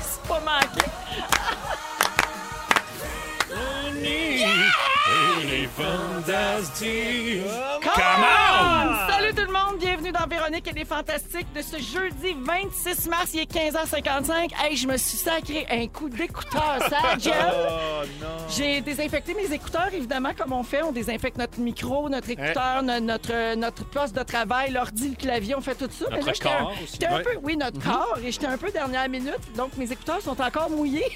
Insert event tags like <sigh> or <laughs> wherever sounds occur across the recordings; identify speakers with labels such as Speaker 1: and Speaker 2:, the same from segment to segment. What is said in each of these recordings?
Speaker 1: C'est pas manqué.
Speaker 2: Comment?
Speaker 1: Salut tout le monde, bienvenue dans Véronique et les Fantastiques de ce jeudi 26 mars, il est 15h55. Hey, je me suis sacré un coup d'écouteur,
Speaker 2: <laughs>
Speaker 1: ça, Jeff.
Speaker 2: Oh non!
Speaker 1: J'ai désinfecté mes écouteurs, évidemment, comme on fait. On désinfecte notre micro, notre
Speaker 2: Hein?
Speaker 1: écouteur, no- notre, euh, notre poste de travail, l'ordi, le clavier, on fait tout ça.
Speaker 2: Notre
Speaker 1: Mais là, j'étais un-
Speaker 2: corps aussi.
Speaker 1: j'étais un
Speaker 2: Ouais. Mhm.
Speaker 1: peu, oui, notre corps, et j'étais un peu dernière minute, donc mes écouteurs sont encore mouillés.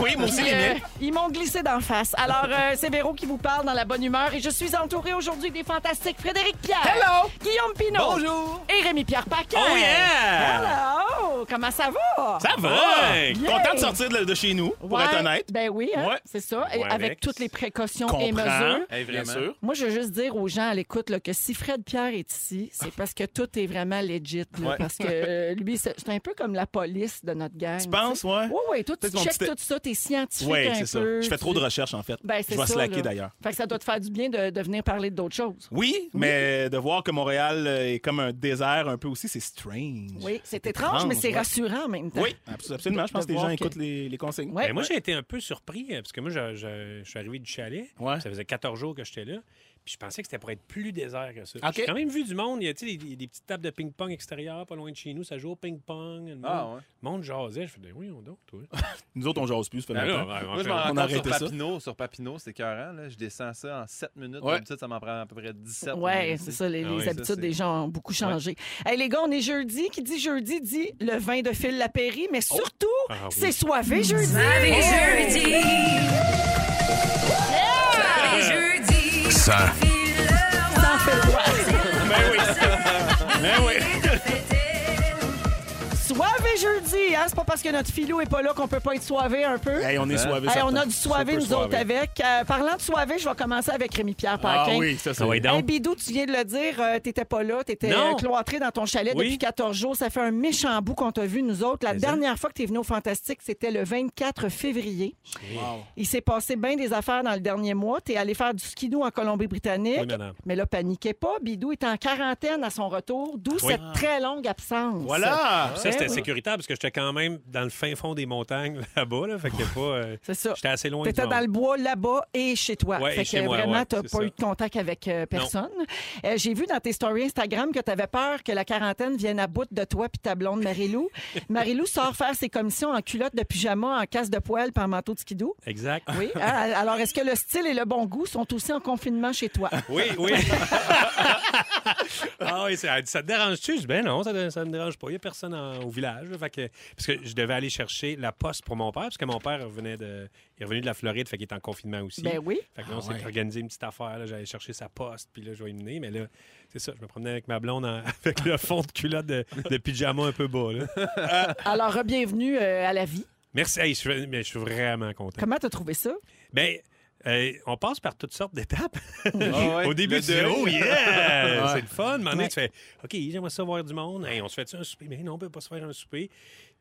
Speaker 2: Oui, moi aussi,
Speaker 1: Puis,
Speaker 2: les
Speaker 1: euh,
Speaker 2: miens.
Speaker 1: ils m'ont glissé d'en face. Alors, euh, c'est Véro qui vous parle dans la bonne humeur et je suis entourée aujourd'hui des fantastiques Frédéric Pierre.
Speaker 2: Hello!
Speaker 1: Guillaume Pinot.
Speaker 2: Bonjour!
Speaker 1: Et Rémi-Pierre Paquet.
Speaker 2: Oh yeah!
Speaker 1: Hello! Comment ça va?
Speaker 2: Ça va!
Speaker 1: Yeah.
Speaker 2: Content Ah! de sortir de, de chez nous, pour
Speaker 1: Ouais,
Speaker 2: être honnête.
Speaker 1: Ben oui, hein,
Speaker 2: Ouais.
Speaker 1: c'est ça. Et
Speaker 2: Ouais,
Speaker 1: avec
Speaker 2: avec-
Speaker 1: toutes les précautions et
Speaker 2: Comprends,
Speaker 1: mesures.
Speaker 2: eh, bien
Speaker 3: Vraiment.
Speaker 2: sûr.
Speaker 1: Moi, je veux juste dire aux gens à l'écoute là, que si Fred Pierre est ici, c'est parce que tout est vraiment legit. là,
Speaker 2: Ouais.
Speaker 1: Parce que euh, lui, c'est c'est un peu comme la police de notre gang.
Speaker 2: Tu penses, ouais?
Speaker 1: Oui, oui, toi, tu
Speaker 2: Peut-être mon
Speaker 1: checkes
Speaker 2: petit-
Speaker 1: tout ça, t'es scientifique
Speaker 2: Oui,
Speaker 1: un
Speaker 2: c'est ça.
Speaker 1: peu,
Speaker 2: Je fais trop
Speaker 1: tu-
Speaker 2: de recherches, en fait.
Speaker 1: Ben,
Speaker 2: Je
Speaker 1: c'est
Speaker 2: vais
Speaker 1: ça,
Speaker 2: slacker,
Speaker 1: là.
Speaker 2: d'ailleurs.
Speaker 1: Fait que ça doit te faire du bien de, de venir parler d'autres choses.
Speaker 2: Oui, mais euh, de voir que Montréal euh, est comme un désert un peu aussi, c'est strange.
Speaker 1: Oui, c'est étrange, mais c'est
Speaker 2: ouais.
Speaker 1: rassurant en même temps.
Speaker 2: Oui, abso- absolument. Je pense
Speaker 1: De
Speaker 2: que les
Speaker 1: voir
Speaker 2: gens
Speaker 1: que-
Speaker 2: écoutent les, les consignes.
Speaker 1: Ouais.
Speaker 3: Ben, moi, j'ai été un peu surpris euh, parce que moi, je, je- je suis arrivé du chalet.
Speaker 2: Ouais.
Speaker 3: Ça faisait 14 jours que j'étais là. Puis je pensais que c'était pour être plus désert que ça.
Speaker 2: OK.
Speaker 3: J'ai quand même vu du monde. Il y a tu sais, des, des petites tables de ping-pong extérieures pas loin de chez nous. Ça joue au ping-pong. Le monde,
Speaker 4: Ah, ouais.
Speaker 3: le monde jasait. Je faisais, oui, on dort, toi.
Speaker 2: Nous autres, on jase plus, ça fait
Speaker 3: Ben là,
Speaker 2: longtemps.
Speaker 3: ben,
Speaker 4: Moi, je
Speaker 3: on
Speaker 4: m'en
Speaker 3: fait-
Speaker 2: On a
Speaker 4: rends compte sur
Speaker 2: arrêté ça.
Speaker 4: Papineau. Sur Papineau, c'est écœurant. Là. Je descends ça en 7 minutes.
Speaker 2: Ouais.
Speaker 4: D'habitude, ça m'en prend à peu près 17
Speaker 1: Ouais,
Speaker 4: minutes.
Speaker 1: c'est ça, les,
Speaker 4: Ah
Speaker 1: les
Speaker 4: oui, ça,
Speaker 1: habitudes
Speaker 4: c'est-
Speaker 1: des gens ont beaucoup changé. Hey, les gars, on est jeudi. Qui dit jeudi dit le vin de Phil Lapéry, mais surtout,
Speaker 3: Ah oui.
Speaker 1: c'est soivé jeudi.
Speaker 5: Ça,
Speaker 1: Sans Phil Roy.
Speaker 2: Ben oui.
Speaker 1: Soivé jeudi, hein? C'est pas parce que notre filou est pas là qu'on peut pas être soivé un peu.
Speaker 2: <laughs> Hey, on est soivés.
Speaker 1: Hey, on
Speaker 2: certains.
Speaker 1: a du soivé,
Speaker 2: Super
Speaker 1: nous autres,
Speaker 2: soivés.
Speaker 1: avec. Euh, parlant de soivé, je vais commencer avec Rémi-Pierre
Speaker 2: Ah
Speaker 1: Paquin.
Speaker 2: oui, ça, c'est
Speaker 3: Ah oui,
Speaker 1: Hey,
Speaker 3: donc.
Speaker 1: Bidou, tu viens de le dire, euh, t'étais pas là, t'étais
Speaker 3: Non.
Speaker 1: euh, cloîtré dans ton chalet
Speaker 3: Oui.
Speaker 1: depuis 14 jours. Ça fait un méchant bout qu'on t'a vu, nous autres. La
Speaker 3: Mais
Speaker 1: dernière fois que t'es venu au Fantastique, c'était le 24 février.
Speaker 2: Wow.
Speaker 1: Il s'est passé bien des affaires dans le dernier mois. T'es allé faire du skidoo en Colombie-Britannique.
Speaker 3: Oui, madame.
Speaker 1: mais là, paniquez pas. Bidou est en quarantaine à son retour, d'où
Speaker 3: Oui.
Speaker 1: cette très longue absence.
Speaker 2: Voilà!
Speaker 3: Ça, c'était
Speaker 1: oui.
Speaker 3: sécuritaire parce que j'étais quand même dans le fin fond des montagnes <laughs> là-bas. Là, fait que pas. euh,
Speaker 1: C'est ça.
Speaker 3: J'étais assez loin du
Speaker 1: T'étais
Speaker 3: monde.
Speaker 1: dans le bois là-bas et chez toi.
Speaker 3: Ouais,
Speaker 1: fait
Speaker 3: et
Speaker 1: que
Speaker 3: chez moi,
Speaker 1: vraiment,
Speaker 3: ouais,
Speaker 1: t'as
Speaker 3: c'est
Speaker 1: pas
Speaker 3: ça.
Speaker 1: eu de contact avec euh, personne. Euh, J'ai vu dans tes stories Instagram que t'avais peur que la quarantaine vienne à bout de toi puis ta blonde
Speaker 3: <laughs>
Speaker 1: Marilou. Marilou sort faire ses commissions en culotte de pyjama, en casse de poêle puis en manteau de skidoo.
Speaker 3: Exact. <laughs>
Speaker 1: Oui. hein? Alors, est-ce que le style et le bon goût sont aussi en confinement chez toi?
Speaker 3: Oui, oui. <laughs> ah oui, ça, ça te dérange-tu? Je dis, ben non, ça ne me dérange pas. Il n'y a personne en- au village. là. Fait que, parce que je devais aller chercher la poste pour mon père, parce que mon père venait de, il est revenu de la Floride, fait qu'il est en confinement aussi.
Speaker 1: <laughs> Ben oui.
Speaker 3: Fait que là, on s'est organisé une petite affaire. là. J'allais chercher sa poste, puis là, je vais y mener. Mais là, c'est ça, je me promenais avec ma blonde en- <laughs> avec le fond de culotte de, de pyjama un peu bas. là.
Speaker 1: Alors, bienvenue à la vie.
Speaker 3: Merci. Hey, je, suis- mais je suis vraiment content.
Speaker 1: Comment t'as trouvé ça?
Speaker 3: Ben, euh, on passe par toutes sortes d'étapes.
Speaker 4: Ah
Speaker 3: <laughs>
Speaker 4: ouais,
Speaker 3: Au début,
Speaker 4: le
Speaker 3: tu dis,
Speaker 4: deuil.
Speaker 3: oh yeah!
Speaker 2: Ouais.
Speaker 3: C'est le fun. À un moment donné,
Speaker 1: Ouais.
Speaker 3: tu fais, OK, j'aimerais ça voir du monde. Hey, on se fait-tu un souper? Mais non, on peut pas se faire un souper.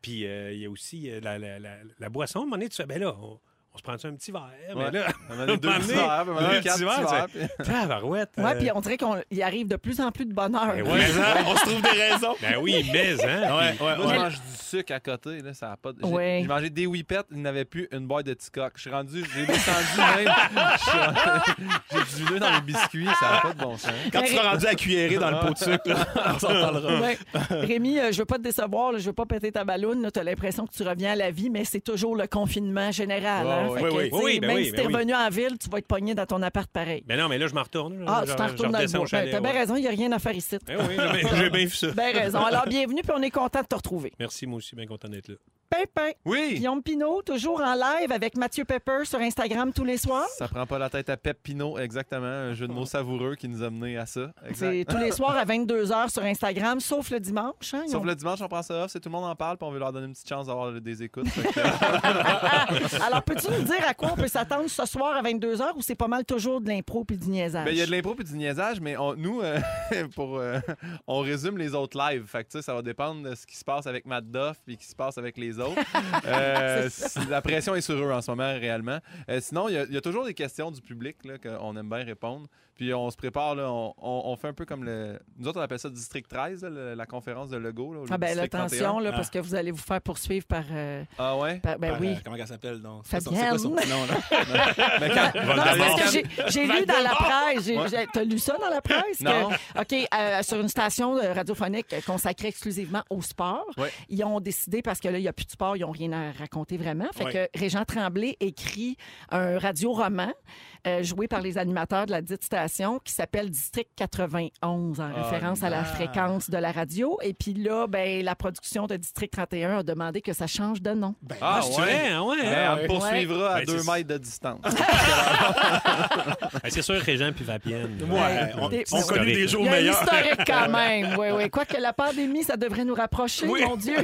Speaker 3: Puis euh, il y a aussi euh, la, la- la- la boisson. À un moment donné, tu fais, ben là, on, on se prend un petit verre? Mais
Speaker 4: Ouais. <laughs>
Speaker 3: là,
Speaker 4: On en a
Speaker 3: <laughs>
Speaker 4: deux
Speaker 3: un moment
Speaker 4: petits
Speaker 3: donné,
Speaker 4: verres, puis on en a
Speaker 3: deux
Speaker 4: quatre
Speaker 3: petits
Speaker 4: petits
Speaker 3: verres,
Speaker 4: verres,
Speaker 3: tu fais, tabarouette,
Speaker 1: Ouais,
Speaker 3: euh,
Speaker 1: puis on dirait qu'on y arrive de plus en plus de <laughs> bonheur.
Speaker 3: Ben
Speaker 2: Ouais, mais ça, on se trouve des raisons.
Speaker 3: Ben oui, mais, hein?
Speaker 2: Ouais,
Speaker 3: Puis-
Speaker 2: ouais,
Speaker 4: Moi,
Speaker 2: ouais.
Speaker 4: je mange du sucre à côté. Là, ça a pas... de- J'ai
Speaker 1: Ouais.
Speaker 4: j'ai mangé des whippets. Il n'avait plus une boîte de ticoc. Je suis rendu. J'ai descendu même. Je suis- <laughs> J'ai du lait dans mes biscuits. Ça n'a pas de bon sens.
Speaker 2: Quand tu seras rendu à cuillerer dans le pot de sucre, là, on s'en parlera.
Speaker 1: Ouais. Rémi, euh, je veux pas te décevoir, là, je veux pas péter ta balloune. Tu as l'impression que tu reviens à la vie, mais c'est toujours le confinement général. hein.
Speaker 4: Ouais,
Speaker 1: Fait
Speaker 2: ouais,
Speaker 1: que,
Speaker 2: oui.
Speaker 1: tu sais,
Speaker 3: Oui, ben
Speaker 1: même
Speaker 3: oui,
Speaker 1: si
Speaker 3: ben
Speaker 1: t'es
Speaker 3: oui.
Speaker 1: revenu en ville, tu vas être pogné dans ton appart pareil.
Speaker 3: Ben non, mais là, je m'en retourne.
Speaker 1: Ah,
Speaker 3: Je-
Speaker 1: tu t'en
Speaker 3: je- je
Speaker 1: retournes dans le
Speaker 3: redescends au
Speaker 1: bois. Ben,
Speaker 3: chalet,
Speaker 1: T'as bien
Speaker 3: ouais.
Speaker 1: raison, il n'y a rien à faire ici.
Speaker 3: Ben oui, j'ai bien- j'ai bien vu ça.
Speaker 1: Bien raison. Alors, bienvenue, puis on est content de te retrouver.
Speaker 3: Merci, moi aussi, bien content d'être là.
Speaker 1: Pimpin.
Speaker 4: Oui!
Speaker 1: Guillaume Pinot, toujours en live avec Mathieu Pepper sur Instagram tous les soirs.
Speaker 4: Ça prend pas la tête à Pep Pinot, exactement. Un jeu de mots savoureux qui nous a mené à ça.
Speaker 1: C'est
Speaker 4: Exact.
Speaker 1: tous les soirs à 22h sur Instagram, sauf le dimanche. hein, ils
Speaker 4: Sauf
Speaker 1: ont-
Speaker 4: le dimanche, on prend ça off. C'est tout le monde en parle, puis on veut leur donner une petite chance d'avoir des écoutes. Fait que,
Speaker 1: Alors, peux-tu nous dire à quoi on peut s'attendre ce soir à 22h ou c'est pas mal toujours de l'impro puis du niaisage?
Speaker 4: Ben, il y a de l'impro puis du niaisage, mais on- nous, euh, <laughs> pour, euh, on résume les autres lives. Fait que, tu sais, ça va dépendre de ce qui se passe avec Matt Duff et qui se passe avec
Speaker 1: <laughs>
Speaker 4: les autres. Euh, si- la pression est sur eux en ce moment, réellement. Euh, sinon, il y a- il y, a toujours des questions du public là, qu'on aime bien répondre. Puis on se prépare, là, on, on- on fait un peu comme le. Nous autres, on appelle ça District 13, là, le- la conférence de Legault. Là, au lieu
Speaker 1: Ah
Speaker 4: de
Speaker 1: ben,
Speaker 4: District
Speaker 1: attention,
Speaker 4: 31.
Speaker 1: là,
Speaker 2: Ah.
Speaker 1: parce que vous allez vous faire poursuivre par... euh, <laughs>
Speaker 4: Ah ouais?
Speaker 1: par- ben
Speaker 2: Par,
Speaker 1: oui.
Speaker 2: euh, comment elle s'appelle, donc?
Speaker 1: Fabienne.
Speaker 2: C'est quoi son petit nom, là?
Speaker 4: Mais quand-
Speaker 3: Voldemort.
Speaker 1: Non, c'est parce
Speaker 4: <laughs>
Speaker 3: Voldemort.
Speaker 1: que j'ai- j'ai lu dans la presse. j'ai- j'ai- T'as lu ça dans la presse? que-
Speaker 4: Non.
Speaker 1: OK, euh, sur une station euh, radiophonique consacrée exclusivement au sport,
Speaker 4: Ouais.
Speaker 1: ils ont décidé, parce que là, il n'y a plus de sport, ils n'ont rien à raconter vraiment. Fait
Speaker 2: Ouais.
Speaker 1: que Régent Tremblay écrit un radio-roman euh, joué par les animateurs de la dite station qui s'appelle District 91, en
Speaker 4: Ah,
Speaker 1: référence à la
Speaker 4: non.
Speaker 1: fréquence de la radio. Et puis là, ben, la production de District 31 a demandé que ça change de nom.
Speaker 2: Ben,
Speaker 4: Ah,
Speaker 3: C'est vrai, hein, ouais,
Speaker 4: Ben,
Speaker 3: hein.
Speaker 4: on me poursuivra à
Speaker 3: Ben,
Speaker 4: 2
Speaker 3: c'est-
Speaker 4: mètres de distance.
Speaker 3: Ben, C'est sûr, Régent puis Vapienne.
Speaker 2: Ouais, on,
Speaker 1: Des-
Speaker 2: on connaît des
Speaker 1: Il
Speaker 2: jours
Speaker 1: y a un
Speaker 2: meilleurs.
Speaker 1: historique
Speaker 4: <laughs>
Speaker 1: quand même. Oui, oui. Quoique la pandémie, ça devrait nous rapprocher,
Speaker 2: Oui.
Speaker 1: mon
Speaker 4: <laughs>
Speaker 1: Dieu.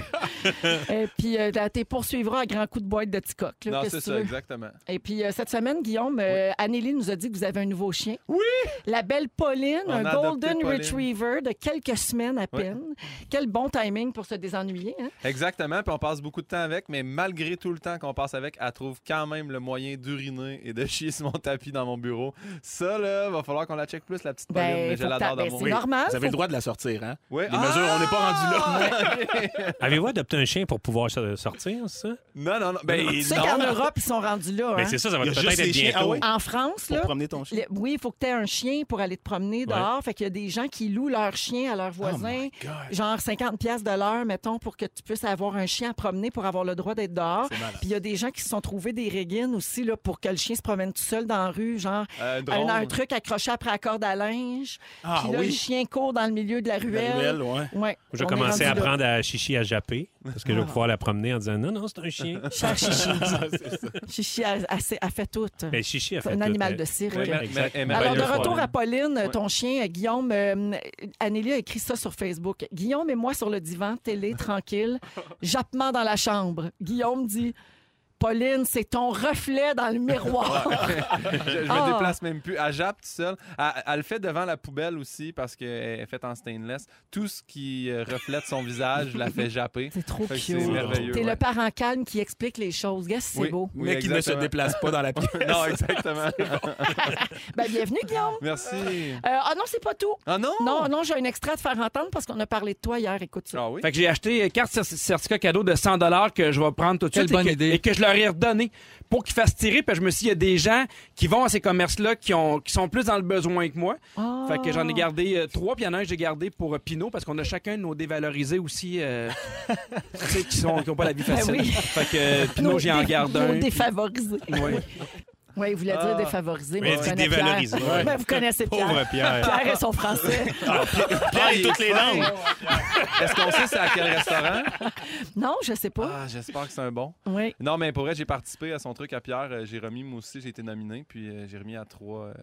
Speaker 1: Et puis, euh, t'es poursuivra à grands coups de boîte de Ticoc. là.
Speaker 4: non,
Speaker 1: Qu'est-ce
Speaker 4: c'est
Speaker 1: que tu
Speaker 4: ça,
Speaker 1: veux?
Speaker 4: exactement.
Speaker 1: Et puis, euh, cette semaine, Guillaume, euh, Anneli nous a dit que vous avez un nouveau chien. Oui! La belle Pauline,
Speaker 4: On
Speaker 1: un
Speaker 4: a adopté
Speaker 1: Golden
Speaker 4: Pauline.
Speaker 1: Retriever de quelques semaines à
Speaker 4: Oui.
Speaker 1: peine. Quel bon timing pour se désennuyer. hein?
Speaker 4: Exactement, puis on passe beaucoup de temps avec, mais malgré tout le temps qu'on passe avec, elle trouve quand même le moyen d'uriner et de <laughs> chier sur mon tapis dans mon bureau. Ça, là, va falloir qu'on la check plus, la petite
Speaker 1: Ben,
Speaker 4: Pauline, mais je
Speaker 1: faut
Speaker 4: l'adore
Speaker 1: que
Speaker 4: dans
Speaker 1: t'a-
Speaker 4: mon
Speaker 1: c'est normal,
Speaker 2: Vous avez
Speaker 1: faut-
Speaker 2: le droit de la sortir, hein?
Speaker 4: Ouais.
Speaker 1: Ah!
Speaker 2: Les mesures, on n'est pas rendu là.
Speaker 3: Avez-vous adopté un chien pour pouvoir se- sortir, c'est ça?
Speaker 4: Non, non, <laughs> non. Ben,
Speaker 1: Tu sais qu'en Europe, ils sont rendus là.
Speaker 3: Ben,
Speaker 1: hein?
Speaker 3: c'est ça, ça va
Speaker 2: Il y a
Speaker 3: peut-être
Speaker 2: juste
Speaker 3: être
Speaker 2: les chiens.
Speaker 3: bientôt.
Speaker 2: Ah ouais.
Speaker 1: En France,
Speaker 2: Pour
Speaker 1: là,
Speaker 2: promener ton chien.
Speaker 1: Le- oui, il faut que tu aies un chien pour aller te promener dehors. Fait qu'il y a des gens qui louent leur chien à leurs
Speaker 4: Oh
Speaker 1: voisins. genre 50 pièces de l'heure, mettons, pour que tu puisses avoir un chien à promener pour avoir le droit d'être dehors.
Speaker 2: C'est malade.
Speaker 1: Puis il y a des gens qui se sont trouvés des régines aussi là, pour que le chien se promène tout seul dans la rue, genre
Speaker 4: Euh,
Speaker 1: un,
Speaker 4: drôle.
Speaker 1: un truc accroché après la corde à linge.
Speaker 2: Ah
Speaker 1: Puis là, le
Speaker 2: oui,
Speaker 1: chien court dans le milieu de la
Speaker 2: la
Speaker 1: ruelle.
Speaker 2: ruelle, ouais.
Speaker 1: Ouais,
Speaker 3: Je
Speaker 1: on
Speaker 3: vais
Speaker 1: est
Speaker 3: commencer
Speaker 1: rendu
Speaker 3: à
Speaker 1: là. Ah.
Speaker 3: apprendre à Chichi à japper, parce que je vais pouvoir la promener en disant non, non, c'est
Speaker 1: <laughs>
Speaker 3: un chien.
Speaker 1: Cher
Speaker 2: <laughs>
Speaker 1: Chichi. Chichi, elle, elle sait- elle fait tout.
Speaker 3: Ben, Chichi a fait
Speaker 1: C'est un
Speaker 3: tout,
Speaker 1: animal
Speaker 3: hein.
Speaker 1: de cirque.
Speaker 4: Oui, mais-
Speaker 3: Exact.
Speaker 4: mais- mais-
Speaker 1: Alors,
Speaker 3: Ben,
Speaker 1: de
Speaker 3: deux fois,
Speaker 1: retour
Speaker 3: hein.
Speaker 1: à Pauline, ton chien, euh, Guillaume, euh, Anneli a écrit ça sur Facebook. Guillaume et moi sur le divan, télé, tranquille, jappement dans la chambre. Guillaume dit Pauline, c'est ton reflet dans le miroir.
Speaker 4: je, je
Speaker 1: Ah.
Speaker 4: me déplace même plus. Elle jappe tout seul. Elle, elle le fait devant la poubelle aussi parce qu'elle est faite en stainless. Tout ce qui euh, reflète son visage la fait japper.
Speaker 1: c'est trop
Speaker 4: Fait que
Speaker 1: cute.
Speaker 4: c'est
Speaker 1: T'es
Speaker 4: merveilleux. ouais.
Speaker 1: le parent calme qui explique les choses. Gars, c'est
Speaker 4: Oui. <laughs>
Speaker 1: beau.
Speaker 4: Oui,
Speaker 2: mais qui ne se
Speaker 4: exactement.
Speaker 2: déplace pas dans la pièce.
Speaker 4: Non, exactement.
Speaker 1: Ben, bienvenue, Guillaume.
Speaker 4: Merci.
Speaker 1: Euh, Ah non, c'est pas tout.
Speaker 4: Ah non?
Speaker 1: Non, non, j'ai un extrait à te faire entendre parce qu'on a parlé de toi hier. Écoute ça.
Speaker 4: Ah oui?
Speaker 6: Fait que j'ai acheté euh, carte cer- certificat cadeau de 100 que je vais prendre tout de
Speaker 5: Quelle
Speaker 6: suite et
Speaker 5: bonne
Speaker 6: que,
Speaker 5: idée.
Speaker 6: et que je leur ai redonné pour qu'ils fassent tirer. Puis je me suis dit, il y a des gens qui vont à ces commerces-là qui, ont, qui sont plus dans le besoin que moi.
Speaker 1: Ah.
Speaker 6: Fait que j'en ai gardé euh, trois, puis il y en a un que j'ai gardé pour euh, Pinot parce qu'on a chacun nos dévalorisés aussi,
Speaker 1: <laughs>
Speaker 6: euh, tu sais, qui n'ont pas la vie
Speaker 1: Ben
Speaker 6: facile.
Speaker 1: oui.
Speaker 6: Fait que euh, Pinot,
Speaker 1: Nos
Speaker 6: j'en
Speaker 1: dé-
Speaker 6: garde
Speaker 1: nos
Speaker 6: un.
Speaker 1: défavorisés.
Speaker 6: Ouais.
Speaker 1: Oui, il voulait dire défavorisé.
Speaker 3: Mais
Speaker 1: vous
Speaker 3: il dit
Speaker 1: connaissez
Speaker 3: dévalorisé.
Speaker 1: Pierre.
Speaker 3: Ouais.
Speaker 1: Ben, vous connaissez Pierre.
Speaker 3: <laughs> Pauvre
Speaker 1: <laughs>
Speaker 3: Pierre.
Speaker 1: Pierre et son français.
Speaker 4: Ah,
Speaker 2: Pierre et toutes les langues.
Speaker 4: Est-ce qu'on sait c'est à quel restaurant?
Speaker 1: Non, je sais <laughs> pas.
Speaker 4: Ah, j'espère que c'est un bon.
Speaker 1: Oui.
Speaker 4: Non, mais pour vrai, j'ai participé à son truc à Pierre. Euh, J'ai remis, moi aussi, j'ai été nominé. Puis euh, j'ai remis à trois, euh,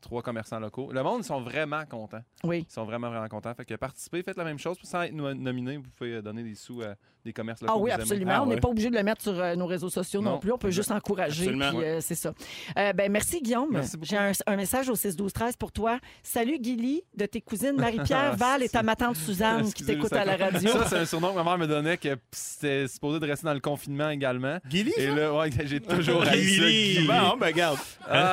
Speaker 4: trois commerçants locaux. Le monde, ils sont vraiment contents.
Speaker 1: Oui.
Speaker 4: Ils sont vraiment, vraiment contents. Fait que participez, faites la même chose. Puis Sans être no- nominé, vous pouvez euh, donner des sous à des commerces locaux.
Speaker 1: Ah oui,
Speaker 4: que vous aimez.
Speaker 1: absolument.
Speaker 2: Ah
Speaker 1: on n'est
Speaker 2: ouais.
Speaker 1: pas obligé de le mettre sur euh, nos réseaux sociaux non,
Speaker 4: Non.
Speaker 1: plus. On peut juste encourager.
Speaker 2: Absolument.
Speaker 1: puis, euh, c'est ça. Euh, ben, merci, Guillaume.
Speaker 4: Merci beaucoup.
Speaker 1: J'ai un, un message au 6-12-13 pour toi. Salut, Guilly, de tes cousines
Speaker 4: <laughs>
Speaker 1: Marie-Pierre, Val et ta ma tante Suzanne qui
Speaker 4: Excusez,
Speaker 1: t'écoute
Speaker 4: ça
Speaker 1: à la
Speaker 4: compte.
Speaker 1: radio.
Speaker 4: Ça, c'est un surnom que ma mère me donnait que c'était supposé de rester dans le confinement également.
Speaker 2: <laughs> Guilly, Oh,
Speaker 4: Et là, ouais, j'ai toujours haï ça, Guilly.
Speaker 2: Bon, ben garde.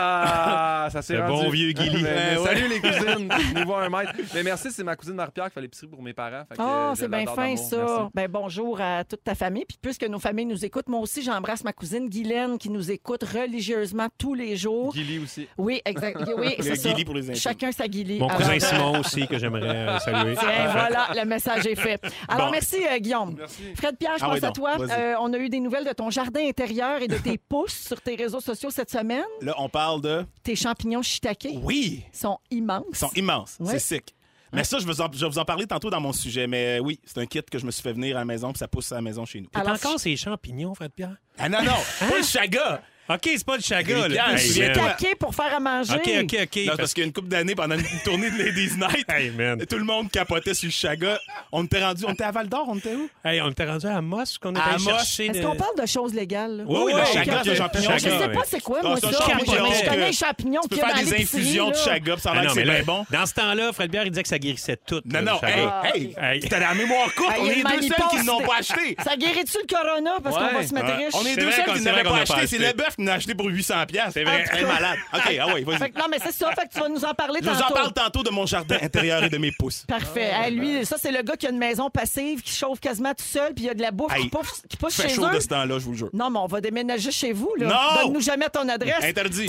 Speaker 4: Ah, ça s'est
Speaker 3: Hein? Le
Speaker 4: rendu.
Speaker 3: bon vieux Guilly. Ben,
Speaker 4: Mais- mais
Speaker 2: Eh ouais.
Speaker 4: Salut les cousines, nous voir un maître. Mais merci, c'est ma cousine Marie-Pierre qui fait l'épicerie pour mes parents. Fait que,
Speaker 1: Ah,
Speaker 4: euh, je
Speaker 1: c'est bien
Speaker 4: l'adore
Speaker 1: fin,
Speaker 4: d'amour.
Speaker 1: ça.
Speaker 4: Merci.
Speaker 1: Ben, bonjour à toute ta famille. Puis puisque nos familles nous écoutent, moi aussi, j'embrasse ma cousine Guylaine qui nous écoute religieusement tous les jours.
Speaker 4: Guilly aussi.
Speaker 1: Oui, exact.
Speaker 4: <laughs>
Speaker 1: Oui,
Speaker 2: Le
Speaker 1: c'est ça.
Speaker 2: Guilly pour les intimes.
Speaker 1: Chacun sa Guilly.
Speaker 3: Mon
Speaker 1: Alors,
Speaker 3: cousin Simon aussi, que j'aimerais euh, saluer.
Speaker 1: Ah. Tiens, voilà, le message est fait. Alors,
Speaker 3: Bon.
Speaker 1: merci, euh, Guillaume.
Speaker 4: Merci.
Speaker 1: Fred Pierre, je
Speaker 2: Ah
Speaker 1: pense
Speaker 2: oui,
Speaker 1: à
Speaker 2: donc,
Speaker 1: toi.
Speaker 2: vas-y.
Speaker 1: Euh, on a eu des nouvelles de ton jardin intérieur et de
Speaker 2: <laughs>
Speaker 1: tes pousses sur tes réseaux sociaux cette semaine.
Speaker 2: Là, on parle de.
Speaker 1: Tes champignons shiitake
Speaker 2: Oui!
Speaker 1: sont immenses.
Speaker 2: Ils sont immenses.
Speaker 1: Ouais.
Speaker 2: C'est sick. Mais ça, je vais, vous en, je vais vous en parler tantôt dans mon sujet. Mais euh, oui, c'est un kit que je me suis fait venir à la maison, puis ça pousse à la maison chez nous.
Speaker 3: T'as
Speaker 1: Alors,
Speaker 3: encore ces champignons, Fred Pierre?
Speaker 2: Ah non, non, pas le chaga!
Speaker 3: OK, c'est pas du chaga,
Speaker 2: Les
Speaker 3: là.
Speaker 2: gars,
Speaker 3: Hey,
Speaker 2: c'est-
Speaker 3: man.
Speaker 1: Taqué pour faire à manger.
Speaker 3: OK, OK, OK.
Speaker 2: Non, c'est parce qu'il y a une couple d'années, pendant une tournée de Ladies Night,
Speaker 3: Hey, man.
Speaker 2: tout le monde capotait sur le chaga. On était rendu, on était à Val d'Or, on était où?
Speaker 3: Hey, on était rendu à Moss qu'on était
Speaker 2: À
Speaker 3: allé
Speaker 2: Moss.
Speaker 3: chercher.
Speaker 1: Est-ce
Speaker 3: de-
Speaker 1: qu'on parle de choses légales? là?
Speaker 3: Oui, oui,
Speaker 2: Oui,
Speaker 3: le
Speaker 2: oui,
Speaker 3: chaga,
Speaker 2: chaga,
Speaker 3: c'est un champignon.
Speaker 2: champignon.
Speaker 1: Je sais pas c'est quoi,
Speaker 2: Ah,
Speaker 1: moi,
Speaker 2: ça,
Speaker 1: ça.
Speaker 2: je
Speaker 1: mais
Speaker 2: capote.
Speaker 1: je connais les champignons
Speaker 2: euh,
Speaker 1: qui
Speaker 2: Tu peux
Speaker 1: est dans
Speaker 2: faire des
Speaker 1: l'épicerie,
Speaker 2: infusions de
Speaker 1: là.
Speaker 2: chaga, puis ça a
Speaker 3: Ah
Speaker 2: l'air
Speaker 3: non,
Speaker 2: que
Speaker 3: mais
Speaker 2: c'est
Speaker 3: là,
Speaker 2: bien bon.
Speaker 3: Dans ce temps-là, Fred Pierre, il disait que ça guérissait tout.
Speaker 2: Non,
Speaker 3: le
Speaker 2: non, hey,
Speaker 3: chaga.
Speaker 2: hey!
Speaker 3: Hey.
Speaker 2: T'as la mémoire courte,
Speaker 1: Hey,
Speaker 2: on
Speaker 1: il y a
Speaker 2: est les
Speaker 1: une
Speaker 2: deux seuls qui ne
Speaker 1: maniposte.
Speaker 2: l'ont pas <laughs> acheté!
Speaker 1: Ça guérit-tu le corona parce qu'on va
Speaker 4: Ouais.
Speaker 1: se mettre riche?
Speaker 2: On est
Speaker 3: C'est
Speaker 2: deux
Speaker 3: vrai
Speaker 2: seuls
Speaker 3: qu'on-
Speaker 2: qui
Speaker 3: c'est vrai
Speaker 2: n'avaient
Speaker 3: qu'on
Speaker 2: pas
Speaker 3: a pas
Speaker 2: acheté. C'est
Speaker 3: acheté.
Speaker 2: le bœuf qui l'a acheté pour 800$. piastres.
Speaker 3: C'est vrai.
Speaker 2: Ah, Très malade. OK, ah ouais,
Speaker 1: Fait
Speaker 2: vas-y.
Speaker 1: que- non, mais c'est ça. Fait que tu vas nous en parler
Speaker 2: Je vous
Speaker 1: tantôt.
Speaker 2: en parle tantôt de mon jardin <laughs> intérieur et de mes pouces.
Speaker 1: Parfait. Hey, lui, ça, c'est le gars qui a une maison passive, qui chauffe quasiment tout seul, puis il y a de la bouffe
Speaker 2: Hey,
Speaker 1: qui pousse, qui pousse
Speaker 2: Fait
Speaker 1: chez
Speaker 2: chaud
Speaker 1: eux.
Speaker 2: de ce temps-là, je vous le jure.
Speaker 1: Non, mais on va déménager chez vous. Là.
Speaker 2: Non!
Speaker 1: Donne-nous jamais ton adresse.
Speaker 2: Interdit.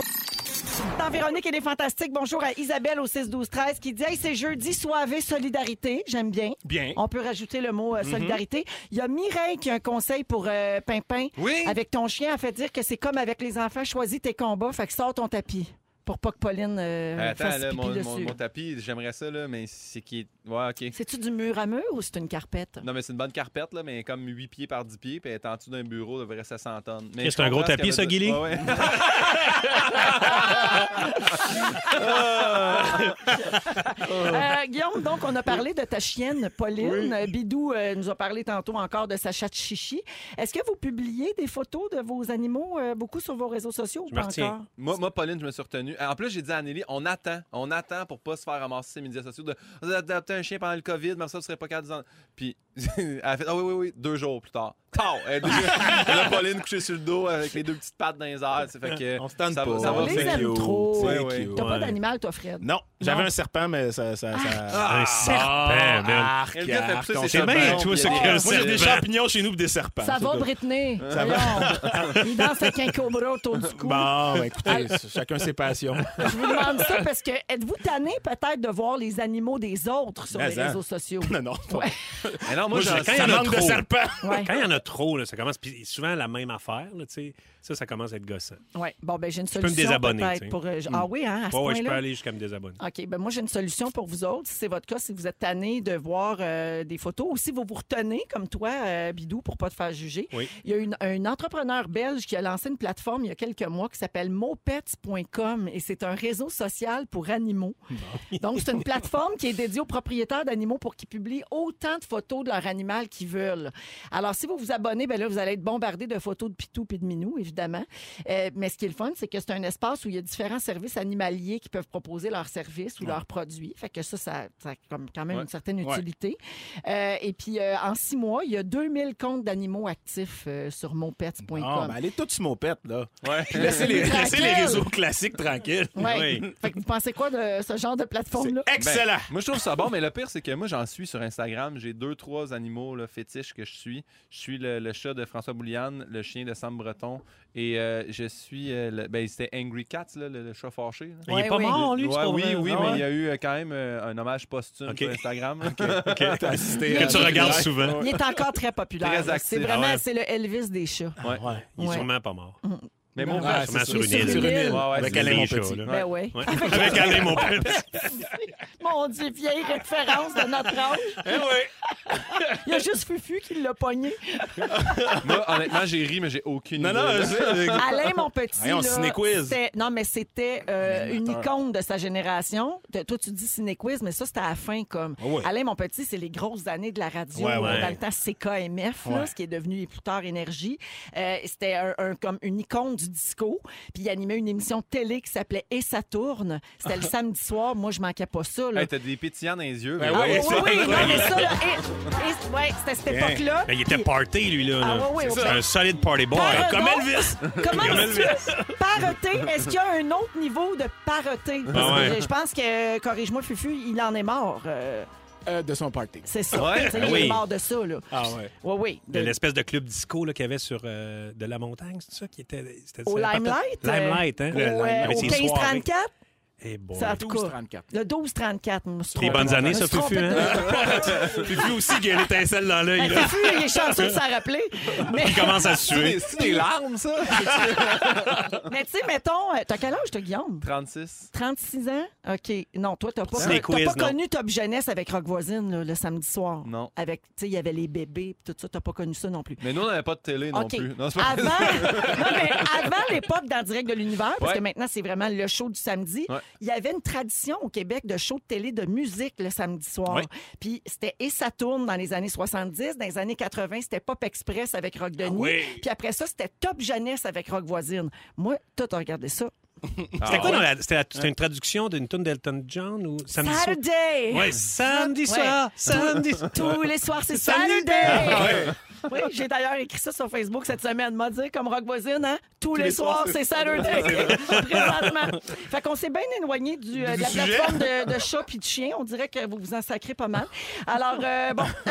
Speaker 1: Dans Véronique, elle est fantastique. Bonjour à Isabelle au 6-12-13 qui dit Hey, c'est jeudi, soirée, solidarité. J'aime bien.
Speaker 2: Bien.
Speaker 1: On peut rajouter le mot euh,
Speaker 4: Mm-hmm.
Speaker 1: solidarité. Il y a Mireille qui a un conseil pour euh, Pimpin.
Speaker 4: Oui.
Speaker 1: Avec ton chien, elle fait dire que c'est comme avec les enfants, choisis tes combats, fait que sors ton tapis pour pas que Pauline euh,
Speaker 4: Attends,
Speaker 1: fasse
Speaker 4: là,
Speaker 1: pipi
Speaker 4: mon,
Speaker 1: dessus.
Speaker 4: mon- mon tapis, j'aimerais ça, là, mais c'est qui. Ouais, OK.
Speaker 1: C'est-tu du mur à mur ou c'est une carpette?
Speaker 4: Non, mais c'est une bonne carpette, là, mais comme 8 pieds par 10 pieds, puis elle est en dessous d'un bureau de vrai 700 tonnes.
Speaker 3: Qu'est-ce
Speaker 4: Mais je
Speaker 3: que c'est un gros
Speaker 4: comprends ce
Speaker 3: tapis,
Speaker 4: qu'elle
Speaker 3: ça,
Speaker 4: veut dire.
Speaker 3: Guilly?
Speaker 4: Ouais, ouais.
Speaker 1: Euh, Guillaume, donc, on a parlé de ta chienne, Pauline. Euh, Bidou euh, nous a parlé tantôt encore de sa chatte Chichi. Est-ce que vous publiez des photos de vos animaux euh, beaucoup sur vos réseaux sociaux ou
Speaker 3: Je me
Speaker 1: pas
Speaker 3: retiens.
Speaker 1: encore?
Speaker 4: Moi, moi, Pauline, je me suis retenu. En plus, j'ai dit à Anneli, on attend. On attend pour pas se faire ramasser ses médias sociaux. De, vous avez adopté un chien pendant le COVID, mais ça, vous serez pas capable de... vous en- Puis, <laughs> elle a fait, ah oui, oui, oui, deux jours plus tard. Pow! Elle est déjà- elle a Pauline couchée sur le dos avec les deux petites pattes dans les airs. C'est fait que,
Speaker 2: On se tente
Speaker 4: ça
Speaker 2: pas.
Speaker 4: va- ça
Speaker 1: On
Speaker 4: va
Speaker 1: les
Speaker 4: faire
Speaker 1: aime trop.
Speaker 2: C'est
Speaker 4: Ouais, ouais.
Speaker 2: cute.
Speaker 1: T'as pas
Speaker 3: Ouais.
Speaker 1: d'animal, toi, Fred?
Speaker 2: Non, j'avais un serpent, mais ça. ça, ça...
Speaker 3: Un serpent, Ah, ben,
Speaker 1: Ah.
Speaker 3: man.
Speaker 2: Arc,
Speaker 4: Et le gars fait pousser
Speaker 2: arc,
Speaker 4: ses
Speaker 2: on-
Speaker 3: C'est bien,
Speaker 4: champignons,
Speaker 3: toi,
Speaker 4: puis
Speaker 3: ce
Speaker 4: il y a
Speaker 3: que
Speaker 4: des-
Speaker 2: Moi, j'ai des
Speaker 3: serpent.
Speaker 2: champignons chez nous pis des serpents.
Speaker 1: Ça
Speaker 2: c'est
Speaker 1: va,
Speaker 2: tout.
Speaker 1: Britney?
Speaker 2: Ça va.
Speaker 1: Voyons. <laughs> Il danse avec un cobra autour du cou.
Speaker 3: Bah.
Speaker 2: Bon,
Speaker 4: <laughs>
Speaker 2: ben, écoutez, chacun ses passions.
Speaker 1: Je vous demande ça parce que êtes-vous tanné peut-être de voir les animaux des autres sur
Speaker 2: Mais
Speaker 1: les
Speaker 2: hein.
Speaker 1: réseaux
Speaker 3: <laughs>
Speaker 1: sociaux?
Speaker 2: Non, non.
Speaker 4: Mais non, moi,
Speaker 3: Moi,
Speaker 4: j'ai
Speaker 3: j'ai- quand il y
Speaker 2: Ça
Speaker 3: en a
Speaker 2: manque de
Speaker 3: trop.
Speaker 2: serpents.
Speaker 1: Ouais.
Speaker 3: Quand il y en a trop, là, ça commence. Puis souvent, la même affaire, là, tu sais, ça, ça commence à être gossant.
Speaker 1: Ouais. Bon, ben j'ai une
Speaker 3: peux me
Speaker 1: solution.
Speaker 3: désabonner,
Speaker 1: peut-être
Speaker 3: tu sais.
Speaker 1: pour, euh, Ah oui, hein, à ce
Speaker 3: Ouais, ouais, je peux
Speaker 1: point-là?
Speaker 3: aller jusqu'à me désabonner.
Speaker 1: OK, ben moi j'ai une solution pour vous autres. Si c'est votre cas, si vous êtes tanné de voir euh, des photos ou si vous vous retenez comme toi, euh, Bidou, pour pas te faire juger.
Speaker 3: Oui.
Speaker 1: Il y a une, un entrepreneur belge qui a lancé une plateforme il y a quelques mois qui s'appelle mopets.com et c'est un réseau social pour animaux. Donc c'est une plateforme qui est dédiée aux propriétaires d'animaux pour qu'ils publient autant de photos de leur animal qu'ils veulent. Alors si vous vous abonnez, ben là vous allez être bombardé de photos de Pitou et de Minou évidemment. Euh, mais ce qui est le fun, c'est que c'est un espace où il y a différents services animaliers qui peuvent proposer leurs services ou leurs produits. Fait que ça, ça, ça a comme quand même
Speaker 4: Ouais.
Speaker 1: une certaine
Speaker 2: Ouais.
Speaker 1: utilité. Euh, et puis, euh, en six mois, il y a 2000 comptes d'animaux actifs euh, sur monpets.com.
Speaker 2: Non, mais ben, allez toutes sur mon pet, là.
Speaker 4: Ouais.
Speaker 2: Puis Laissez les,
Speaker 1: Tranquille.
Speaker 2: laissez les réseaux classiques tranquilles.
Speaker 1: Ouais.
Speaker 3: Oui.
Speaker 1: Fait que vous pensez quoi de ce genre de plateforme-là?
Speaker 2: ben, C'est
Speaker 4: Ben,
Speaker 2: Excellent.
Speaker 4: moi, je trouve ça bon, mais le pire, c'est que moi, j'en suis sur Instagram. J'ai deux, trois animaux là, fétiches que je suis. Je suis le, le chat de François Bouliane, le chien de Sam Breton, et euh, je suis. euh, le- ben, c'était Angry Cats, là, le, le chat fâché. là.
Speaker 3: Il
Speaker 1: Ouais,
Speaker 3: est pas
Speaker 1: oui.
Speaker 3: mort, lui,
Speaker 4: Ouais,
Speaker 3: c'est pas
Speaker 4: oui,
Speaker 3: vrai.
Speaker 4: oui,
Speaker 3: Ah
Speaker 4: mais
Speaker 3: ouais.
Speaker 4: il y a eu euh, quand même euh, un hommage posthume
Speaker 3: Ok. <laughs>
Speaker 4: sur Instagram.
Speaker 2: T'as assisté à-
Speaker 3: Que tu regardes souvent.
Speaker 1: Il est encore très populaire.
Speaker 4: Très
Speaker 1: là.
Speaker 4: actif.
Speaker 1: C'est vraiment
Speaker 3: Ah ouais.
Speaker 1: c'est le Elvis des chats.
Speaker 4: Ouais.
Speaker 3: Il est
Speaker 1: Ouais.
Speaker 3: sûrement
Speaker 1: <laughs>
Speaker 3: pas mort.
Speaker 4: Mais mon
Speaker 1: Ouais,
Speaker 4: vrai,
Speaker 2: Ah,
Speaker 3: sûrement
Speaker 2: c'est
Speaker 3: sur
Speaker 2: sûr,
Speaker 3: une île.
Speaker 2: Sur une île.
Speaker 4: Ouais, ouais,
Speaker 2: Avec
Speaker 4: c'est
Speaker 2: Alain,
Speaker 3: des
Speaker 2: mon
Speaker 3: chats,
Speaker 2: petit.
Speaker 3: là.
Speaker 1: Ben ouais.
Speaker 3: Ouais. Avec Alain, mon père.
Speaker 1: <laughs> Mon Dieu, vieille référence de notre
Speaker 2: <laughs>
Speaker 1: âge.
Speaker 2: Ben
Speaker 1: <laughs> Il y a juste Fufu qui l'a pogné.
Speaker 4: Moi, honnêtement, j'ai ri, mais j'ai aucune
Speaker 2: Non,
Speaker 4: idée.
Speaker 2: non,
Speaker 4: là.
Speaker 2: c'est-
Speaker 1: Alain, mon petit.
Speaker 2: Voyons,
Speaker 1: là,
Speaker 2: ciné-quiz.
Speaker 1: c'était- Non, mais c'était euh, une icône de sa génération. De- Toi, tu dis ciné-quiz, mais ça, c'était à la fin, comme.
Speaker 2: Ah ouais.
Speaker 1: Alain, mon petit, c'est les grosses années de la radio.
Speaker 2: Ouais,
Speaker 1: euh,
Speaker 3: ouais.
Speaker 1: Dans le temps CKMF, là,
Speaker 2: Ouais.
Speaker 1: ce qui est devenu plus tard Énergie. Euh, c'était un- un- comme une icône du disco. Puis il animait une émission de télé qui s'appelait Et ça tourne. C'était
Speaker 2: <laughs>
Speaker 1: le samedi soir. Moi, je manquais pas ça. Là.
Speaker 4: Hey, T'as des pétillants dans les yeux.
Speaker 2: Ben
Speaker 4: mais-
Speaker 1: Ah
Speaker 2: oui,
Speaker 1: oui, oui,
Speaker 2: c'est
Speaker 1: oui,
Speaker 2: vrai.
Speaker 1: non, mais ça, là, et- et- ouais, c'était à cette
Speaker 2: Bien.
Speaker 1: époque-là.
Speaker 3: Ben, Il était
Speaker 1: Ah, Puis-
Speaker 3: party, lui, là.
Speaker 1: Ah,
Speaker 3: là.
Speaker 1: ouais, ouais,
Speaker 3: C'est
Speaker 1: ouais.
Speaker 3: un solide party boy.
Speaker 1: Pardon?
Speaker 3: Comme
Speaker 1: <laughs>
Speaker 3: Elvis.
Speaker 1: Comment
Speaker 3: Comme
Speaker 1: est-ce que- Pareté, est-ce qu'il y a un autre niveau de pareté? Parce que
Speaker 3: Ah ouais.
Speaker 1: je- Je pense que, corrige-moi, Fufu, il en est mort. euh,
Speaker 2: Euh, de son party.
Speaker 1: c'est ça.
Speaker 4: Ouais,
Speaker 1: Tu sais,
Speaker 3: ben
Speaker 1: il est
Speaker 3: oui.
Speaker 1: mort de ça, là.
Speaker 2: Ah ouais.
Speaker 1: Oui, oui.
Speaker 3: De l'espèce de club disco là, qu'il y avait sur euh, de la montagne, c'est ça qui était. c'était
Speaker 1: Au
Speaker 3: ça,
Speaker 1: Limelight,
Speaker 3: partant- Limelight, hein?
Speaker 1: Au, euh,
Speaker 3: Avec
Speaker 1: au
Speaker 3: ses soirées.
Speaker 1: 15-34,
Speaker 3: Eh, boy.
Speaker 1: ça, en tout cas,
Speaker 2: 12-34.
Speaker 1: le 12-34. je me suis
Speaker 3: Des
Speaker 1: trompée.
Speaker 3: bonnes années,
Speaker 1: Je me
Speaker 3: ça,
Speaker 1: suis trompée
Speaker 3: Fufu, hein?
Speaker 1: de-
Speaker 3: Puis vu aussi qu'il y a une étincelle dans l'œil,
Speaker 1: <laughs> Ben,
Speaker 3: là.
Speaker 1: Fufu, il est chanceux de s'en rappeler. Mais,
Speaker 3: Il commence à suer.
Speaker 4: C'est des larmes, ça?
Speaker 1: mais tu sais, mettons, euh, t'as quel âge, toi, Guillaume?
Speaker 4: 36.
Speaker 1: 36 ans? OK. Non, toi, t'as pas,
Speaker 2: C'est les
Speaker 1: t'as pas
Speaker 2: quiz, non.
Speaker 1: connu Top Jeunesse avec Rock Voisine là, le samedi soir.
Speaker 4: Non.
Speaker 1: Avec, tu sais, il y avait les bébés, puis tout ça, t'as pas connu ça non plus.
Speaker 4: Mais nous, on n'avait pas de télé non
Speaker 1: OK.
Speaker 4: plus. Non, c'est pas
Speaker 1: Avant, <laughs> non, mais avant l'époque dans Direct de l'Univers, parce
Speaker 4: Ouais.
Speaker 1: que maintenant c'est vraiment le show du samedi,
Speaker 4: Ouais.
Speaker 1: il y avait une tradition au Québec de show de télé de musique le samedi soir.
Speaker 2: Ouais.
Speaker 1: Puis c'était Et ça tourne dans les années 70. Dans les années 80, c'était Pop Express avec Rock
Speaker 4: Ah
Speaker 1: Denis. Puis après ça, c'était Top Jeunesse avec Rock Voisine. Moi, toi, t'as regardé ça.
Speaker 2: Ah,
Speaker 3: C'était quoi dans la. C'était la- c'était une traduction d'une tune d'Elton John ou samedi soir?
Speaker 1: Saturday!
Speaker 3: Ouais, samedi soir,
Speaker 1: <laughs>
Speaker 3: samedi soir.
Speaker 1: Tous les soirs, c'est
Speaker 3: Saturday!
Speaker 1: Saturday! Oui, j'ai d'ailleurs écrit ça sur Facebook cette semaine. M'a dit, comme Rock Voisine, hein? Tous, les, soirs, c'est Saturday! <laughs> Présentement. Fait qu'on s'est bien éloigné du, euh, de la
Speaker 2: sujet.
Speaker 1: plateforme de, de chat puis de chien. On dirait que vous vous en sacrez pas mal. Alors, euh, bon, <laughs>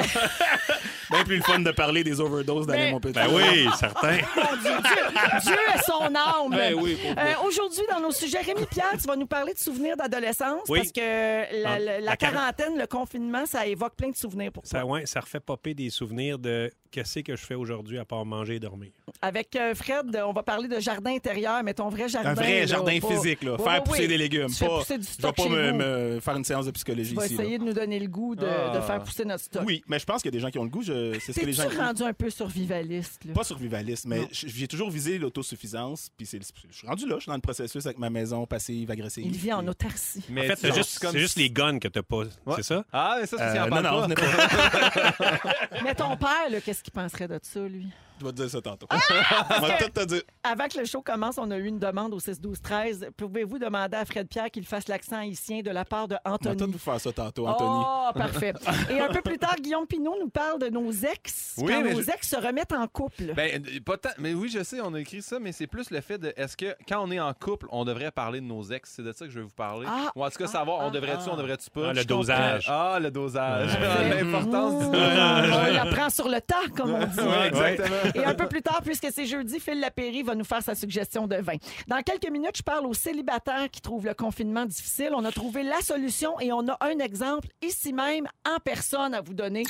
Speaker 2: Bien plus le fun de parler des overdoses
Speaker 1: Mais-
Speaker 2: d'aller mon petit.
Speaker 3: Ben oui, certain.
Speaker 1: mon Dieu, Dieu, Dieu est son âme!
Speaker 2: Ben oui, pour vrai.
Speaker 1: Euh, Aujourd'hui, dans nos sujets, Rémi Pierre, tu vas nous parler de souvenirs d'adolescence
Speaker 3: Oui.
Speaker 1: parce que la, la-
Speaker 3: Ah,
Speaker 1: la
Speaker 3: la quaran-
Speaker 1: quarantaine, le confinement, ça évoque plein de souvenirs pour toi.
Speaker 3: Ça, ouais, ça refait popper des souvenirs de qu'est-ce que je fais aujourd'hui à part manger et dormir.
Speaker 1: Avec euh, Fred, euh, on va parler de jardin intérieur, mais ton vrai jardin.
Speaker 2: Un vrai
Speaker 1: Ben, là,
Speaker 2: jardin
Speaker 1: pas-
Speaker 2: physique, là.
Speaker 1: Ouais,
Speaker 2: faire
Speaker 1: ouais,
Speaker 2: pousser
Speaker 1: ouais.
Speaker 2: des légumes.
Speaker 1: Tu fais
Speaker 2: Pas,
Speaker 1: pousser du
Speaker 2: je vais
Speaker 1: stock
Speaker 2: pas
Speaker 1: chez
Speaker 2: me,
Speaker 1: vous.
Speaker 2: me faire une séance de psychologie
Speaker 1: Tu vas
Speaker 2: ici. là.
Speaker 1: essayer de nous donner le goût de,
Speaker 4: Ah.
Speaker 1: de faire pousser notre stock.
Speaker 2: Oui, mais je pense qu'il y a des gens qui ont le goût. je- C'est ce que les gens.
Speaker 1: T'es-tu rendu un peu survivaliste? Là?
Speaker 2: Pas survivaliste, mais j- j'ai toujours visé l'autosuffisance. Puis c'est, je suis rendu là, je suis dans le processus avec ma maison passive, agressive. Euh,
Speaker 1: Il vit en
Speaker 2: Puis-
Speaker 1: autarcie.
Speaker 3: En fait, c'est juste, c'est juste les
Speaker 4: les
Speaker 3: guns que t'as pas, c'est ça?
Speaker 4: Ah, mais ça, c'est
Speaker 2: Euh,
Speaker 4: ce qu'il
Speaker 2: non,
Speaker 4: en parle
Speaker 2: non,
Speaker 4: pas.
Speaker 2: venez pas.
Speaker 1: Mais ton père, là, qu'est-ce qu'il penserait de ça, lui?
Speaker 2: Je vais te dire ça tantôt. <laughs> On va tout te dire.
Speaker 1: Avant que le show commence, on a eu une demande au 6-12-13. Pouvez-vous demander à Fred Pierre qu'il fasse l'accent haïtien de la part de
Speaker 2: On va tout
Speaker 1: Anthony?
Speaker 2: vous faire ça tantôt, hein, Anthony.
Speaker 1: Oh, parfait. Et un peu plus tard, Guillaume Pinot nous parle de nos ex.
Speaker 4: Oui,
Speaker 1: quand
Speaker 4: mais
Speaker 1: nos
Speaker 4: je-
Speaker 1: ex se remettent en couple.
Speaker 4: Ben, euh, pas tant. Mais oui, je sais, on a écrit ça, mais c'est plus le fait de est-ce que quand on est en couple, on devrait parler de nos ex C'est de ça que je vais vous parler.
Speaker 1: Ah,
Speaker 4: Ou en tout cas,
Speaker 1: ah,
Speaker 4: savoir,
Speaker 1: ah,
Speaker 4: on devrait-tu,
Speaker 1: ah.
Speaker 4: on devrait-tu pas
Speaker 3: Ah, le
Speaker 4: Je comprends.
Speaker 3: dosage.
Speaker 4: Ah, le dosage.
Speaker 3: Ouais.
Speaker 4: Ah, <laughs>
Speaker 2: euh,
Speaker 4: L'importance du
Speaker 1: Mmh.
Speaker 4: dosage.
Speaker 1: On l'apprend sur le tas, comme on dit.
Speaker 4: Ouais, exactement.
Speaker 1: Et un peu plus tard, puisque c'est jeudi, Phil Lapéry va nous faire sa suggestion de vin. Dans quelques minutes, je parle aux célibataires qui trouvent le confinement difficile. On a trouvé la solution et on a un exemple ici même, en personne, à vous donner.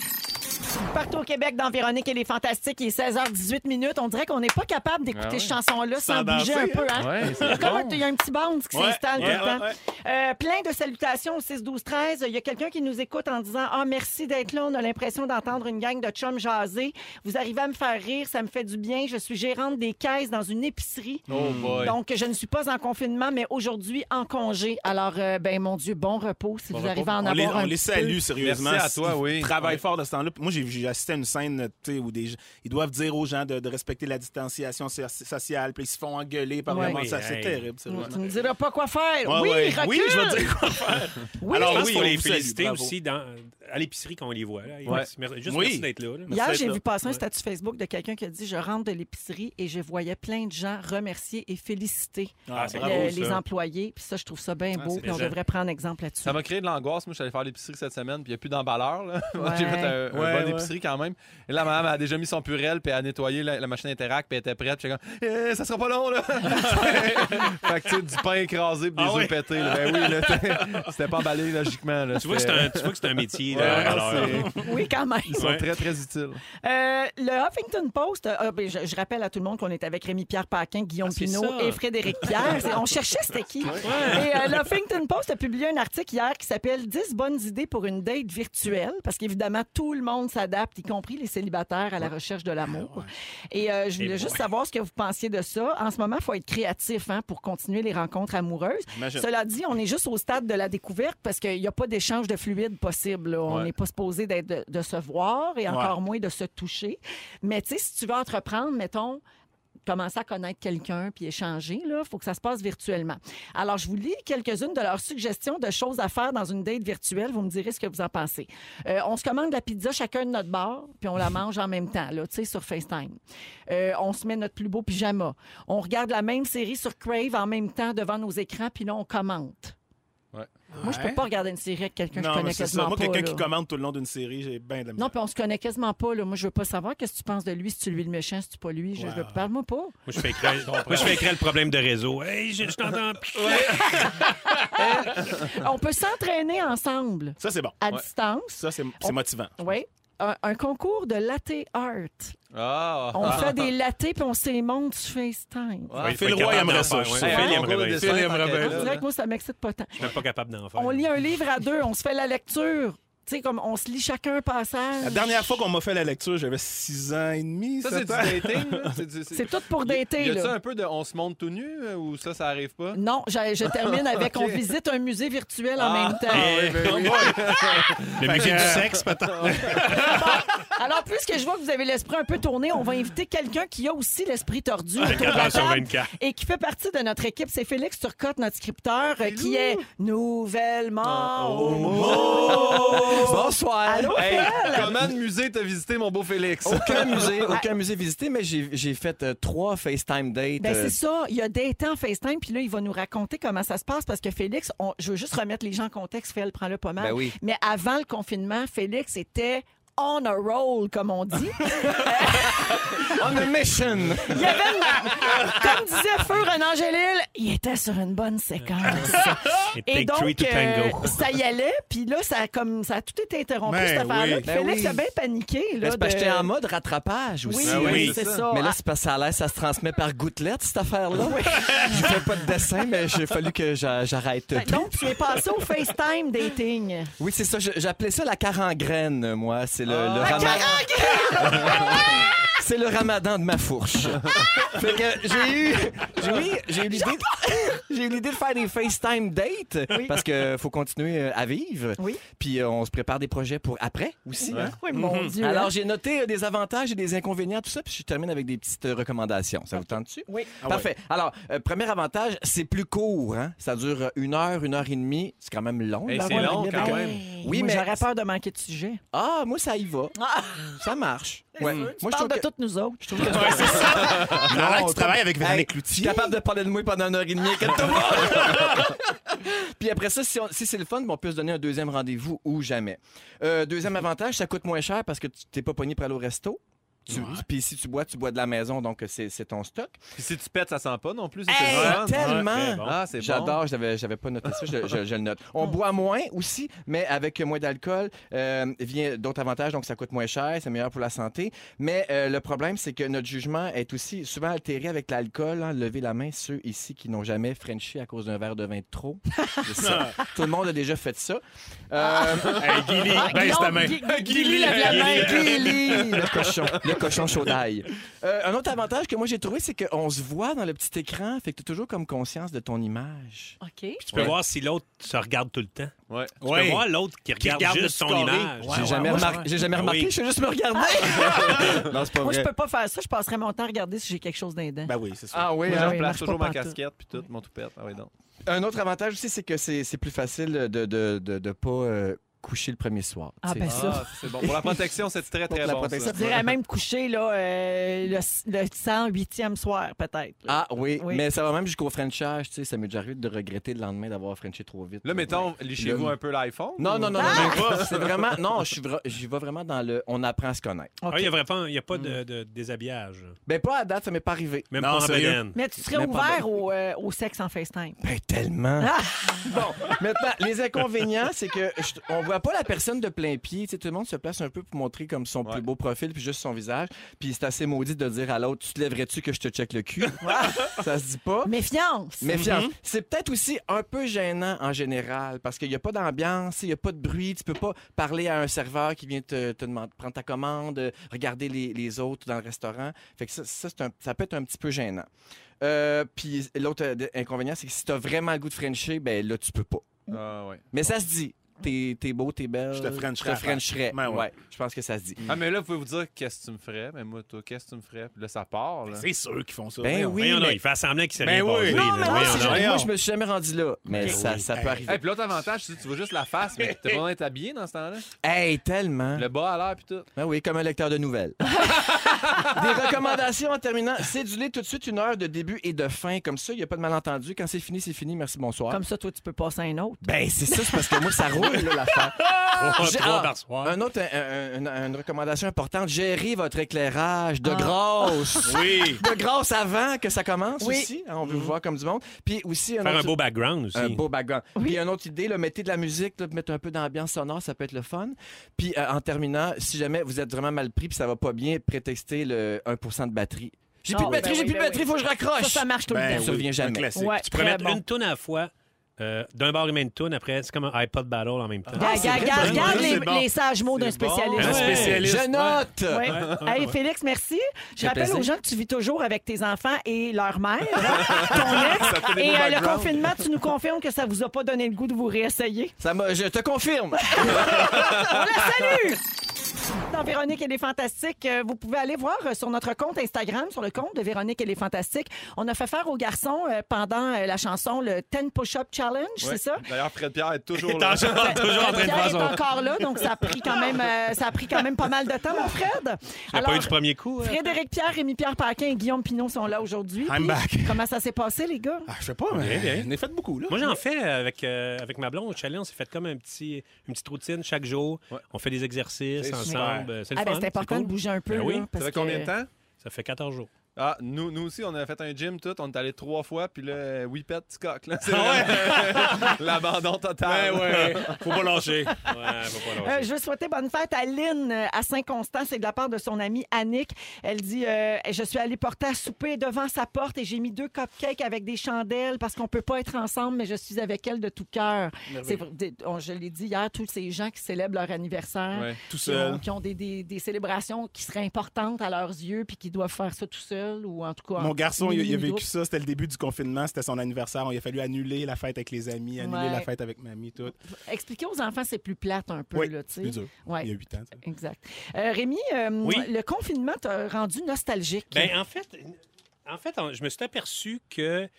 Speaker 1: Partout au Québec, dans Véronique et les Fantastiques, il est 16h18 minutes. On dirait qu'on n'est pas capable d'écouter
Speaker 4: Ah ouais.
Speaker 1: cette chanson-là sans,
Speaker 2: Sans
Speaker 1: bouger
Speaker 2: danser,
Speaker 1: un peu. Hein?
Speaker 4: Ouais,
Speaker 1: Il y a
Speaker 4: c'est
Speaker 1: comme un-
Speaker 4: bon.
Speaker 1: il y a un petit bounce qui
Speaker 2: Ouais,
Speaker 1: s'installe
Speaker 2: ouais,
Speaker 1: tout le temps.
Speaker 2: ouais, ouais.
Speaker 1: Euh, plein de salutations au 6 12 13. Il y a quelqu'un qui nous écoute en disant "Ah merci d'être là, on a l'impression d'entendre une gang de chums jaser. Vous arrivez à me faire rire, ça me fait du bien. Je suis gérante des caisses dans une épicerie."
Speaker 4: Oh boy.
Speaker 1: Donc, je ne suis pas en confinement, mais aujourd'hui en congé. Alors, euh, ben mon Dieu, bon repos si vous arrivez à en
Speaker 2: on
Speaker 1: avoir
Speaker 2: les,
Speaker 1: un
Speaker 2: on les
Speaker 1: petit
Speaker 2: salue
Speaker 1: peu.
Speaker 2: sérieusement.
Speaker 4: Merci à toi, oui.
Speaker 2: Ils travaillent
Speaker 4: Ouais.
Speaker 2: fort de ce temps-là. Moi, j'ai- j'ai assisté à une scène tu sais, où des, gens- ils doivent dire aux gens de, de respecter la distanciation so- sociale, puis ils se font engueuler par
Speaker 1: Ouais.
Speaker 2: le monde. Ça,
Speaker 3: Oui,
Speaker 2: C'est
Speaker 3: hey.
Speaker 2: terrible,
Speaker 1: Tu
Speaker 2: sérieusement.
Speaker 1: ne diras pas quoi faire.
Speaker 2: Ouais,
Speaker 1: oui,
Speaker 2: ouais.
Speaker 1: recule.
Speaker 2: oui, je vais te dire quoi faire.
Speaker 1: <laughs> Oui.
Speaker 3: Je
Speaker 2: Alors,
Speaker 3: pense
Speaker 2: oui,
Speaker 3: qu'on
Speaker 2: on
Speaker 3: les
Speaker 2: vous salue,
Speaker 3: féliciter
Speaker 2: bravo.
Speaker 3: aussi dans, à l'épicerie quand on les voit. là.
Speaker 4: Ouais.
Speaker 3: Merci- Juste
Speaker 2: Oui.
Speaker 3: merci d'être là. là.
Speaker 1: Hier,
Speaker 2: Merci
Speaker 1: j'ai
Speaker 2: d'être
Speaker 1: vu
Speaker 2: là.
Speaker 1: passer un statut Facebook de quelqu'un qui a dit Je rentre de l'épicerie et je voyais plein de gens remercier et féliciter
Speaker 2: Ah,
Speaker 3: c'est
Speaker 1: le-
Speaker 3: bravo,
Speaker 1: les
Speaker 3: ça.
Speaker 1: employés. Puis ça, je trouve ça bien beau.
Speaker 3: Ah, c'est
Speaker 1: puis on
Speaker 3: plaisant.
Speaker 1: devrait prendre exemple là-dessus.
Speaker 4: Ça m'a créé de l'angoisse. Moi, je suis allé faire l'épicerie cette semaine, puis il n'y a plus d'emballeur. là. <laughs> Moi, J'ai
Speaker 1: Ouais.
Speaker 4: fait un, un
Speaker 3: Ouais,
Speaker 4: bon
Speaker 3: ouais.
Speaker 4: épicerie quand même. Et là, ma maman a déjà mis son purel, puis elle a nettoyé la, la machine Interact, puis elle était prête. Puis j'étais comme, Eh, ça sera pas long, là. <laughs> fait que, tu sais, du pain écrasé, puis des
Speaker 3: Ah
Speaker 4: œufs
Speaker 3: oui.
Speaker 4: pétés. là. Ben oui, là, t'sais, c'était pas emballé logiquement. Là.
Speaker 3: Tu vois que c'est
Speaker 4: C'était-
Speaker 3: un, tu vois que c'est un métier.
Speaker 4: Ouais,
Speaker 3: là. Alors,
Speaker 4: c'est-
Speaker 3: euh,
Speaker 1: <laughs> Oui, quand même.
Speaker 4: Ils sont
Speaker 3: Ouais.
Speaker 4: très, très utiles.
Speaker 1: Euh, le Huffington Post, euh, ah, ben, je, je rappelle à tout le monde qu'on est avec Rémi-Pierre Paquin, Guillaume
Speaker 3: Ah, c'est
Speaker 1: Pinault
Speaker 3: ça.
Speaker 1: et Frédéric Pierre. C'est- On cherchait c'était qui. Et euh, le Huffington Post a publié un article hier qui s'appelle 10 bonnes idées pour une date virtuelle, parce qu'évidemment, tout le monde s'adapte, y compris les célibataires à la recherche de l'amour. Et euh, je voulais
Speaker 3: Et
Speaker 1: juste
Speaker 3: ouais.
Speaker 1: savoir ce que vous pensiez de ça. En ce moment, il faut être créatif hein, pour continuer les rencontres amoureuses.
Speaker 2: Imagine.
Speaker 1: Cela dit, on est juste au stade de la découverte parce qu'il n'y a pas d'échange de fluide possible. là. On
Speaker 4: Ouais.
Speaker 1: n'est pas supposé d'être- de, de se voir et encore moins de se toucher. Mais tu sais, si tu veux entreprendre, mettons, commencer à connaître quelqu'un puis échanger, il faut que ça se passe virtuellement. Alors, je vous lis quelques-unes de leurs suggestions de choses à faire dans une date virtuelle. Vous me direz ce que vous en pensez. Euh, on se commande la pizza chacun de notre bar, puis on
Speaker 2: <laughs>
Speaker 1: la mange en même temps, là, tu sais, sur FaceTime. Euh, on se met notre plus beau pyjama. On regarde la même série sur Crave en même temps devant nos écrans, puis là, on commente.
Speaker 4: Ouais.
Speaker 1: Moi, je peux
Speaker 2: Ouais.
Speaker 1: pas regarder une série avec quelqu'un que je
Speaker 2: Non,
Speaker 1: connais
Speaker 2: mais c'est ça.
Speaker 1: quasiment
Speaker 2: Moi,
Speaker 1: pas.
Speaker 2: quelqu'un
Speaker 1: là.
Speaker 2: qui commande tout le long d'une série, j'ai bien de
Speaker 1: Non,
Speaker 2: la misère.
Speaker 1: puis on se connaît quasiment pas. Là. Moi, je veux pas savoir qu'est-ce que tu penses de lui, si tu lui le méchant, si tu pas lui. Je,
Speaker 2: Ouais.
Speaker 1: je- Parle-moi pas.
Speaker 3: Moi, je fais écrire, moi, je fais écrire le problème de réseau. Hey, je, je
Speaker 2: <laughs>
Speaker 3: t'entends.
Speaker 1: on peut s'entraîner ensemble
Speaker 2: Ça, c'est bon.
Speaker 1: à distance.
Speaker 2: Ça, c'est c'est
Speaker 1: On-
Speaker 2: motivant.
Speaker 1: Oui. un, un concours de latte art.
Speaker 4: Ah!
Speaker 1: On fait des lattés puis on se les montre sur FaceTime.
Speaker 4: Ah.
Speaker 3: Oui,
Speaker 2: Phil
Speaker 3: faut être
Speaker 2: Roy
Speaker 3: capable
Speaker 2: aimerait
Speaker 3: d'en
Speaker 2: ça,
Speaker 3: faire,
Speaker 2: je
Speaker 3: ouais.
Speaker 2: sais.
Speaker 3: Phil, il
Speaker 4: Concours de
Speaker 3: aimerait bien ça.
Speaker 4: dessin,
Speaker 2: Phil aimerait
Speaker 4: tant qu'à
Speaker 1: On
Speaker 4: être
Speaker 1: dirait
Speaker 4: là.
Speaker 1: que moi, ça m'excite pas tant.
Speaker 3: Je suis même pas capable d'en faire.
Speaker 1: On lit un livre à deux, on se fait la lecture. Tu sais, comme on se lit chacun un
Speaker 2: La
Speaker 1: passage.
Speaker 2: dernière fois qu'on m'a fait la lecture, j'avais 6 ans et demi.
Speaker 4: Ça, c'est du
Speaker 2: sept ans.
Speaker 4: dating. là? C'est du-
Speaker 1: C'est tout pour dater,
Speaker 4: Y a-tu
Speaker 1: là.
Speaker 4: un peu de on se monte tout nu euh, ou ça, ça arrive pas?
Speaker 1: Non, je, je termine
Speaker 4: <laughs>
Speaker 1: avec on visite un musée virtuel
Speaker 4: Ah.
Speaker 1: en même temps.
Speaker 4: oui, ben oui.
Speaker 3: Oh, <laughs> Le musée du sexe,
Speaker 1: Alors, puisque je vois que vous avez l'esprit un peu tourné, on va inviter quelqu'un qui a aussi l'esprit tordu autour de la
Speaker 3: 24 sur
Speaker 1: table
Speaker 3: 24.
Speaker 1: et qui fait partie de notre équipe. C'est Félix Turcotte, notre scripteur, euh, qui est
Speaker 5: Ah,
Speaker 1: nouvellement au
Speaker 5: Bonsoir.
Speaker 1: Oh! Allô,
Speaker 5: oh,
Speaker 4: <laughs>
Speaker 5: Hey,
Speaker 4: Comment de musée t'as visité, mon beau Félix?
Speaker 5: aucun musée,
Speaker 1: Ah!
Speaker 5: aucun musée visité, mais j'ai j'ai fait euh, trois FaceTime dates.
Speaker 1: Ben,
Speaker 5: euh,
Speaker 1: c'est ça. Il y a des temps FaceTime, puis là, il va nous raconter comment ça se passe parce que Félix, on- je veux juste remettre les gens en contexte. Phil, prend le pas mal.
Speaker 5: Ben oui.
Speaker 1: Mais avant le confinement, Félix était on a roll, comme on dit.
Speaker 5: euh, on a mission.
Speaker 1: Il y avait
Speaker 5: <laughs>
Speaker 1: une- Comme disait Feu Renan Gélil, il était sur une bonne séquence. Et donc, euh, ça y allait, puis là, ça a, comme, ça a tout été interrompu,
Speaker 2: Ben
Speaker 1: cette affaire-là.
Speaker 2: oui.
Speaker 1: Puis
Speaker 5: Ben
Speaker 1: Félix
Speaker 5: oui.
Speaker 1: a bien paniqué. Là,
Speaker 5: Ben, c'est parce que
Speaker 1: de-
Speaker 5: j'étais en mode rattrapage
Speaker 1: Oui,
Speaker 5: aussi.
Speaker 1: Ah oui,
Speaker 4: oui,
Speaker 1: c'est
Speaker 4: c'est
Speaker 1: ça.
Speaker 5: Mais là, c'est parce que ça a l'air, ça se transmet par gouttelette, cette affaire-là. Je fais pas de dessin, mais j'ai fallu que j'a- j'arrête.
Speaker 1: Ah, donc, tu es passé au FaceTime dating.
Speaker 5: Oui, c'est ça. je- J'appelais ça la carangraine, moi. C'est le, le
Speaker 1: Ah! La
Speaker 5: ramadan. C'est le ramadan de ma fourche.
Speaker 1: Ah!
Speaker 5: fait que j'ai eu, j'ai eu, j'ai eu l'idée, de- j'ai eu l'idée de faire des FaceTime dates parce que faut continuer euh, à vivre.
Speaker 1: Oui. Mhm.
Speaker 5: Puis euh, on se prépare des projets pour après aussi. hein.
Speaker 1: Oui, mon Dieu.
Speaker 5: Alors j'ai noté euh, des avantages et des inconvénients tout ça, puis je termine avec des petites euh, recommandations. Ça vous tente dessus
Speaker 1: Oui.
Speaker 2: ouais.
Speaker 5: Parfait. Alors euh, premier avantage, c'est plus court. hein. Ça dure euh, une heure, une heure et demie. C'est quand même long.
Speaker 4: Hey,
Speaker 5: là.
Speaker 4: c'est
Speaker 5: Ouais,
Speaker 4: long
Speaker 5: mais- ben,
Speaker 4: quand même.
Speaker 5: Oui,
Speaker 1: Oui, mais
Speaker 5: mais-
Speaker 1: j'aurais peur de manquer de sujet.
Speaker 5: Ah, moi ça y va.
Speaker 1: Ah,
Speaker 5: Ça marche. Ouais. Moi
Speaker 1: je parle de
Speaker 5: que-
Speaker 1: toutes nous autres.
Speaker 5: je trouve que je-
Speaker 2: Il a l'air que tu travailles avec
Speaker 5: Hey,
Speaker 2: Véronique
Speaker 5: Je suis
Speaker 2: Cloutier.
Speaker 5: capable de parler de moi pendant une heure et demie. Inquiète-toi pas. <laughs> Puis après ça, si, on- si c'est le fun, ben, on peut se donner un deuxième rendez-vous ou jamais. Euh, deuxième avantage, ça coûte moins cher parce que tu t'es pas pogné pour aller au resto. Tu- Puis si tu bois, tu bois de la maison, donc euh, c'est c'est ton stock.
Speaker 4: Puis si tu pètes, ça sent pas non plus. c'est
Speaker 5: Hey,
Speaker 4: une vanne.
Speaker 5: tellement!
Speaker 3: Ouais, mais bon.
Speaker 4: Ah, c'est bon.
Speaker 5: J'adore, j'avais, j'avais pas noté ça, je, je- je le note. On boit moins aussi, mais avec moins d'alcool, euh, vient d'autres avantages, donc ça coûte moins cher, c'est meilleur pour la santé. Mais euh, le problème, c'est que notre jugement est aussi souvent altéré avec l'alcool. hein. Levez la main ceux ici qui n'ont jamais frenché à cause d'un verre de vin de trop. C'est ça. Tout le monde a déjà fait ça. Euh,
Speaker 3: Hey, Guilly,
Speaker 1: Ah,
Speaker 4: Ben,
Speaker 3: baisse ta main.
Speaker 1: Guilly, lève
Speaker 5: <laughs>
Speaker 1: la main.
Speaker 5: Guilly, le cochon, le cochon chaud d'ail. Euh, un autre avantage que moi j'ai trouvé, c'est qu'on se voit dans le petit écran, fait que t'as toujours comme conscience de ton image.
Speaker 1: OK.
Speaker 3: Tu peux
Speaker 5: Ouais.
Speaker 3: voir si l'autre se regarde tout le temps.
Speaker 4: <laughs> Ouais.
Speaker 3: Tu peux voir l'autre qui regarde,
Speaker 2: regarde
Speaker 3: juste son
Speaker 2: le scoré.
Speaker 3: image.
Speaker 2: Ouais,
Speaker 5: J'ai jamais, remar- j'ai jamais
Speaker 3: Ah oui.
Speaker 5: remarqué, je sais juste me regarder. non, c'est pas
Speaker 1: Moi, je
Speaker 5: vrai.
Speaker 1: peux pas faire ça. Je passerais mon temps à regarder si j'ai quelque chose dans les dents.
Speaker 2: Ben oui, c'est ça.
Speaker 5: Ah oui,
Speaker 4: Moi,
Speaker 5: hein?
Speaker 1: oui,
Speaker 4: je
Speaker 1: marche
Speaker 4: replace toujours
Speaker 1: pas
Speaker 4: ma
Speaker 1: partout.
Speaker 4: casquette puis tout, mon toupette. Ah oui, donc.
Speaker 5: Un autre avantage aussi, c'est que c'est c'est plus facile de de, de, de pas euh, coucher le premier soir.
Speaker 1: Ah,
Speaker 5: tu sais.
Speaker 1: ben ça.
Speaker 4: Ah, c'est bon. Pour la protection, c'est très,
Speaker 5: Pour
Speaker 4: très
Speaker 5: la
Speaker 4: bon.
Speaker 5: protection.
Speaker 1: Je dirais même coucher là, euh, le, le 108e soir, peut-être.
Speaker 5: Ah oui,
Speaker 1: Oui.
Speaker 5: mais ça va même jusqu'au Frenchage, tu sais, ça m'est déjà arrivé de regretter le lendemain d'avoir Frenché trop vite.
Speaker 4: Là, mettons, lichez-vous un peu l'iPhone.
Speaker 5: Non, non, non, non,
Speaker 4: Ah!
Speaker 5: non, c'est vraiment, non, je suis vra- j'y vais vraiment dans le, on apprend à se connaître.
Speaker 3: Ah, Il n'y a, vraiment- il y a pas de, de déshabillage.
Speaker 5: Ben pas à date, ça m'est pas arrivé.
Speaker 3: Même
Speaker 2: Non,
Speaker 3: pas en
Speaker 2: sérieux.
Speaker 3: bédaine.
Speaker 1: Mais tu serais
Speaker 5: Mais pas
Speaker 1: ouvert au, euh, au sexe en FaceTime.
Speaker 5: Ben tellement.
Speaker 1: Ah!
Speaker 5: Bon, maintenant, les inconvénients, c'est que je- on voit pas la personne de plein pied. Tu sais, tout le monde se place un peu pour montrer comme son
Speaker 4: Ouais.
Speaker 5: plus beau profil puis juste son visage. Puis c'est assez maudit de dire à l'autre, tu te lèverais-tu que je te check le cul? <laughs> ça se dit pas.
Speaker 1: Méfiance.
Speaker 5: Méfiance. C'est peut-être aussi un peu gênant en général parce qu'il n'y a pas d'ambiance, il n'y a pas de bruit, tu peux pas parler à un serveur qui vient te, te demander, prendre ta commande, euh, regarder les, les autres dans le restaurant. Fait que ça, ça, c'est un- ça peut être un petit peu gênant. Euh, Puis l'autre euh, inconvénient, c'est que si tu as vraiment le goût de Frencher, ben là, tu peux pas.
Speaker 4: Ah, ouais.
Speaker 5: Mais ça se dit. T'es t'es beau, t'es belle.
Speaker 2: Je te Frencherais.
Speaker 5: Je te Frencherais.
Speaker 2: Ben ouais.
Speaker 5: ouais. Je pense que ça se dit. Ben
Speaker 4: Ah, mais là, vous pouvez vous dire qu'est-ce que tu me ferais. Mais moi, toi, qu'est-ce que tu me ferais. Puis là, ça part. Là.
Speaker 2: C'est sûr qu'ils font ça.
Speaker 5: Ben
Speaker 2: voyons.
Speaker 5: oui,
Speaker 3: Voyons
Speaker 5: mais-
Speaker 3: donc, il fait semblant qu'il s'est
Speaker 2: Ben
Speaker 3: rien passé.
Speaker 2: oui. Non,
Speaker 3: là.
Speaker 5: Ah,
Speaker 3: Voyons
Speaker 5: c'est
Speaker 3: donc.
Speaker 5: genre,
Speaker 2: voyons.
Speaker 5: moi, je me suis jamais rendu là. Mais ça, ça peut arriver.
Speaker 4: Hey, puis l'autre avantage, c'est que tu vois juste la face, mais t'as pas besoin d'être habillé dans ce temps-là.
Speaker 5: Hey, tellement.
Speaker 4: Le bas à l'air, puis tout.
Speaker 5: Ben oui, comme un lecteur de nouvelles. Des recommandations en terminant. Cédulez tout de suite une heure de début et de fin. Comme ça, il n'y a pas de malentendu. Quand c'est fini, c'est fini. Merci, bonsoir.
Speaker 1: Comme ça, toi, tu peux passer à un autre.
Speaker 5: Ben, c'est ça, c'est parce que moi, ça roule. est là l'affaire.
Speaker 3: Trois,
Speaker 5: J'ai-
Speaker 3: trois
Speaker 5: ah,
Speaker 3: par soir.
Speaker 5: Un autre, un- un- un- une recommandation importante, gérer votre éclairage de grâce.
Speaker 1: Ah, <laughs>
Speaker 3: Oui.
Speaker 5: De grâce avant que ça commence
Speaker 1: Oui. Mhm.
Speaker 5: aussi. hein, on veut vous voir comme du monde. Puis aussi, un
Speaker 3: Faire un
Speaker 5: autre-
Speaker 3: beau background aussi.
Speaker 5: un beau background. Puis une autre idée, là, mettez de la musique, là, mettez un peu d'ambiance sonore, ça peut être le fun. Puis euh, en terminant, si jamais vous êtes vraiment mal pris puis ça va pas bien, prétextez le 1 de batterie. J'ai
Speaker 1: Ah,
Speaker 5: plus de
Speaker 1: oui,
Speaker 5: batterie,
Speaker 1: ben
Speaker 5: j'ai
Speaker 1: oui,
Speaker 5: plus de
Speaker 1: ben
Speaker 5: batterie, faut que je
Speaker 1: Ça,
Speaker 5: raccroche.
Speaker 1: ça marche tout
Speaker 2: Ben
Speaker 1: le
Speaker 5: Ça
Speaker 2: oui,
Speaker 5: revient jamais.
Speaker 2: un classique.
Speaker 1: temps. Ouais,
Speaker 3: Tu peux
Speaker 1: très
Speaker 3: mettre
Speaker 1: bon.
Speaker 3: une toune à la fois, euh, d'un bar et même toune, après, c'est comme un iPod Battle en même temps.
Speaker 1: Regarde,
Speaker 5: c'est
Speaker 1: regarde,
Speaker 5: vrai,
Speaker 1: regarde
Speaker 2: c'est
Speaker 1: les,
Speaker 2: bon.
Speaker 1: les sages mots d'un
Speaker 4: C'est bon.
Speaker 1: spécialiste.
Speaker 3: Un
Speaker 1: Ouais.
Speaker 3: spécialiste.
Speaker 5: Je note!
Speaker 1: Ouais. Hey, Félix, merci. Je rappelle
Speaker 5: plaisir.
Speaker 1: aux gens que tu vis toujours avec tes enfants et leur mère, hein, ton ex.
Speaker 4: Ça fait des
Speaker 1: Et
Speaker 4: beaux
Speaker 1: euh, le
Speaker 4: backgrounds.
Speaker 1: confinement, tu nous confirmes que ça vous a pas donné le goût de vous réessayer.
Speaker 5: Ça m'a- je te confirme.
Speaker 1: On la salue! Dans Véronique et les Fantastiques, euh, vous pouvez aller voir euh, sur notre compte Instagram, sur le compte de Véronique et les Fantastiques. On a fait faire aux garçons euh, pendant euh, la chanson le 10 Push-Up Challenge,
Speaker 4: Ouais.
Speaker 1: c'est ça?
Speaker 4: D'ailleurs, Fred Pierre est toujours là.
Speaker 3: Toujours <laughs> toujours en train de
Speaker 1: Pierre
Speaker 3: faire
Speaker 1: est
Speaker 3: son-
Speaker 1: encore là, donc ça a pris quand même, euh, ça a pris quand même pas mal de temps, mon Fred.
Speaker 3: J'ai pas eu
Speaker 1: Alors,
Speaker 3: du premier coup. hein.
Speaker 1: Frédéric Pierre, Rémi Pierre Paquin et Guillaume Pinot sont là aujourd'hui.
Speaker 2: I'm
Speaker 1: Puis,
Speaker 2: back.
Speaker 1: Comment ça s'est passé, les gars?
Speaker 2: Ah, je sais pas, mais
Speaker 3: bien.
Speaker 2: j'en ai fait beaucoup, là.
Speaker 3: Moi, j'en fais avec, euh, avec ma blonde au challenge. On s'est fait comme un petit, une petite routine chaque jour.
Speaker 4: Ouais.
Speaker 3: On fait des exercices
Speaker 4: C'est
Speaker 3: ensemble. Euh, C'est le
Speaker 1: Ah, ben,
Speaker 3: fun,
Speaker 1: c'est important
Speaker 3: cool.
Speaker 1: de bouger un peu.
Speaker 3: Ben oui.
Speaker 1: là,
Speaker 4: Ça
Speaker 1: parce
Speaker 4: fait combien
Speaker 1: que-
Speaker 4: de temps?
Speaker 3: Ça fait 14 jours.
Speaker 4: Ah, nous, nous aussi, on a fait un gym tout. On est allé trois fois, puis là, oui, pète, petit coq. là. C'est vraiment- l'abandon total.
Speaker 3: Faut pas lâcher. Ouais, faut pas
Speaker 1: Euh,
Speaker 3: lâcher.
Speaker 1: je veux souhaiter bonne fête à Lynn euh, à Saint-Constant. C'est de la part de son amie Annick. Elle dit euh, Je suis allée porter à souper devant sa porte et j'ai mis deux cupcakes avec des chandelles parce qu'on peut pas être ensemble, mais je suis avec elle de tout cœur. C'est vrai- des- on- Je l'ai dit hier, tous ces gens qui célèbrent leur anniversaire.
Speaker 4: Ouais.
Speaker 2: Tout
Speaker 1: Qui ont,
Speaker 2: seul.
Speaker 1: qui ont des, des- des célébrations qui seraient importantes à leurs yeux puis qui doivent faire ça tout seul ou en tout cas. en
Speaker 2: Mon garçon, il, il a
Speaker 1: mini-groupe.
Speaker 2: vécu ça. C'était le début du confinement. C'était son anniversaire. Il a fallu annuler la fête avec les amis, annuler
Speaker 1: Ouais.
Speaker 2: la fête avec mamie, tout.
Speaker 1: Expliquer aux enfants, c'est plus plate un peu.
Speaker 2: Oui,
Speaker 1: là, tu sais.
Speaker 2: Plus dur.
Speaker 1: Ouais.
Speaker 2: Il y a 8 ans. ça.
Speaker 1: Exact. Euh, Rémi, euh,
Speaker 3: Oui.
Speaker 1: le confinement t'a rendu nostalgique.
Speaker 3: Ben, en fait, en fait, on- je me suis aperçu que, tu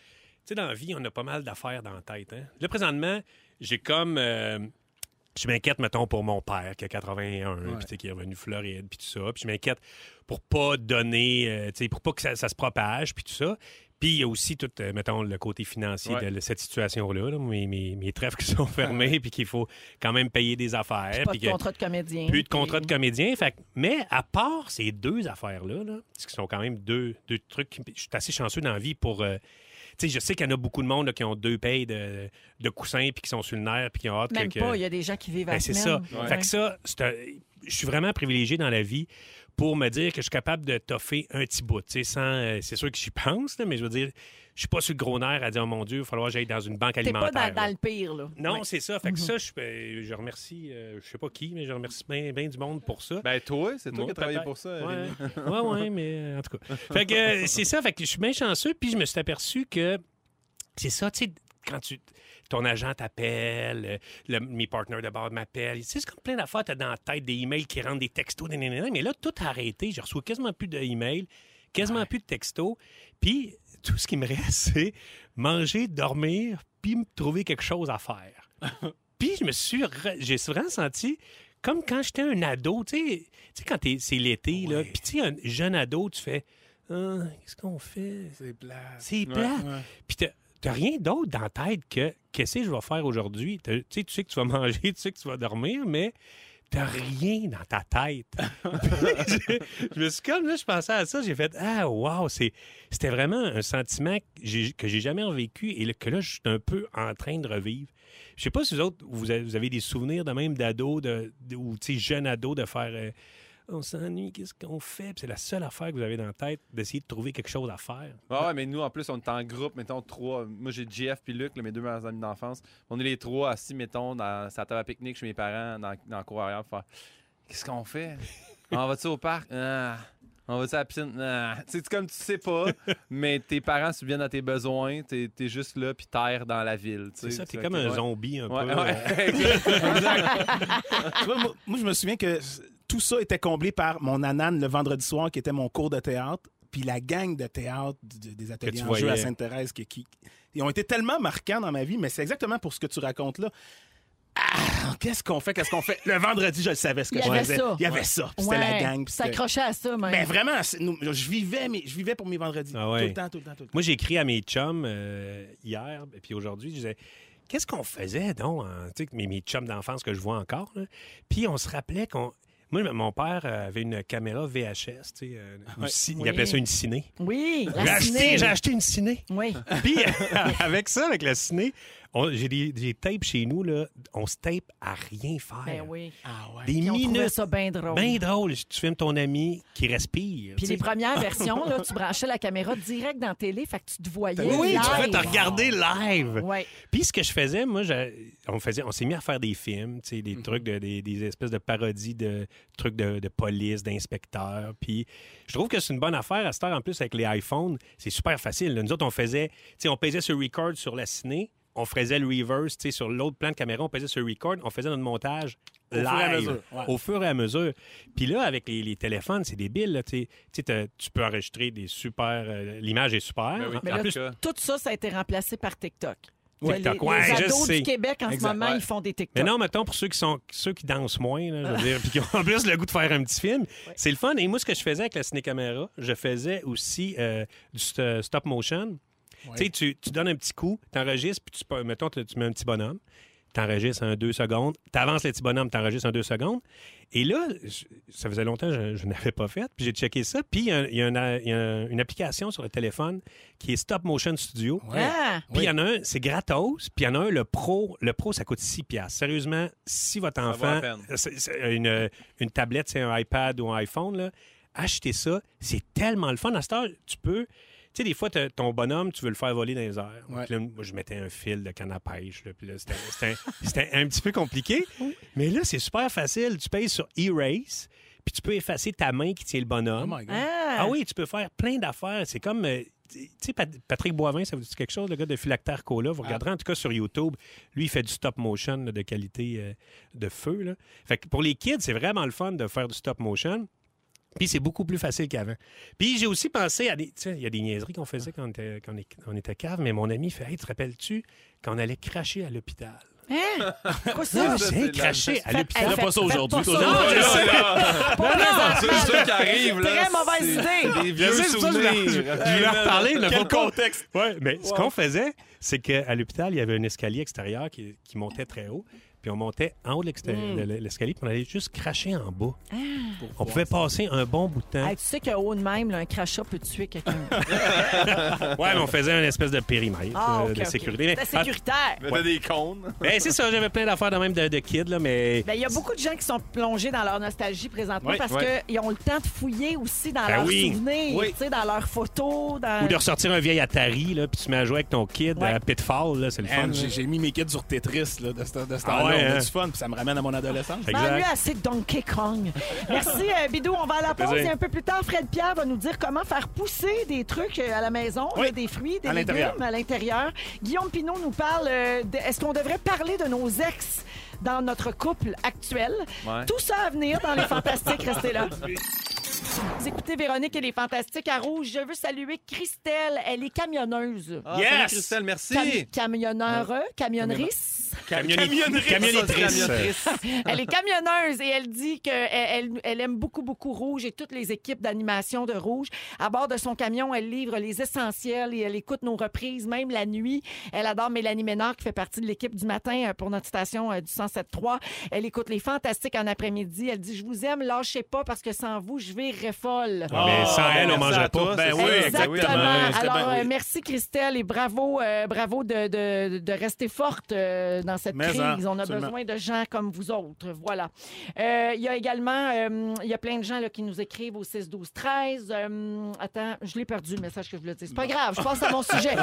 Speaker 3: sais, dans la vie, on a pas mal d'affaires dans la tête. Hein? Là, présentement, j'ai comme. euh, je m'inquiète, mettons, pour mon père qui a 81, puis tu sais, qui est revenu de Floride, puis tout ça. Puis je m'inquiète pour pas donner, euh, tu sais, pour pas que ça, ça se propage, puis tout ça. Puis il y a aussi tout, euh, mettons, le côté financier
Speaker 4: Ouais.
Speaker 3: de le- cette situation-là, là, mes, mes, mes trèfles qui sont <laughs> fermés, puis qu'il faut quand même payer des affaires.
Speaker 1: pas
Speaker 3: Eh, puis
Speaker 1: de
Speaker 3: que-
Speaker 1: contrat de comédien.
Speaker 3: plus de
Speaker 1: puis-
Speaker 3: contrat de comédien. Fait, que- mais à part ces deux affaires-là, là, ce qui sont quand même deux, deux trucs, qui- je suis assez chanceux dans la vie pour. euh, tu sais, je sais qu'il y en a beaucoup de monde là, qui ont deux payes de, de coussins puis qui sont sur le nerf puis qui ont hâte
Speaker 1: Même
Speaker 3: que. que-
Speaker 1: pas, il y a des gens qui vivent à
Speaker 3: Ben,
Speaker 1: la
Speaker 3: c'est ça.
Speaker 1: semaine.
Speaker 3: Fait que ça, c'est un- je suis vraiment privilégié dans la vie pour me dire que je suis capable de toffer un petit bout. tu sais, sans, euh, c'est sûr que j'y pense, là, mais je veux dire, je suis pas sur le gros nerf à dire, oh mon Dieu, il va falloir que j'aille dans une banque
Speaker 1: T'es
Speaker 3: alimentaire.
Speaker 1: pas dans, dans
Speaker 3: là.
Speaker 1: le pire, là.
Speaker 3: Non,
Speaker 1: Ouais.
Speaker 3: c'est ça. Fait que ça, je, euh, je remercie, euh, je sais pas qui, mais je remercie bien du monde pour ça.
Speaker 4: <laughs> Ben, toi, c'est toi
Speaker 3: Moi,
Speaker 4: qui as travaillé
Speaker 3: peut-être.
Speaker 4: pour ça.
Speaker 3: Ouais,
Speaker 4: Rémi.
Speaker 3: ouais, ouais, mais euh, en tout cas. Fait que euh, c'est ça, fait que je suis bien chanceux, puis je me suis aperçu que c'est ça, tu sais, quand tu. Ton agent t'appelle, euh, le- mes partenaires de bord m'appellent. Tu sais, C'est comme plein d'affaires, t'as dans la tête des emails qui rentrent, des textos, des nanana, mais là, tout a arrêté. Je reçois quasiment plus d'emails, quasiment plus de textos. Puis tout ce qui me reste, <laughs> c'est manger, dormir, puis me trouver quelque chose à faire. puis je me suis. re- J'ai vraiment senti comme quand j'étais un ado, tu sais, tu sais, quand t'es- c'est l'été, là, puis tu sais, un jeune ado, tu fais Ah, Qu'est-ce qu'on fait
Speaker 2: C'est plate.
Speaker 3: C'est plat.
Speaker 1: Ah.
Speaker 3: Puis t'as- t'as rien d'autre dans la tête que Qu'est-ce que je vais faire aujourd'hui T'as- Tu sais, tu sais que tu vas <laughs> manger, tu sais que tu vas dormir, mais. T'as rien dans ta tête. je, je me suis comme là, je pensais à ça, j'ai fait Ah, wow, c'est- c'était vraiment un sentiment que j'ai que j'ai jamais vécu et le- que là, je suis un peu en train de revivre. Je sais pas si vous autres, vous avez, vous avez des souvenirs de même d'ados, de, de- ou tu sais, jeune ado, de faire euh, on s'ennuie, qu'est-ce qu'on fait? Puis C'est la seule affaire que vous avez dans la tête, d'essayer de trouver quelque chose à faire.
Speaker 4: Ah ouais, mais nous, en plus, on est en groupe, mettons, trois. Moi, j'ai JF puis Luc, là, mes deux meilleurs amis d'enfance. On est les trois assis, mettons, dans sa table à pique-nique chez mes parents, dans, dans la cour arrière, pour faire Qu'est-ce qu'on fait On va-tu au parc Ah. On va-tu à la piscine Ah. Tu sais, c'est comme tu
Speaker 3: <laughs>
Speaker 4: sais pas, mais tes parents subviennent à tes besoins, t'es es juste là, puis terre dans la ville.
Speaker 3: C'est ça, t'es comme un zombie un peu. euh. <laughs>
Speaker 4: euh, <laughs>
Speaker 2: Tu vois, moi, moi, je me souviens que c- tout ça était comblé par mon anane le vendredi soir, qui était mon cours de théâtre, puis la gang de théâtre du- des ateliers
Speaker 3: tu
Speaker 2: en jeu à
Speaker 3: voyais.
Speaker 2: Sainte-Thérèse. Qui, qui- ils ont été tellement marquants dans ma vie, mais c'est exactement pour ce que tu racontes là. Ah, qu'est-ce qu'on fait? Qu'est-ce qu'on fait? Le vendredi, je le savais ce que
Speaker 1: Il y
Speaker 2: je
Speaker 1: avait
Speaker 2: faisais.
Speaker 1: ça.
Speaker 2: Il y avait ça. puis C'était
Speaker 1: Ouais,
Speaker 2: la gang. puis
Speaker 1: Tu
Speaker 2: c'était-
Speaker 1: t'accrochais à ça, même.
Speaker 3: Ben,
Speaker 2: Mais vraiment, c'est- nous, je vivais, mes- je vivais pour mes vendredis.
Speaker 3: Ah ouais.
Speaker 2: Tout le temps, tout le temps, tout le temps.
Speaker 3: Moi, j'ai écrit à mes chums euh, hier, et puis aujourd'hui, je disais qu'est-ce qu'on faisait, donc, en- tu sais, mes, mes chums d'enfance que je vois encore, là. puis on se rappelait qu'on... Moi, mon père euh, avait une caméra VHS, tu sais, euh, ou ci- il
Speaker 1: Oui.
Speaker 3: appelait ça une ciné.
Speaker 1: Oui, la
Speaker 3: J'ai acheté,
Speaker 1: ciné.
Speaker 3: j'ai acheté Ah, une ciné.
Speaker 1: Oui.
Speaker 3: <laughs> Puis, avec ça, avec la ciné, on- j'ai des, des tapes chez nous, là, on se tape à rien faire.
Speaker 1: Ben oui.
Speaker 3: Ah. Des
Speaker 1: Puis on trouvait
Speaker 3: minutes.
Speaker 1: ça bien drôle.
Speaker 3: Bien drôle. Tu filmes ton ami qui respire.
Speaker 1: Puis
Speaker 3: tu
Speaker 1: les
Speaker 3: sais.
Speaker 1: premières
Speaker 3: <laughs>
Speaker 1: versions, là, tu branchais la caméra direct dans la télé, fait que tu te voyais.
Speaker 3: Oui, oui, tu
Speaker 1: live.
Speaker 3: pouvais te regarder live.
Speaker 1: Ouais.
Speaker 3: Puis ce que je faisais, moi, je- on, faisait, on s'est mis à faire des films, tu sais, des trucs, de, des, des espèces de parodies de trucs de, de police, d'inspecteurs. Puis je trouve que c'est une bonne affaire à cette heure en plus avec les iPhones. C'est super facile. là. Nous autres, on faisait, tu sais, on pesait sur record sur la ciné, on faisait le reverse, tu sais, sur l'autre plan de caméra, on pesait sur record, on faisait notre montage live.
Speaker 2: fur et à mesure, ouais.
Speaker 3: au fur et à mesure. Puis là, avec les, les téléphones, c'est débile. là, tu sais. Tu sais, t'as- tu peux enregistrer des super. euh, L'image est super.
Speaker 4: Ben oui,
Speaker 3: En
Speaker 1: Mais
Speaker 4: En
Speaker 1: là,
Speaker 3: plus,
Speaker 4: tout cas.
Speaker 1: tout ça, ça a été remplacé par TikTok.
Speaker 3: Ouais,
Speaker 1: les,
Speaker 3: TikTok, ouais,
Speaker 1: les
Speaker 3: je
Speaker 1: ados
Speaker 3: sais.
Speaker 1: du Québec, en
Speaker 3: Exact,
Speaker 1: ce moment,
Speaker 3: ouais.
Speaker 1: ils font des TikTok.
Speaker 3: Mais non, mettons, pour ceux qui, sont, ceux qui dansent moins, là, je veux dire, <laughs> puis qui ont en plus le goût de faire un petit film, c'est le fun. Et moi, ce que je faisais avec la ciné-caméra, je faisais aussi euh, du st- stop motion. Tu sais, tu- tu donnes un petit coup, t'enregistres, puis tu, peux- mettons, tu tu mets un petit bonhomme, t'enregistres un deux secondes, t'avances le petit bonhomme, t'enregistres un deux secondes. Et là, je- ça faisait longtemps que je, je n'avais pas fait, puis j'ai checké ça. Puis il y a, un- il y a un- il y a un- une application sur le téléphone qui est Stop Motion Studio.
Speaker 1: Ah!
Speaker 3: Puis il y en a un, c'est gratos. Puis il y en a un, le pro. Le pro, ça coûte 6 piastres. Sérieusement, si votre
Speaker 4: vaut
Speaker 3: enfant...
Speaker 4: la peine.
Speaker 3: c'est- c'est une, euh, une tablette, c'est un iPad ou un iPhone, là, achetez ça. C'est tellement le fun. À cette heure, tu peux... Tu sais, des fois, t'as- ton bonhomme, tu veux le faire voler dans les airs.
Speaker 2: Ouais.
Speaker 3: Puis là, moi, je mettais un fil de canne à pêche. là, puis là, c'était- c'était <laughs> c'était un petit peu compliqué. Mais là, c'est super facile. Tu payes sur Erase, puis tu peux effacer ta main qui tient le
Speaker 2: Oh
Speaker 3: bonhomme.
Speaker 2: my God.
Speaker 1: Ah!
Speaker 3: Ah oui, tu peux faire plein d'affaires. C'est comme. euh, Tu sais, Pat- Patrick Boivin, ça vous dit quelque chose, le gars de Philactère Cola? Vous regarderez en tout cas sur YouTube. Lui, il fait du stop motion là, de qualité euh, de feu. là. Fait que pour les kids, c'est vraiment le fun de faire du stop motion. Puis c'est beaucoup plus facile qu'avant. Puis j'ai aussi pensé à des. Tu sais, il y a des niaiseries qu'on faisait quand on était, quand on est- on était cave, mais mon ami fait Hey, te rappelles-tu quand on allait cracher à l'hôpital?
Speaker 1: Hein?
Speaker 3: <laughs>
Speaker 1: Quoi ça?
Speaker 3: Ah,
Speaker 4: ça,
Speaker 3: c'est
Speaker 4: c'est
Speaker 3: cracher à
Speaker 1: Faites-
Speaker 3: l'hôpital.
Speaker 1: hey, faites-
Speaker 7: pas ça
Speaker 1: faites
Speaker 7: aujourd'hui,
Speaker 1: pas
Speaker 7: toi,
Speaker 1: ça
Speaker 7: non,
Speaker 3: je sais.
Speaker 1: Pas présentement.
Speaker 4: C'est ça qui arrive, là.
Speaker 1: Très mauvaise
Speaker 4: c'est-
Speaker 1: idée.
Speaker 4: Des
Speaker 3: Je
Speaker 4: vieux
Speaker 3: sais, c'est ça, je vais- je- je
Speaker 4: souvenirs.
Speaker 3: vais leur parler, le
Speaker 4: Quel
Speaker 3: faut pas-
Speaker 4: contexte.
Speaker 3: Oui, mais ce qu'on faisait, c'est qu'à l'hôpital, il y avait un escalier extérieur qui, qui montait très haut. Puis on montait en haut de l'exté-
Speaker 1: Hmm.
Speaker 3: de l'escalier, puis on allait juste cracher en bas. On pouvait passer un bon bout de temps.
Speaker 1: Ah. Hey, tu sais que haut de même, là, un crachat peut tuer
Speaker 3: <laughs>
Speaker 1: quelqu'un.
Speaker 3: Ah, Ouais, mais on faisait un espèce de périmètre
Speaker 1: Ah,
Speaker 3: euh,
Speaker 1: ok,
Speaker 3: de
Speaker 1: ok.
Speaker 3: sécurité. Mais-
Speaker 1: C'était sécuritaire.
Speaker 4: Mais t'as des cônes.
Speaker 3: Ah, ben, c'est ça, j'avais plein d'affaires de même de, de kid, là, mais.
Speaker 1: Ben, Il y a beaucoup de gens qui sont plongés dans leur nostalgie présentement
Speaker 3: Oui,
Speaker 1: parce
Speaker 4: ouais.
Speaker 1: qu'ils ont le temps de fouiller aussi dans
Speaker 3: Ben
Speaker 1: leurs
Speaker 3: oui.
Speaker 1: souvenirs,
Speaker 3: Oui.
Speaker 1: tu sais, dans leurs photos. Dans...
Speaker 3: Ou de ressortir un vieil Atari, là, puis tu mets à jouer avec ton kid
Speaker 1: Ouais.
Speaker 3: à Pitfall, là, c'est le fun.
Speaker 2: Man,
Speaker 3: là.
Speaker 2: j'ai j'ai mis mes kids sur Tetris là, de ce, de ce
Speaker 3: Ah
Speaker 2: temps-là.
Speaker 3: ouais,
Speaker 2: On a
Speaker 3: hein?
Speaker 2: du fun, puis ça me ramène à mon adolescence.
Speaker 3: Exact.
Speaker 1: Ben, lui, assez Donkey Kong. Merci, euh, Bidou. On va à la pause
Speaker 3: plaisir.
Speaker 1: et un peu plus tard, Fred Pierre va nous dire comment faire pousser des trucs euh, à la maison,
Speaker 2: Oui.
Speaker 1: là, des fruits, des
Speaker 2: À l'intérieur.
Speaker 1: légumes à l'intérieur. Guillaume Pinot nous parle euh, de- est-ce qu'on devrait parler de nos ex dans notre couple actuel?
Speaker 4: Ouais.
Speaker 1: Tout ça à venir dans les Fantastiques. Restez là. Vous écoutez Véronique et les Fantastiques à Rouge. Je veux saluer Christelle. Elle est camionneuse.
Speaker 4: Ah,
Speaker 3: Yes!
Speaker 4: salut, Christelle, merci.
Speaker 1: Cam- camionneur, euh, camionneriste.
Speaker 3: Camionnit-
Speaker 4: Camionnetrice.
Speaker 3: Camionnitrice.
Speaker 1: Elle est camionneuse et elle dit qu'elle elle, elle aime beaucoup, beaucoup Rouge et toutes les équipes d'animation de Rouge. À bord de son camion, elle livre les essentiels et elle écoute nos reprises, même la nuit. Elle adore Mélanie Ménard qui fait partie de l'équipe du matin euh, pour notre station euh, du 107.3. Elle écoute les fantastiques en après-midi. Elle dit « Je vous aime, lâchez pas parce que sans vous, je vais refolle.
Speaker 3: Ah, mais sans
Speaker 4: Ah,
Speaker 3: elle, on
Speaker 4: merci à
Speaker 3: mangerait pas.
Speaker 4: toi, c'est
Speaker 3: Ben
Speaker 4: ça.
Speaker 3: oui,
Speaker 1: Exactement.
Speaker 2: Exactement.
Speaker 1: Alors,
Speaker 2: Oui.
Speaker 1: euh, merci Christelle et bravo, euh, bravo de, de- de rester forte euh, dans cette
Speaker 2: Mais
Speaker 1: crise.
Speaker 3: hein,
Speaker 2: en,
Speaker 1: On a
Speaker 2: absolument.
Speaker 1: besoin de gens comme vous autres. Voilà. Euh, Il y a également, euh, il y a plein de gens là, qui nous écrivent au 6, 12, 13. Euh, attends, je l'ai perdu le message que je voulais dire. C'est pas grave, je passe à
Speaker 3: <laughs>
Speaker 1: mon sujet.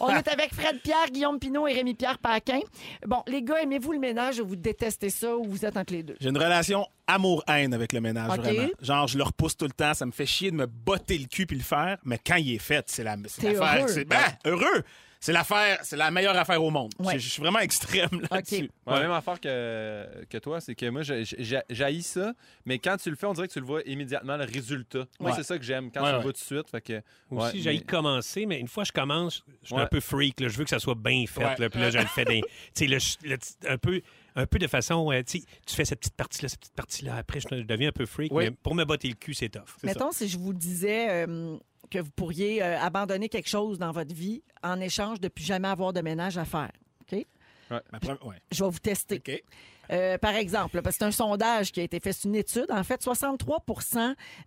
Speaker 1: On est avec Fred Pierre, Guillaume Pinot et Rémi Pierre Paquin. Bon, les gars, aimez-vous le ménage ou vous détestez ça ou vous êtes entre les deux?
Speaker 2: J'ai une relation amour-haine avec le ménage,
Speaker 1: OK.
Speaker 2: vraiment. Genre, je le repousse tout le temps, ça me fait chier de me botter le cul puis le faire, mais quand il est fait, c'est la, c'est
Speaker 1: T'es
Speaker 2: l'affaire-
Speaker 1: heureux.
Speaker 2: C'est, ben,
Speaker 3: Ah!
Speaker 2: heureux! C'est l'affaire, c'est la meilleure affaire au monde.
Speaker 1: Ouais.
Speaker 2: Je, je suis vraiment extrême là-dessus.
Speaker 1: OK.
Speaker 4: Ouais, même affaire que, que toi, c'est que moi, j'ai- j'ai- j'haïs ça, mais quand tu le fais, on dirait que tu le vois immédiatement, le résultat. Moi,
Speaker 2: Ouais.
Speaker 4: c'est ça que j'aime, quand
Speaker 2: Ouais,
Speaker 4: tu
Speaker 2: ouais.
Speaker 4: le vois tout de suite. Fait que,
Speaker 3: Aussi,
Speaker 4: ouais,
Speaker 3: j'aille
Speaker 4: mais-
Speaker 3: commencer, mais une fois que je commence, je suis un
Speaker 4: Ouais.
Speaker 3: peu freak. là. Je veux que ça soit bien fait.
Speaker 2: Ouais.
Speaker 3: là. puis là, je le fais des- tu sais, là, je- là, tu- un, peu, un peu de façon. euh, tu sais, tu fais cette petite partie-là, cette petite partie-là. Après, je, je deviens un peu freak.
Speaker 2: Oui.
Speaker 3: Mais pour me botter le cul, c'est tough.
Speaker 1: Mettons, si je vous disais euh, que vous pourriez euh, abandonner quelque chose dans votre vie en échange de plus jamais avoir de ménage à faire. OK?
Speaker 2: Ma première- ouais.
Speaker 1: Je vais vous tester.
Speaker 2: OK.
Speaker 1: Euh, par exemple, parce que c'est un sondage qui a été fait, c'est une étude. En fait, 63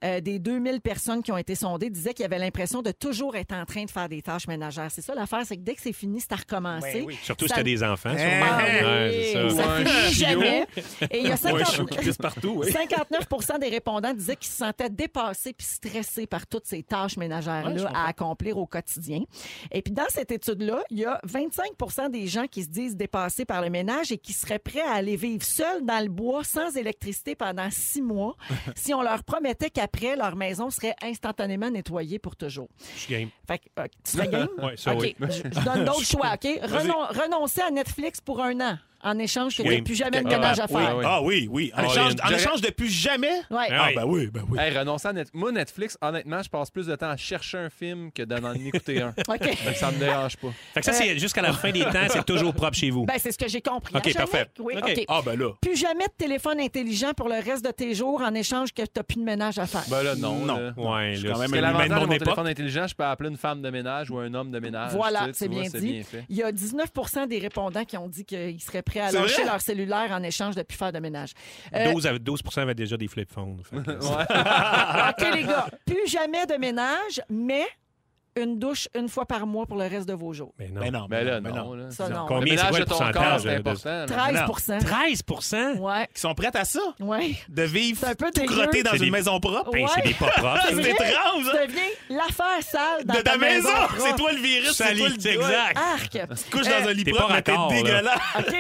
Speaker 1: euh, des 2000 personnes qui ont été sondées disaient qu'ils avaient l'impression de toujours être en train de faire des tâches ménagères. C'est ça l'affaire, c'est que dès que c'est fini, c'est à recommencer.
Speaker 3: Surtout
Speaker 1: Ça-
Speaker 3: si t'as des enfants. sûrement.
Speaker 1: Ah oui,
Speaker 3: Ouais, c'est
Speaker 1: ça
Speaker 3: ça.
Speaker 1: finit jamais. Et il y a
Speaker 2: Ouais,
Speaker 1: 50
Speaker 2: chaud qui glisse partout, oui.
Speaker 1: 59 des répondants disaient qu'ils se sentaient dépassés puis stressés par toutes ces tâches
Speaker 2: Ouais, je
Speaker 1: ménagères-là
Speaker 2: comprends.
Speaker 1: à accomplir au quotidien. Et puis, dans cette étude-là, il y a 25 des gens qui se disent dépassés par le ménage et qui seraient prêts à aller vivre seuls dans le bois sans électricité pendant six
Speaker 2: <laughs>
Speaker 1: mois si on leur promettait qu'après, leur maison serait instantanément nettoyée pour toujours.
Speaker 3: Je suis game.
Speaker 1: Fait que, euh, tu serais
Speaker 2: <laughs>
Speaker 1: game?
Speaker 3: Ouais, ça,
Speaker 1: OK,
Speaker 3: oui.
Speaker 1: je, je donne d'autres choix, OK? Renon- renoncer à Netflix pour un an en échange que
Speaker 3: Oui.
Speaker 1: tu n'as plus jamais de
Speaker 4: Ah,
Speaker 1: ménage à
Speaker 4: oui,
Speaker 1: faire.
Speaker 4: oui.
Speaker 2: Ah oui, oui. En,
Speaker 3: All
Speaker 2: échange,
Speaker 3: in.
Speaker 2: en
Speaker 4: J'aurais-
Speaker 2: échange de plus jamais?
Speaker 1: Ouais.
Speaker 3: Ah,
Speaker 2: Ah,
Speaker 3: oui.
Speaker 2: ben oui, ben oui.
Speaker 4: Hey, renonçant à Net- Moi, Netflix, honnêtement, je passe plus de temps à chercher un film que d'en en écouter un.
Speaker 1: OK.
Speaker 2: <laughs>
Speaker 4: Donc, ça me dérange pas.
Speaker 3: Fait que ça, c'est jusqu'à la fin des temps, c'est toujours propre chez vous.
Speaker 1: Euh, Ben, c'est ce que j'ai compris.
Speaker 3: OK,
Speaker 1: Angélique?
Speaker 3: parfait.
Speaker 1: Oui,
Speaker 3: OK.
Speaker 1: OK.
Speaker 2: Ah ben là.
Speaker 1: Plus jamais de téléphone intelligent pour le reste de tes jours en échange que tu n'as plus de ménage à faire.
Speaker 4: Ben là, non.
Speaker 2: Non.
Speaker 4: là.
Speaker 3: ouais,
Speaker 2: suis
Speaker 3: là,
Speaker 2: quand même
Speaker 3: c'est
Speaker 2: un
Speaker 3: l'humain
Speaker 4: Quel avantage
Speaker 3: de
Speaker 4: de
Speaker 3: mon
Speaker 4: mon
Speaker 3: époque.
Speaker 4: téléphone intelligent, je peux appeler une femme de ménage ou un homme de ménage.
Speaker 1: Voilà,
Speaker 4: tu Ah, sais, tu
Speaker 1: c'est
Speaker 4: vois,
Speaker 1: bien dit.
Speaker 4: fait.
Speaker 1: Il y a 19 des répondants qui ont dit qu'ils seraient prêts à
Speaker 2: C'est
Speaker 1: lâcher
Speaker 2: vrai?
Speaker 1: leur cellulaire en échange de ne plus faire de ménage. Euh,
Speaker 3: 12, avaient- 12 avaient déjà des flip phones. Fait que-
Speaker 1: OK, les gars, plus jamais de ménage, mais une douche une fois par mois pour le reste de vos jours.
Speaker 3: Mais non.
Speaker 2: Ben non.
Speaker 4: Ben là,
Speaker 2: ben
Speaker 4: non. là.
Speaker 1: Ça, non.
Speaker 4: Le
Speaker 3: Combien, c'est
Speaker 4: ménage
Speaker 3: quoi
Speaker 4: de
Speaker 3: le
Speaker 4: ton corps,
Speaker 3: pourcentage?
Speaker 4: c'est
Speaker 3: là, de-
Speaker 4: important. là.
Speaker 1: 13
Speaker 3: 13 C'est
Speaker 1: Ouais,
Speaker 2: Ils sont prêts à ça?
Speaker 1: ouais.
Speaker 2: De vivre
Speaker 1: C'est un peu
Speaker 2: tout
Speaker 1: dégueu.
Speaker 2: crotté dans
Speaker 3: Ben, C'est
Speaker 2: une
Speaker 3: des-
Speaker 2: maison propre? Ah,
Speaker 1: Ouais.
Speaker 3: des pas propres.
Speaker 1: <laughs> C'est
Speaker 2: C'est
Speaker 1: vrai?
Speaker 2: étrange,
Speaker 1: Tu
Speaker 2: hein?
Speaker 1: deviens l'affaire sale dans
Speaker 2: De ta maison! C'est toi le virus, c'est toi
Speaker 3: Salut,
Speaker 2: le Ah!
Speaker 3: c'est
Speaker 2: doigt.
Speaker 3: exact.
Speaker 1: Arc!
Speaker 2: Tu te couches
Speaker 1: Euh,
Speaker 2: dans un lit
Speaker 3: T'es
Speaker 2: propre,
Speaker 3: pas
Speaker 2: mais t'es
Speaker 3: raccord, là.
Speaker 2: dégueulasse.
Speaker 1: OK.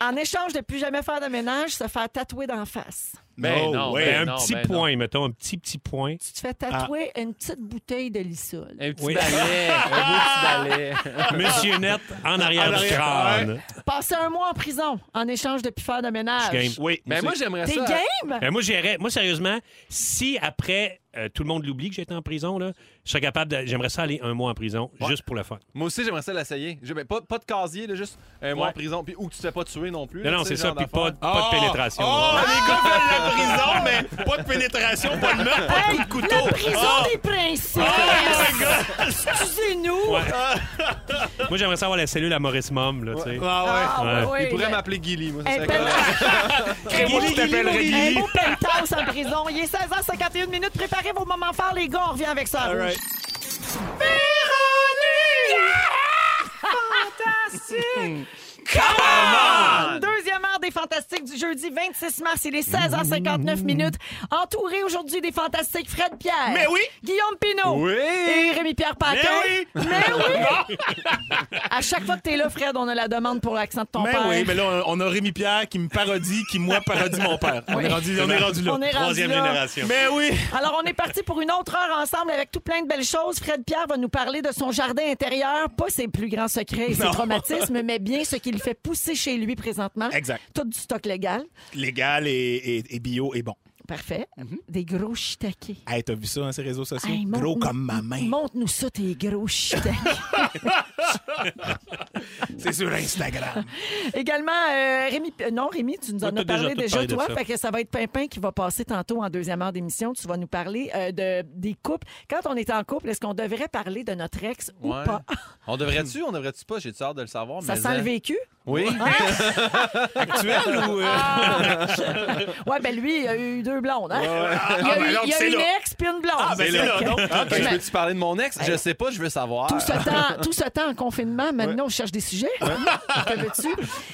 Speaker 1: En échange de plus jamais faire de ménage, se faire tatouer d'en face.
Speaker 4: Ben
Speaker 2: Oh,
Speaker 4: non,
Speaker 2: ouais.
Speaker 3: Ben,
Speaker 4: ben
Speaker 3: un
Speaker 4: non,
Speaker 3: petit
Speaker 4: ben non.
Speaker 3: point, mettons, un petit, petit point.
Speaker 1: Tu te fais tatouer
Speaker 3: Ah.
Speaker 1: une petite bouteille de lissol.
Speaker 4: Un petit
Speaker 3: Oui.
Speaker 4: balai,
Speaker 3: <laughs>
Speaker 4: un beau petit balai. Ben
Speaker 3: Monsieur Net en arrière
Speaker 2: En
Speaker 3: du
Speaker 2: arrière,
Speaker 3: crâne.
Speaker 1: Passer un mois en prison en échange de plus faire de ménage.
Speaker 3: Je game.
Speaker 2: Ah, Oui.
Speaker 4: Mais moi, j'aimerais
Speaker 1: T'es
Speaker 4: ça.
Speaker 1: game?
Speaker 3: Ben, moi, j'irais. Moi, sérieusement, si après, euh, tout le monde l'oublie que j'étais en prison, là, je serais capable de. J'aimerais ça aller un mois en prison, juste pour le fun.
Speaker 4: Moi aussi, j'aimerais ça l'essayer. Je- ben, pas, pas de casier, là, juste un mois
Speaker 3: Ouais.
Speaker 4: en prison, puis où tu te fais pas tuer non plus.
Speaker 3: Non,
Speaker 4: là,
Speaker 3: non,
Speaker 4: tu
Speaker 3: c'est
Speaker 4: sais,
Speaker 3: ça,
Speaker 4: genre
Speaker 3: puis pas,
Speaker 4: d'affaire.
Speaker 3: pas de pénétration.
Speaker 2: Oh,
Speaker 3: là.
Speaker 2: les gars veulent la prison, mais pas de Ah! pénétration, pas de meurtre, pas de coup de couteau.
Speaker 1: La prison
Speaker 2: Ah! oh
Speaker 1: des princesses! Excusez-nous!
Speaker 3: Ouais. Moi, j'aimerais ça avoir la cellule à Maurice Mom, là, tu sais.
Speaker 2: Ah
Speaker 1: Ah,
Speaker 3: Ouais.
Speaker 1: oui,
Speaker 4: Il pourrait
Speaker 1: le-
Speaker 4: m'appeler Guilly, moi, ça
Speaker 1: Un
Speaker 4: serait
Speaker 1: pen-
Speaker 4: correct.
Speaker 2: <laughs>
Speaker 3: Guilly, Guilly,
Speaker 1: Un
Speaker 3: Guilly.
Speaker 1: beau penthouse en prison. Il est 16h51 minutes. Préparez vos moments forts, les gars. On revient avec ça. à
Speaker 2: ouais.
Speaker 1: Rouge.
Speaker 2: All right.
Speaker 1: Deuxième heure des Fantastiques du jeudi 26 mars. Il est 16h59 minutes. Entouré aujourd'hui des Fantastiques Fred Pierre.
Speaker 2: Mm-hmm. Mais oui.
Speaker 1: Guillaume Pinault.
Speaker 4: Oui.
Speaker 1: Et Rémi-Pierre Paquin.
Speaker 2: Mais oui.
Speaker 1: Mais
Speaker 2: <laughs>
Speaker 1: oui. à chaque fois que t'es là, Fred, on a la demande pour l'accent de ton
Speaker 2: Mais
Speaker 1: père.
Speaker 2: Ben oui, mais là, on on a Rémi Pierre qui me parodie, qui, moi, parodie mon père. On est rendu, hein. on est rendu là.
Speaker 1: On est rendu
Speaker 3: Troisième
Speaker 1: là.
Speaker 3: génération.
Speaker 2: Mais oui!
Speaker 1: Alors, on est parti pour une autre heure ensemble avec tout plein de belles choses. Fred Pierre va nous parler de son jardin intérieur, pas ses plus grands secrets et ses
Speaker 2: Non.
Speaker 1: traumatismes,
Speaker 3: <laughs>
Speaker 1: mais bien ce qu'il fait pousser chez lui présentement.
Speaker 2: Exact.
Speaker 1: Tout du stock légal.
Speaker 2: Légal et, et- et bio est bon.
Speaker 1: Parfait.
Speaker 3: Mhm.
Speaker 1: Des gros shiitakes.
Speaker 2: Hey, t'as vu ça dans ces réseaux sociaux?
Speaker 1: Hey,
Speaker 2: Gros
Speaker 1: montre-nous-
Speaker 2: comme ma main.
Speaker 1: Montre-nous ça, tes gros shiitakes.
Speaker 3: <laughs>
Speaker 2: C'est sur
Speaker 1: <laughs>
Speaker 2: Instagram.
Speaker 1: Également, euh, Rémi... euh, Non, Rémi, tu nous en
Speaker 3: Ouais,
Speaker 1: as
Speaker 3: t'as déjà
Speaker 1: parlé
Speaker 3: tout
Speaker 1: déjà,
Speaker 3: parlé de
Speaker 1: toi.
Speaker 3: ça.
Speaker 1: Fait que ça va être Pimpin qui va passer tantôt en deuxième heure d'émission. Tu vas nous parler euh, de, des couples. Quand on est en couple, est-ce qu'on devrait parler de notre ex ou
Speaker 4: Ouais.
Speaker 1: pas?
Speaker 4: On devrait-tu, on devrait-tu pas? J'ai hâte de le savoir.
Speaker 1: Ça
Speaker 4: mais
Speaker 1: sent
Speaker 4: hein.
Speaker 1: le vécu?
Speaker 4: <laughs> Oui.
Speaker 2: Actuel ou. euh,
Speaker 1: Ouais, ben lui, il a eu deux blondes. Hein? Il
Speaker 2: Ah,
Speaker 1: a
Speaker 2: ben
Speaker 1: eu,
Speaker 2: donc,
Speaker 1: il y a
Speaker 2: c'est
Speaker 1: une
Speaker 2: là.
Speaker 1: ex puis une blonde.
Speaker 2: Ah, ben c'est là, non?
Speaker 4: Ah,
Speaker 2: Ok.
Speaker 4: ben, je peux-tu parler de mon ex? Je sais pas, je veux savoir.
Speaker 1: Tout
Speaker 2: Ah.
Speaker 1: ce, temps, tout ce temps en confinement, maintenant, on cherche des sujets. <laughs> Que veux-tu?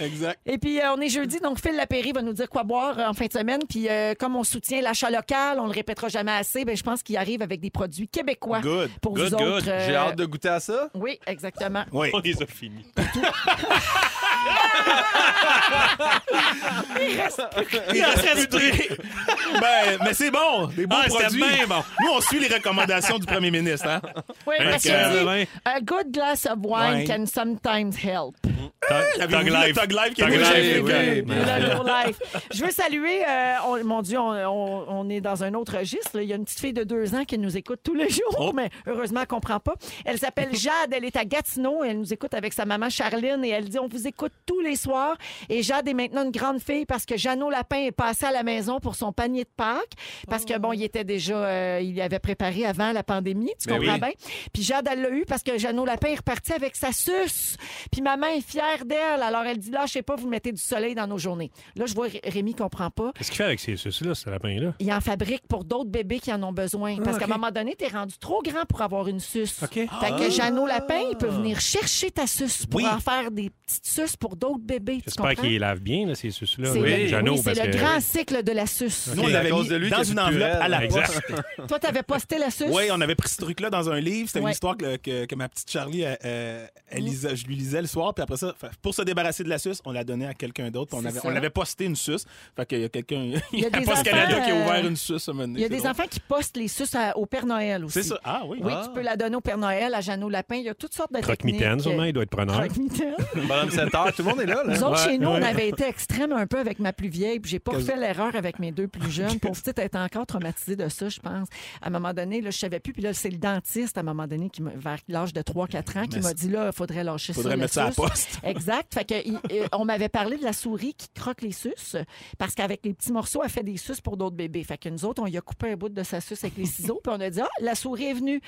Speaker 2: Exact.
Speaker 1: Et puis, euh, on est jeudi, donc Phil Lapéry va nous dire quoi boire euh, en fin de semaine. Puis, euh, comme on soutient l'achat local, on le répétera jamais assez, ben, je pense qu'il arrive avec des produits québécois
Speaker 2: Good.
Speaker 1: pour
Speaker 3: Good,
Speaker 1: vous
Speaker 3: good.
Speaker 1: autres. euh,
Speaker 4: J'ai hâte de goûter à ça.
Speaker 1: Oui, exactement.
Speaker 2: <laughs> Oui.
Speaker 3: On les a finis.
Speaker 2: Il en reste plus. ben, mais c'est bon. Des bons
Speaker 3: Ah, c'était
Speaker 2: produits.
Speaker 3: bien bon.
Speaker 2: Nous, on suit les recommandations du premier ministre. <laughs> Hein?
Speaker 1: Oui, parce qu'il
Speaker 3: euh,
Speaker 1: dit,
Speaker 3: vin.
Speaker 1: A good glass of wine
Speaker 2: Wine.
Speaker 1: can sometimes help.
Speaker 3: Tug
Speaker 2: Avez-vous
Speaker 3: Tug
Speaker 2: vu le
Speaker 3: Life.
Speaker 2: Tug Life qui est
Speaker 3: Tug
Speaker 2: déjà
Speaker 3: Life,
Speaker 2: vécu?
Speaker 3: oui.
Speaker 1: Le Low Life. Je veux saluer, euh, on- mon Dieu, on, on- on est dans un autre registre. là. Il y a une petite fille de deux ans qui nous écoute tous les jours,
Speaker 4: Oh.
Speaker 1: mais heureusement, elle comprend pas. Elle
Speaker 4: <laughs>
Speaker 1: s'appelle Jade, elle est à Gatineau, elle nous écoute avec sa maman Charline et elle dit on vous écoute tous les soirs. Et Jade est maintenant une grande fille parce que Jeannot Lapin est passé à la maison pour son panier de Pâques parce
Speaker 4: Oh.
Speaker 1: que, bon, il était déjà, euh, il avait préparé avant la pandémie, tu
Speaker 4: Ben
Speaker 1: comprends
Speaker 4: oui.
Speaker 1: bien. Puis Jade, elle l'a eu parce que Jeannot Lapin est reparti avec sa suce. Puis maman est fière fière d'elle. Alors, elle dit, là, je sais pas, vous mettez du soleil dans nos journées. Là, je vois Ré- Rémi comprend pas.
Speaker 3: Qu'est-ce qu'il fait avec ces, ceci-là, ce lapin-là?
Speaker 1: Il en fabrique pour d'autres bébés qui en ont besoin. Parce qu'à un moment donné, tu es rendu trop grand pour avoir une suce.
Speaker 3: OK.
Speaker 1: Fait que Jeannot Lapin, il peut venir chercher ta suce pour
Speaker 3: Oui.
Speaker 1: en faire des petites suces pour d'autres bébés. Tu
Speaker 3: J'espère
Speaker 1: comprends?
Speaker 3: qu'il lave bien, là, ces ceci-là.
Speaker 1: C'est le,
Speaker 3: Jeannot,
Speaker 1: oui, c'est
Speaker 3: parce
Speaker 1: le
Speaker 3: que-
Speaker 1: grand cycle de la
Speaker 2: <laughs>
Speaker 1: suce.
Speaker 2: Nous, on l'avait
Speaker 4: cause
Speaker 2: mis
Speaker 4: de lui
Speaker 2: dans
Speaker 4: qu'il y a
Speaker 2: une
Speaker 4: du
Speaker 2: enveloppe
Speaker 4: purel.
Speaker 2: à la
Speaker 3: Exact.
Speaker 2: poste.
Speaker 1: Toi, t'avais posté la suce?
Speaker 2: Oui, on avait pris ce truc-là dans un livre. C'était
Speaker 1: Ouais. Mm.
Speaker 2: une histoire que, que- que ma petite Charlie, euh, euh, elle lisait- je lui lisais le soir. Puis après ça, fait- pour se débarrasser de la suce, on l'a donnée à quelqu'un d'autre. puis On
Speaker 1: C'est
Speaker 2: avait,
Speaker 1: ça.
Speaker 2: on l'avait posté une suce. Fait qu'il y a quelqu'un. <laughs>
Speaker 1: Il y a des
Speaker 2: Poste Canada
Speaker 1: enfants,
Speaker 2: qui a
Speaker 1: euh,
Speaker 2: ouvert une suce à un moment donné,
Speaker 1: Il y a
Speaker 2: c'est
Speaker 1: des
Speaker 2: drôle.
Speaker 1: enfants qui postent les suces à- au Père Noël aussi.
Speaker 2: C'est ça. Ah oui.
Speaker 1: Oui,
Speaker 4: Ah.
Speaker 1: tu peux la donner au Père Noël, à Jeannot Lapin. Il y a toutes sortes de
Speaker 3: Croque-mitaine,
Speaker 1: techniques.
Speaker 3: sûrement, il doit être preneur.
Speaker 1: Croque-mitaine.
Speaker 4: Bonhomme 7 heures, tout le monde est là. là.
Speaker 1: Nous autres,
Speaker 3: Ouais,
Speaker 1: chez nous, on
Speaker 3: ouais.
Speaker 1: avait été extrême un peu avec ma plus vieille, puis j'ai pas fait l'erreur avec mes deux plus jeunes. Pour petite, elle était encore traumatisée de ça, je pense. À un moment donné, là, je savais plus, puis là, c'est le dentiste, à un moment donné, qui m'a- vers l'âge de 3-4 ans, qui
Speaker 2: Mais
Speaker 1: m'a dit, là, il faudrait lâcher
Speaker 2: Faudrait
Speaker 1: la
Speaker 2: mettre ça à la
Speaker 1: suce.
Speaker 2: poste.
Speaker 1: <laughs> Exact. Fait que, il- euh, on m'avait parlé de la souris qui croque les suces, parce qu'avec les petits morceaux, elle fait des suces pour d'autres bébés. Fait que nous autres, on y a coupé un bout de sa suce avec les ciseaux, <laughs> puis on a dit, ah, la souris est venue.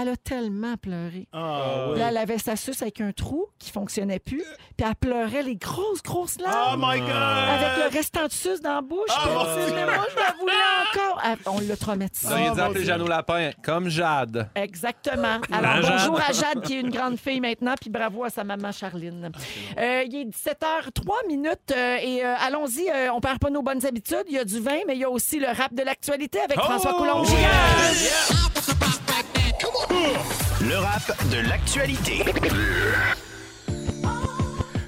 Speaker 1: Elle a tellement pleuré.
Speaker 2: Ah, oui.
Speaker 1: Puis Là, elle avait sa suce avec un trou qui fonctionnait plus, puis elle pleurait les grosses, grosses
Speaker 2: Oh
Speaker 1: larmes.
Speaker 2: my God!
Speaker 1: Avec le restant de suce dans la bouche.
Speaker 2: Ah,
Speaker 1: Puis elle dit, Mais moi, je la voulais encore. Elle- On l'a
Speaker 4: Vous auriez
Speaker 1: traumatisé.
Speaker 4: dû appeler Jeannot Lapin, comme Jade.
Speaker 1: Exactement. Alors,
Speaker 3: Jade.
Speaker 1: bonjour à Jade, qui est une grande fille maintenant, puis bravo à sa maman Charline.
Speaker 2: Ah,
Speaker 1: Euh, il est 17h03 minutes, euh, et euh, allons-y, euh, on perd pas nos bonnes habitudes. Il y a du vin, mais il y a aussi le rap de l'actualité
Speaker 2: Oh,
Speaker 1: avec François coulombe
Speaker 7: Le rap de l'actualité.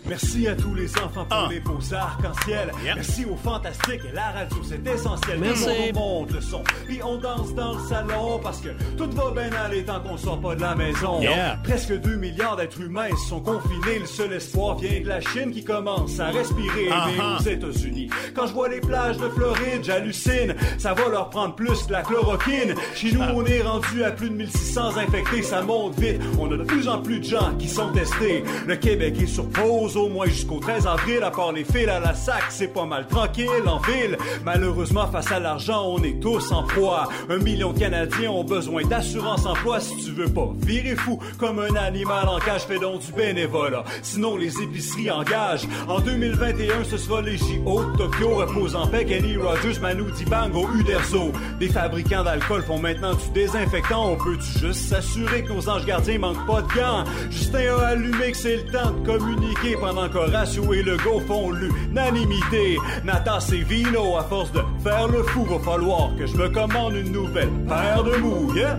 Speaker 8: Merci à tous les enfants pour les beaux arcs-en-ciel. Merci aux fantastiques et la radio, c'est essentiel. Merci. Tout le monde monte le son. Puis on danse dans le salon parce que tout va bien aller tant qu'on sort pas de la maison.
Speaker 3: Yeah.
Speaker 8: Presque 2 milliards d'êtres humains se sont confinés. Le seul espoir vient de la Chine qui commence à respirer mais
Speaker 2: Ah, ah.
Speaker 8: aux États-Unis. Quand je vois les plages de Floride, j'hallucine. Ça va leur prendre plus que la chloroquine. Chez nous, on est rendu à plus de 1600 infectés. Ça monte vite. On a de plus en plus de gens qui sont testés. Le Québec est sur pause au moins jusqu'au 13 avril. À part les fils à la sac, c'est pas mal tranquille en ville. Malheureusement, face à l'argent, on est tous en proie. Un million de Canadiens ont besoin d'assurance emploi si tu veux pas virer fou comme un animal en cage. Fais donc du bénévolat. Sinon, les épiceries engagent. En 2021, ce sera les JO de Tokyo. Repose en paix, Kenny Rogers, Manu Dibango, Uderzo. Des fabricants d'alcool font maintenant du désinfectant. On peut juste s'assurer que nos anges gardiens manquent pas de gants? Justin a allumé que c'est le temps de communiquer pendant qu'Horatio et Legault font l'unanimité. Nathan Sévino, à force de faire le fou, va falloir que je me commande une nouvelle paire de mouilles. hein?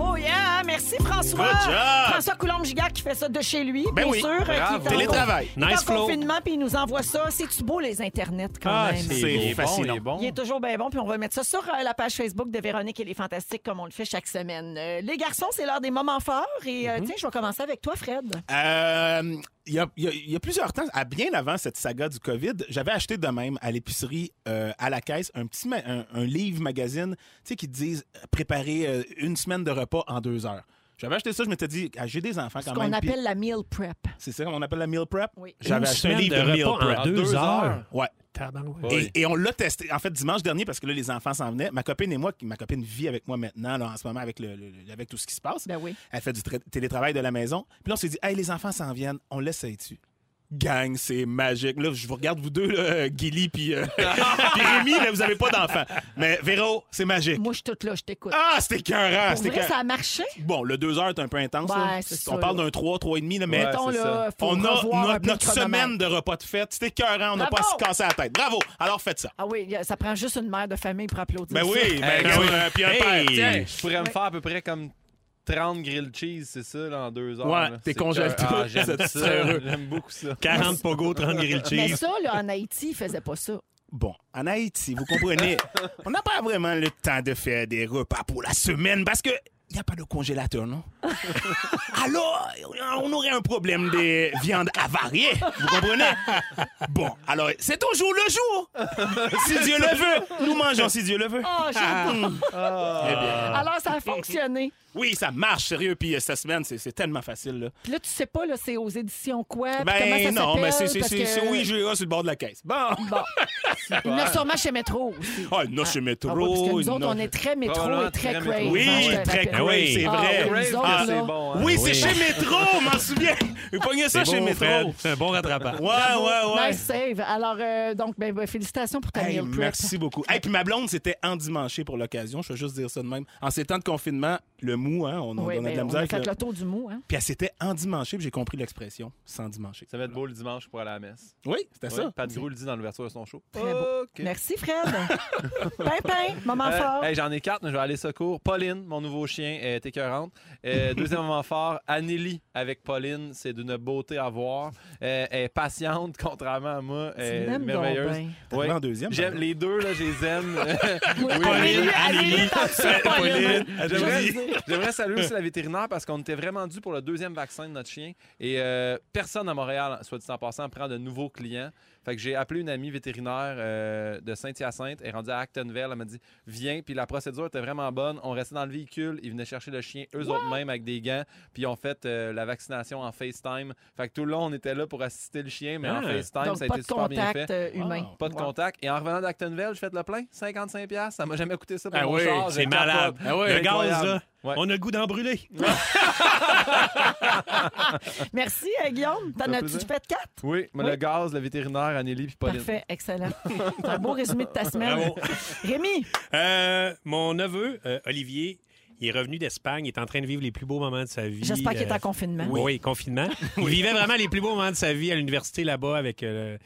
Speaker 1: Oh yeah, merci François.
Speaker 2: Good job. Ben
Speaker 1: François coulombe gigard qui fait ça de chez lui, bien
Speaker 2: oui.
Speaker 1: sûr. euh,
Speaker 4: Bravo.
Speaker 1: qui est en-
Speaker 2: Télétravail.
Speaker 1: il est en
Speaker 3: Nice flow.
Speaker 1: confinement, puis il nous envoie ça. C'est-tu beau, les internets, quand
Speaker 3: Ah,
Speaker 1: même?
Speaker 3: c'est-
Speaker 4: Il est
Speaker 2: C'est
Speaker 4: bon, il
Speaker 2: fascinant.
Speaker 4: est bon.
Speaker 1: Il est toujours bien bon, puis on va mettre ça sur euh, la page Facebook de Véronique et les Fantastiques, comme on le fait chaque semaine. Euh, les garçons, c'est l'heure des moments forts, et
Speaker 2: Mhm.
Speaker 1: euh, tiens, je vais commencer avec toi, Fred.
Speaker 2: Euh, Il y, a, il y a- il y a plusieurs temps, à bien avant cette saga du COVID, j'avais acheté de même à l'épicerie, euh, à la caisse, un petit ma- un, un livre magazine tu sais, qui te disent euh, préparer euh, une semaine de repas en deux heures. J'avais acheté ça, je m'étais dit, ah, j'ai des enfants
Speaker 1: Ce
Speaker 2: quand
Speaker 1: qu'on
Speaker 2: même. puis-
Speaker 1: appelle la meal prep.
Speaker 2: C'est ça qu'on appelle la meal prep?
Speaker 1: Oui.
Speaker 3: Une
Speaker 2: J'avais acheté un
Speaker 3: semaine
Speaker 2: livre
Speaker 3: de
Speaker 2: de, meal
Speaker 3: repas
Speaker 2: prep.
Speaker 3: en deux,
Speaker 4: deux
Speaker 3: heures.
Speaker 4: heures.
Speaker 2: Ouais.
Speaker 3: Tabarouette.
Speaker 4: Oui.
Speaker 2: Et, et on l'a testé. En fait, dimanche dernier, parce que là, les enfants s'en venaient. Ma copine et moi, qui- ma copine vit avec moi maintenant, là, en ce moment, avec, le, le- le- avec tout ce qui se passe.
Speaker 1: Ben oui.
Speaker 2: Elle fait du tra- télétravail de la maison. Puis là, on s'est dit, hey, les enfants s'en viennent, on laisse ça dessus. Gang, c'est magique. Là, je vous regarde, vous deux, là, euh, Guilly puis, euh, <laughs> puis Rémi, là, vous avez pas d'enfants. Mais Véro, c'est magique.
Speaker 1: Moi, je suis toute là, je t'écoute.
Speaker 2: Ah, c'était écœurant.
Speaker 1: Pour
Speaker 2: c'était
Speaker 1: vrai,
Speaker 2: écœurant.
Speaker 1: ça a marché?
Speaker 2: Bon, le 2 heures est un peu intense. là.
Speaker 1: Ouais, c'est
Speaker 2: on
Speaker 1: ça,
Speaker 2: parle
Speaker 1: là.
Speaker 2: d'un 3, 3,5, là, mais
Speaker 4: Ouais,
Speaker 1: Mettons,
Speaker 4: c'est
Speaker 1: là,
Speaker 4: ça.
Speaker 1: faut
Speaker 2: Ah, on
Speaker 1: revoir
Speaker 2: a
Speaker 1: un
Speaker 2: notre,
Speaker 1: peu le
Speaker 2: notre
Speaker 1: chronomètre.
Speaker 2: semaine de repas de fête. C'était écœurant. On n'a pas à
Speaker 1: Bravo!
Speaker 2: se casser la tête. Bravo. Alors faites ça.
Speaker 1: Ah oui, ça prend juste une mère de famille pour applaudir
Speaker 2: Ben
Speaker 1: ça. Eh
Speaker 2: oui, ben,
Speaker 4: Hey,
Speaker 2: regarde,
Speaker 3: Ah oui.
Speaker 2: euh, puis un
Speaker 3: Hey!
Speaker 2: père.
Speaker 4: Tiens, je pourrais me faire à peu près comme 30 grilled cheese, c'est ça, là, en deux heures.
Speaker 2: Ouais,
Speaker 4: là.
Speaker 2: t'es
Speaker 4: C'est
Speaker 2: congèle
Speaker 4: que-
Speaker 2: tout.
Speaker 4: Ah, j'aime
Speaker 2: Ça te
Speaker 4: ça.
Speaker 2: serait heureux.
Speaker 4: J'aime beaucoup ça.
Speaker 3: 40 pogo, 30 grilled
Speaker 1: <laughs> Mais
Speaker 3: cheese.
Speaker 1: ça, là, en Haïti, ils faisaient pas ça.
Speaker 2: Bon, en Haïti, vous
Speaker 1: <laughs>
Speaker 2: comprenez, on n'a pas vraiment le temps de faire des repas pour la semaine parce que il n'y a pas de
Speaker 1: <laughs>
Speaker 2: congélateur, non? Alors, on aurait un problème des viandes avariées, vous comprenez? Bon, alors, c'est au jour le jour.
Speaker 1: <laughs>
Speaker 2: Si Dieu le veut, nous mangeons si Dieu le veut. Ah. Eh
Speaker 1: Oh, j'adore. Ah. Alors, ça a fonctionné.
Speaker 2: Oui, ça marche, sérieux, puis euh, cette semaine, c'est c'est tellement facile, là.
Speaker 1: Puis là, tu sais pas, là, c'est aux éditions quoi, Euh, puis comment
Speaker 2: Ben
Speaker 1: ça
Speaker 2: non, mais c'est
Speaker 1: s'appelle,
Speaker 2: c'est-
Speaker 1: parce
Speaker 2: c'est- c'est
Speaker 1: que-
Speaker 2: oui, je sur le bord de la caisse. Bon,
Speaker 1: Bon, Il y en a sûrement chez Métro aussi.
Speaker 2: Ah, il y en a chez Métro,
Speaker 1: Ah ouais, parce que
Speaker 2: il
Speaker 1: nous
Speaker 2: y en
Speaker 1: autres,
Speaker 2: a-
Speaker 1: on est très Métro
Speaker 4: Probablement
Speaker 1: et très
Speaker 4: très
Speaker 1: Crave.
Speaker 4: métro.
Speaker 2: Oui,
Speaker 1: hein, je te
Speaker 2: très
Speaker 1: rappelle.
Speaker 2: Crave, c'est
Speaker 1: Ah,
Speaker 2: vrai.
Speaker 1: ouais, nous autres,
Speaker 4: Ah,
Speaker 1: là.
Speaker 4: c'est bon. hein?
Speaker 2: Oui, c'est chez Métro, on m'en souviens. J'ai pogné ça chez
Speaker 3: bon,
Speaker 2: Métro.
Speaker 3: Fred.
Speaker 2: Ouais,
Speaker 3: C'est un bon rattrapage.
Speaker 2: ouais, ouais.
Speaker 1: Nice save. Alors, euh, donc, ben, ben, félicitations pour ta
Speaker 2: Hey,
Speaker 1: meal prep.
Speaker 2: merci beaucoup. Et puis ma blonde, c'était endimanchée pour l'occasion. Je veux juste dire ça de même. En ces temps de confinement, le mou, hein, on, on
Speaker 1: Oui,
Speaker 2: en a de
Speaker 1: ben,
Speaker 2: la
Speaker 1: on
Speaker 2: misère.
Speaker 1: a
Speaker 2: avec
Speaker 1: fait
Speaker 2: le-
Speaker 1: le tour du mot. Hein?
Speaker 2: Puis elle s'était endimanchée, puis j'ai compris l'expression s'endimancher.
Speaker 4: Ça va être beau le dimanche pour aller à la messe.
Speaker 2: Oui, c'était
Speaker 4: Ouais,
Speaker 2: ça.
Speaker 4: Pat Grou le dit dans l'ouverture de son show.
Speaker 1: Très beau.
Speaker 4: OK.
Speaker 1: Merci, Fred.
Speaker 4: <laughs>
Speaker 1: Pimpin, moment
Speaker 4: Euh,
Speaker 1: fort.
Speaker 4: hey, J'en ai quatre, mais je vais aller secours. Pauline, mon nouveau chien, est écœurante. Euh, deuxième moment fort, Anneli avec Pauline, c'est d'une beauté à voir. Euh, elle est patiente, <laughs> contrairement à moi.
Speaker 1: Tu
Speaker 4: Elle est
Speaker 1: l'aimes donc
Speaker 4: euh, merveilleuse.
Speaker 1: bien.
Speaker 2: T'es
Speaker 4: Ouais.
Speaker 2: arrivé en deuxième.
Speaker 4: J'aime
Speaker 2: pardon.
Speaker 4: les deux, là, je les aime.
Speaker 1: <laughs> Amélie, Amélie, t'en souviens pas, là.
Speaker 4: Pauline. J'aimerais- J'aimerais saluer aussi la vétérinaire parce qu'on était vraiment dû pour le deuxième vaccin de notre chien. Et euh, personne à Montréal, soit dit en passant, prend de nouveaux clients. Fait que j'ai appelé une amie vétérinaire euh, de Saint-Hyacinthe. Elle est rendue à Actonville. Elle m'a dit Viens. Puis la procédure était vraiment bonne. On restait dans le véhicule. Ils venaient chercher le chien eux autres mêmes avec des gants. Puis ils ont fait euh, la vaccination en FaceTime. Fait que tout le long, on était là pour assister le chien, mais en
Speaker 3: Ah.
Speaker 4: FaceTime,
Speaker 1: Donc,
Speaker 4: ça a
Speaker 1: pas
Speaker 4: été
Speaker 1: de
Speaker 4: super bien fait. Ah,
Speaker 1: contact euh, humain.
Speaker 2: Wow.
Speaker 4: Pas de
Speaker 1: Wow.
Speaker 4: contact. Et en revenant d'Actonville, j'ai fait le plein. 55$. Ça m'a jamais coûté ça
Speaker 2: Ben
Speaker 4: pour
Speaker 3: Ah
Speaker 4: mon
Speaker 3: oui,
Speaker 4: char.
Speaker 3: c'est
Speaker 4: Je
Speaker 3: malade.
Speaker 4: capote. Ben
Speaker 3: le gaz,
Speaker 4: Incroyable.
Speaker 3: là,
Speaker 4: Ouais.
Speaker 3: on a le goût d'en brûler.
Speaker 1: Merci, euh, Guillaume. T'en
Speaker 4: fait
Speaker 1: as-tu
Speaker 4: plaisir.
Speaker 1: fait quatre?
Speaker 4: Oui, mais
Speaker 1: Oui.
Speaker 4: le gaz, le vétérinaire, Anneli puis Pauline. <laughs>
Speaker 1: Parfait, excellent. C'est un beau résumé de ta semaine. Rémi,
Speaker 3: <laughs> Euh, mon neveu, euh, Olivier, il est revenu d'Espagne. Il est en train de vivre les plus beaux moments de sa vie.
Speaker 1: j'espère qu'il est
Speaker 3: Euh,
Speaker 1: en confinement.
Speaker 3: <laughs> Oui, confinement. Il vivait vraiment les plus beaux moments de sa vie à l'université là-bas avec. euh,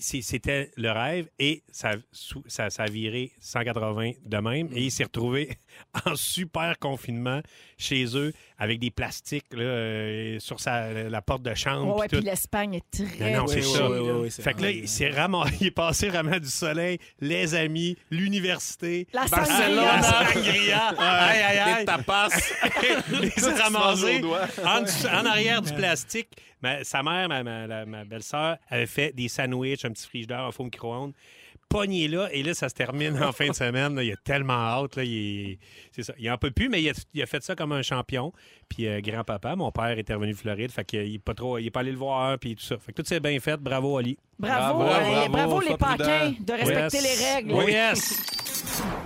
Speaker 3: c'est- c'était le rêve et ça, sou- ça, ça a viré 180 de même. Et il s'est retrouvé <laughs> en super confinement chez eux avec des plastiques là, euh, sur sa, la porte de chambre.
Speaker 1: Ouais, ouais,
Speaker 3: puis
Speaker 1: puis
Speaker 3: tout.
Speaker 1: l'Espagne est très.
Speaker 3: Non, non, c'est
Speaker 2: Oui,
Speaker 3: ça.
Speaker 2: oui, oui, oui, Ben c'est
Speaker 3: Fait que là, il s'est vraiment, <laughs> il est passé vraiment du soleil, les amis, l'université,
Speaker 1: La
Speaker 3: Barcelone,
Speaker 1: sangria.
Speaker 3: la <laughs> sangria. Aïe, aïe, aïe.
Speaker 2: Les tapas.
Speaker 3: <laughs> Il s'est
Speaker 4: Mange
Speaker 3: ramassé
Speaker 4: au doigt.
Speaker 3: en, dessous- en arrière du plastique. Ma- sa mère, ma, ma- la- ma belle-sœur, avait fait des sandwichs, un petit frigidaire, un faux micro-ondes. Pogné là, et là, ça se termine en fin de semaine. là. il a tellement hâte. Là, il, est- c'est ça. il en peut plus, mais il a, il a fait ça comme un champion. Puis euh, grand-papa, mon père, était revenu de Floride. Fait qu'il est pas trop. Il est pas allé le voir, puis tout ça. Fait que tout s'est bien fait. Bravo, Oli.
Speaker 1: Bravo,
Speaker 4: Bravo,
Speaker 1: euh, bravo,
Speaker 4: bravo,
Speaker 1: les
Speaker 4: sois
Speaker 1: paquins
Speaker 4: prudent.
Speaker 1: de respecter
Speaker 3: Yes.
Speaker 1: les règles.
Speaker 3: Oui,
Speaker 1: <laughs>
Speaker 3: yes.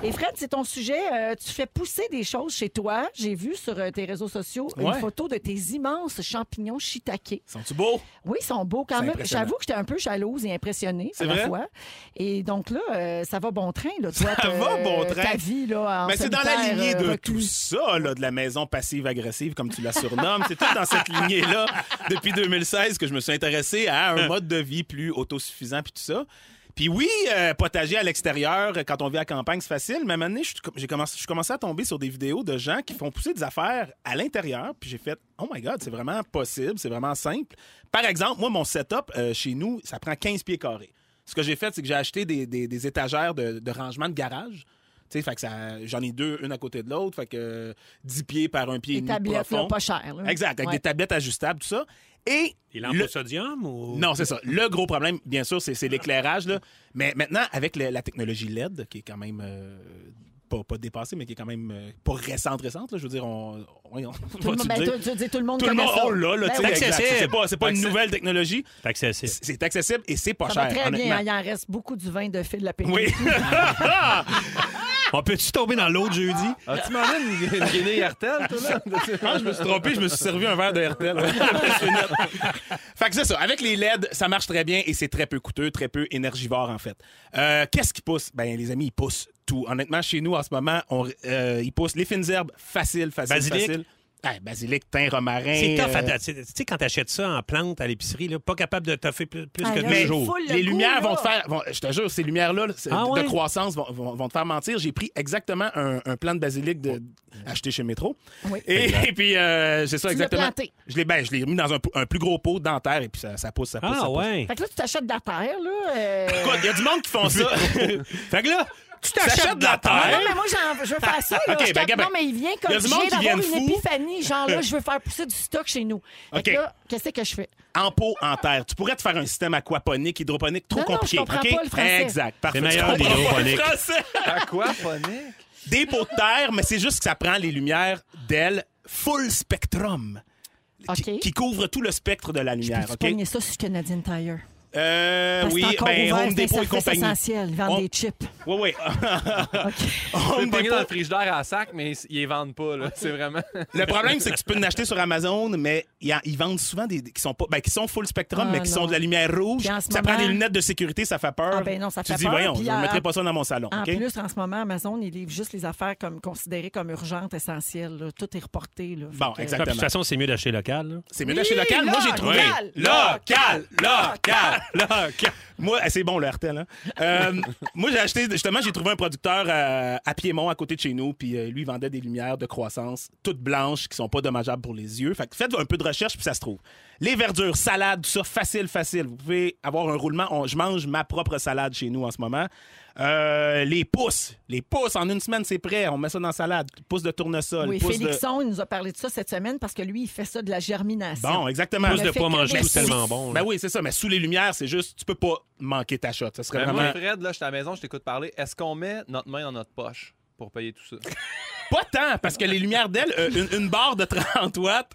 Speaker 1: Et Fred, c'est ton sujet. euh, tu fais pousser des choses chez toi. J'ai vu sur euh, tes réseaux sociaux une
Speaker 2: Ouais.
Speaker 1: photo de tes immenses champignons shiitake.
Speaker 2: <laughs> Sont-tu beaux?
Speaker 1: Oui, ils sont beaux quand
Speaker 2: C'est
Speaker 1: même.
Speaker 2: impressionnant.
Speaker 1: J'avoue que j'étais un peu jalouse et impressionnée à
Speaker 2: C'est
Speaker 1: la
Speaker 2: vrai?
Speaker 1: fois. Et donc là, euh, ça va bon train. Là, toi,
Speaker 2: Ça
Speaker 1: ta-
Speaker 2: va bon train.
Speaker 1: Ta vie, là, en
Speaker 2: Mais c'est dans la
Speaker 1: solitaire,
Speaker 2: lignée
Speaker 1: euh,
Speaker 2: de
Speaker 1: reclus.
Speaker 2: tout ça, là, de la maison passive-agressive, comme tu la surnommes. c'est tout dans cette lignée-là depuis 2016 que je me suis intéressé à un mode de vie plus autosuffisant puis tout ça. Puis oui, euh, potager à l'extérieur, euh, quand on vit à campagne, c'est facile. Mais à un moment donné, je suis com- j'ai commencé, je suis commencé à tomber sur des vidéos de gens qui font pousser des affaires à l'intérieur. Puis j'ai fait, oh my God, c'est vraiment possible, c'est vraiment simple. Par exemple, moi, mon setup euh, chez nous, ça prend 15 pieds carrés. Ce que j'ai fait, c'est que j'ai acheté des, des- des étagères de, de rangement de garage. Tu sais, fait que ça- j'en ai deux, une à côté de l'autre, fait que euh, 10 pieds par un pied et
Speaker 1: Des
Speaker 2: demi de
Speaker 1: tablettes, là,
Speaker 2: profond.
Speaker 1: pas chères. là.
Speaker 2: Exact, avec
Speaker 1: Ouais.
Speaker 2: des tablettes ajustables, tout ça. Et
Speaker 3: Il en
Speaker 2: le-
Speaker 3: au sodium ou.
Speaker 2: non, <laughs> c'est ça. Le gros problème, bien sûr, c'est c'est l'éclairage. là. Mais maintenant, avec le- la technologie LED, qui est quand même euh, pas, pas dépassée, mais qui est quand même euh, pas récente, récente, là, je veux dire, on, on, on
Speaker 1: Tout le,
Speaker 2: va-tu
Speaker 1: monde, ben,
Speaker 2: dire?
Speaker 1: tu- tu dis tout le monde
Speaker 2: Tout le
Speaker 1: connaît
Speaker 2: monde,
Speaker 1: ça.
Speaker 2: on l'a, là,
Speaker 1: Ben
Speaker 2: tu sais,
Speaker 1: oui.
Speaker 2: exact.
Speaker 3: Accessible.
Speaker 2: C'est pas, c'est pas une
Speaker 3: Accessible.
Speaker 2: nouvelle technologie.
Speaker 3: C'est accessible.
Speaker 2: C'est c'est accessible et c'est pas
Speaker 1: Ça va
Speaker 2: cher.
Speaker 1: très bien.
Speaker 2: honnêtement.
Speaker 1: hein, Il en reste beaucoup du vin de fil de la pétanque. <laughs>
Speaker 2: Oui.
Speaker 3: On peut-tu tomber dans l'autre jeudi?
Speaker 4: Ah, tu m'emmènes une, une guinée RTL, toi, là? <laughs>
Speaker 2: Ah, je me suis trompé, je me suis servi un verre de
Speaker 3: <laughs>
Speaker 2: RTL. Je suis net. fait que c'est ça. Avec les LED, ça marche très bien et c'est très peu coûteux, très peu énergivore, en fait. Euh, Qu'est-ce qui pousse? Ben, les amis, ils poussent tout. Honnêtement, chez nous, en ce moment, on, euh, ils poussent les fines herbes, facile, facile,
Speaker 3: Basilic.
Speaker 2: facile. Ah, basilic, thym, romarin.
Speaker 3: C'est tough. à
Speaker 2: euh,
Speaker 3: ta- Tu sais, quand t'achètes ça en plante à l'épicerie, là, pas capable de toffer plus, plus
Speaker 1: Ah,
Speaker 3: que
Speaker 1: là,
Speaker 3: deux
Speaker 1: il
Speaker 3: jours.
Speaker 1: faut le
Speaker 2: les
Speaker 1: goût,
Speaker 2: lumières
Speaker 1: là.
Speaker 2: vont te faire, vont- je te jure, ces lumières-là là, c'est-
Speaker 3: Ah
Speaker 2: de
Speaker 3: ouais?
Speaker 2: croissance vont, vont- vont te faire mentir. J'ai pris exactement un, un plant de basilic de, acheté chez Métro.
Speaker 1: Oui.
Speaker 2: Et, et <laughs> puis, euh, c'est ça,
Speaker 1: Tu l'as
Speaker 2: exactement.
Speaker 1: planté.
Speaker 2: Je l'ai ben, je l'ai mis dans un, p- un plus gros pot dentaire et puis ça, ça pousse, ça pousse. ça
Speaker 3: Ah
Speaker 2: pousse.
Speaker 3: ouais.
Speaker 1: Fait que là, tu t'achètes de la terre, là. euh,
Speaker 2: Écoute, il y a du monde qui font ça.
Speaker 3: <laughs> Fait que là,
Speaker 2: tu
Speaker 1: t'achètes de la Non, non, mais moi, j'en- je veux faire ça. Là.
Speaker 2: <laughs> Ok,
Speaker 1: Je
Speaker 2: ben,
Speaker 1: tape-
Speaker 2: ben,
Speaker 1: non, mais il vient comme
Speaker 2: y a
Speaker 1: je
Speaker 2: du monde
Speaker 1: viens
Speaker 2: qui
Speaker 1: d'avoir une
Speaker 2: viennent fous.
Speaker 1: épiphanie. Genre, là, je veux faire pousser du stock chez nous. Fait que
Speaker 2: Ok.
Speaker 1: là, qu'est-ce que je fais?
Speaker 2: En pot, en terre. Tu pourrais te faire un système aquaponique, hydroponique, trop
Speaker 1: Non, non, je
Speaker 2: compliqué.
Speaker 1: comprends
Speaker 2: ok?
Speaker 1: pas le français.
Speaker 2: Exact. Parfait.
Speaker 3: C'est meilleur,
Speaker 2: Tu comprends pas le
Speaker 3: l'hydroponique.
Speaker 2: français.
Speaker 4: Aquaponique?
Speaker 2: Des pots de terre, mais c'est juste que ça prend les lumières d'elle full spectrum.
Speaker 1: OK.
Speaker 2: qui, qui couvre tout le spectre de la
Speaker 1: Ben, Je
Speaker 2: lumière.
Speaker 1: peux
Speaker 2: OK?
Speaker 1: pogner ça sur Canadian Tire.
Speaker 2: Euh,
Speaker 1: Parce que
Speaker 2: oui,
Speaker 1: c'est encore
Speaker 2: ben,
Speaker 1: ouvert, c'est un
Speaker 2: Home Depot et
Speaker 1: service
Speaker 2: compagnie. Oh. Ah.
Speaker 1: essentiel. Ils vendent
Speaker 2: On-
Speaker 1: des chips.
Speaker 2: Oui, oui.
Speaker 4: Tu peux
Speaker 2: Home
Speaker 4: le pogner dans le
Speaker 2: Depot.
Speaker 4: frigidaire à sac, mais ils les vendent pas, là. C'est vraiment. <laughs>
Speaker 2: Le problème, c'est que tu peux en acheter sur Amazon, mais ils en- ils vendent souvent des, des- qui sont pas, ben, qui sont full spectrum,
Speaker 1: Ah,
Speaker 2: mais qui
Speaker 1: non.
Speaker 2: sont de la lumière rouge.
Speaker 1: Puis en ce
Speaker 2: Ça
Speaker 1: moment-
Speaker 2: prend des lunettes de sécurité, ça fait peur.
Speaker 1: Ah, ben non, ça
Speaker 2: tu
Speaker 1: fait
Speaker 2: dis,
Speaker 1: peur,
Speaker 2: voyons,
Speaker 1: puis
Speaker 2: je
Speaker 1: en-
Speaker 2: ne mettrai pas ça dans mon salon.
Speaker 1: En
Speaker 2: OK?
Speaker 1: plus, en ce moment, Amazon, ils livrent juste les affaires comme considérées comme urgentes, essentielles. là. Tout est reporté. Là. Fait
Speaker 2: Bon,
Speaker 1: que-
Speaker 3: Ah, De toute
Speaker 2: exactement.
Speaker 3: façon, c'est mieux d'acheter local. là.
Speaker 2: C'est mieux d'acheter local. Moi, j'ai trouvé.
Speaker 1: local,
Speaker 2: Local! Local! Local! Moi, eh, c'est bon, le RTL. Hein? Euh, <laughs> moi, j'ai acheté, justement, j'ai trouvé un producteur euh, à Piémont, à côté de chez nous, puis euh, lui, il vendait des lumières de croissance, toutes blanches, qui sont pas dommageables pour les yeux. Fait que faites un peu de recherche, puis ça se trouve. Les verdures, salades, tout ça, facile, facile. Vous pouvez avoir un roulement. On- je mange ma propre salade chez nous en ce moment. Euh, les pousses. Les pousses, en une semaine, c'est prêt. On met ça dans la salade. Pousse de tournesol.
Speaker 1: Oui,
Speaker 2: pousses de-
Speaker 1: Félixon, il nous a parlé de ça cette semaine parce que lui, il fait ça de la germination.
Speaker 2: Bon, exactement.
Speaker 3: Pousse de
Speaker 1: fait
Speaker 3: poids
Speaker 1: que-
Speaker 3: manger
Speaker 1: Ah, mais
Speaker 3: tout,
Speaker 1: c'est-
Speaker 3: tellement bon. là.
Speaker 2: Ben oui, c'est ça, mais sous les lumières, c'est juste, tu peux pas manquer ta shot. Ça serait
Speaker 3: Ben
Speaker 4: Mais
Speaker 2: vraiment
Speaker 4: moi, Fred, là, je suis à la maison, je t'écoute parler. Est-ce qu'on met notre main dans notre poche pour payer tout ça?
Speaker 2: pas tant, parce que les lumières d'elle, euh, une, une barre de 30 watts,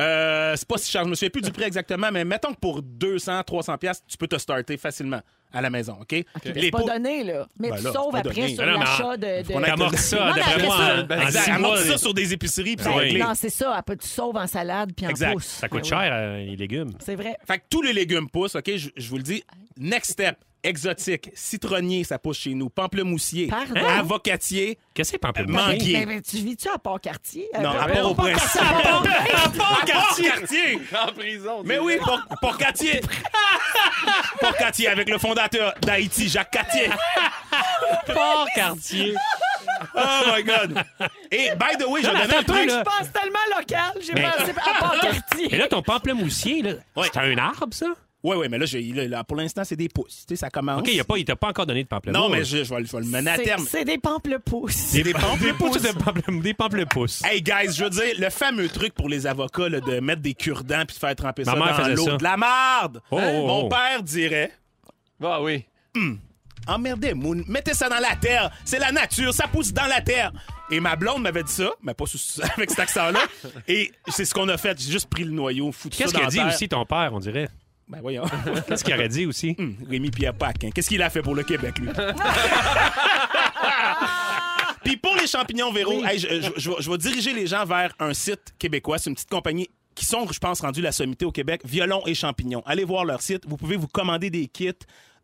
Speaker 2: euh, c'est pas si cher. Je me souviens plus du prix exactement, mais mettons que pour 200, 300 piastres, tu peux te starter facilement à la maison, OK?
Speaker 1: Mais
Speaker 2: Les
Speaker 1: ben C'est pas
Speaker 2: pots-
Speaker 1: donné, là. Mais
Speaker 2: Ben
Speaker 1: tu
Speaker 2: là, c'est
Speaker 1: sauves
Speaker 2: pas
Speaker 1: après
Speaker 2: donné.
Speaker 1: sur
Speaker 3: Ben non, mais
Speaker 1: l'achat de. de-
Speaker 2: on a-
Speaker 3: T'amorces
Speaker 1: Non,
Speaker 3: ça, d'après
Speaker 1: mais
Speaker 3: moi,
Speaker 1: après
Speaker 3: en-
Speaker 1: ça-
Speaker 3: en
Speaker 2: hein. Exact.
Speaker 3: Ben, six
Speaker 2: Amortis
Speaker 3: mois,
Speaker 2: ça sur des épiceries, puis c'est
Speaker 3: Oui.
Speaker 2: réglé.
Speaker 1: Non, c'est ça. après, tu sauves en salade puis en
Speaker 2: Exact.
Speaker 1: pousse.
Speaker 3: ça coûte
Speaker 1: Ben oui.
Speaker 3: cher, euh, les légumes.
Speaker 1: C'est vrai.
Speaker 2: Fait que tous les légumes poussent, OK? Je, je vous le dis. Next step, exotique, citronnier, ça pousse chez nous, pamplemoussier,
Speaker 1: Pardon?
Speaker 2: avocatier,
Speaker 3: Qu'est-ce que c'est,
Speaker 1: Ben,
Speaker 2: euh,
Speaker 3: pamplemousse?
Speaker 2: manguier.
Speaker 1: Mais, mais tu vis-tu à Port-Cartier?
Speaker 2: Non,
Speaker 1: Euh,
Speaker 2: à
Speaker 1: Port-
Speaker 2: Port-au-Prince.
Speaker 1: Port-Cartier, à Port-
Speaker 2: <laughs> Port-Cartier! Port-Cartier!
Speaker 4: <laughs> en prison.
Speaker 2: Mais oui, pour, pour Cartier. <laughs> pour Cartier, avec le fondateur d'Haïti, Jacques Cartier.
Speaker 3: Port quartier.
Speaker 2: Oh my God. Et by the way, je
Speaker 3: Non, mais
Speaker 2: donnais un
Speaker 3: attends,
Speaker 2: truc.
Speaker 3: là.
Speaker 1: Je pense tellement local. J'ai
Speaker 3: Mais-
Speaker 1: pensé à Port-Cartier.
Speaker 3: Et là, ton pamplemoussier, là,
Speaker 2: Ouais.
Speaker 3: c'est un arbre, ça?
Speaker 2: Oui, oui, mais là, j'ai- là, là, pour l'instant, c'est des pouces. Tu sais, ça commence.
Speaker 3: OK, il a pas, il t'a pas encore donné de pamplemousse.
Speaker 2: Non, <laughs> mais je, je vais, le- je vais le mener à
Speaker 1: C'est-
Speaker 2: terme.
Speaker 1: C'est des pamplepousses.
Speaker 3: Des, pamplemousses. Des, pamplem- des pamplemousses.
Speaker 2: Hey guys, je veux dire, le fameux truc pour les avocats là, de mettre des cure-dents puis de faire tremper
Speaker 3: Ma
Speaker 2: ça
Speaker 3: mère
Speaker 2: dans
Speaker 3: faisait ça.
Speaker 2: l'eau de la marde.
Speaker 3: Oh, oh,
Speaker 2: Mon
Speaker 3: oh.
Speaker 2: père dirait
Speaker 4: Ah oui.
Speaker 2: Emmerdez, Moon, mettez ça dans la terre. C'est la nature, ça pousse dans la terre. Et ma blonde m'avait dit ça, mais pas sous- <laughs> avec cet accent-là. Et c'est ce qu'on a fait. J'ai juste pris le noyau, foutu
Speaker 3: Qu'est-ce
Speaker 2: ça
Speaker 3: qu'il
Speaker 2: dans
Speaker 3: a dit
Speaker 2: la terre. Hmm.
Speaker 3: aussi, ton père, on dirait?
Speaker 2: Ben voyons.
Speaker 3: <laughs> Qu'est-ce qu'il aurait dit aussi?
Speaker 2: Rémi Pierre Paquin. Qu'est-ce qu'il a fait pour le Québec, lui? Puis pour les champignons, Véro, hey, je, je- je vais- je vais diriger les gens vers un site québécois. C'est une petite compagnie qui sont, je pense, rendus la sommité au Québec, Violon et champignons. Allez voir leur site. Vous pouvez vous commander des kits.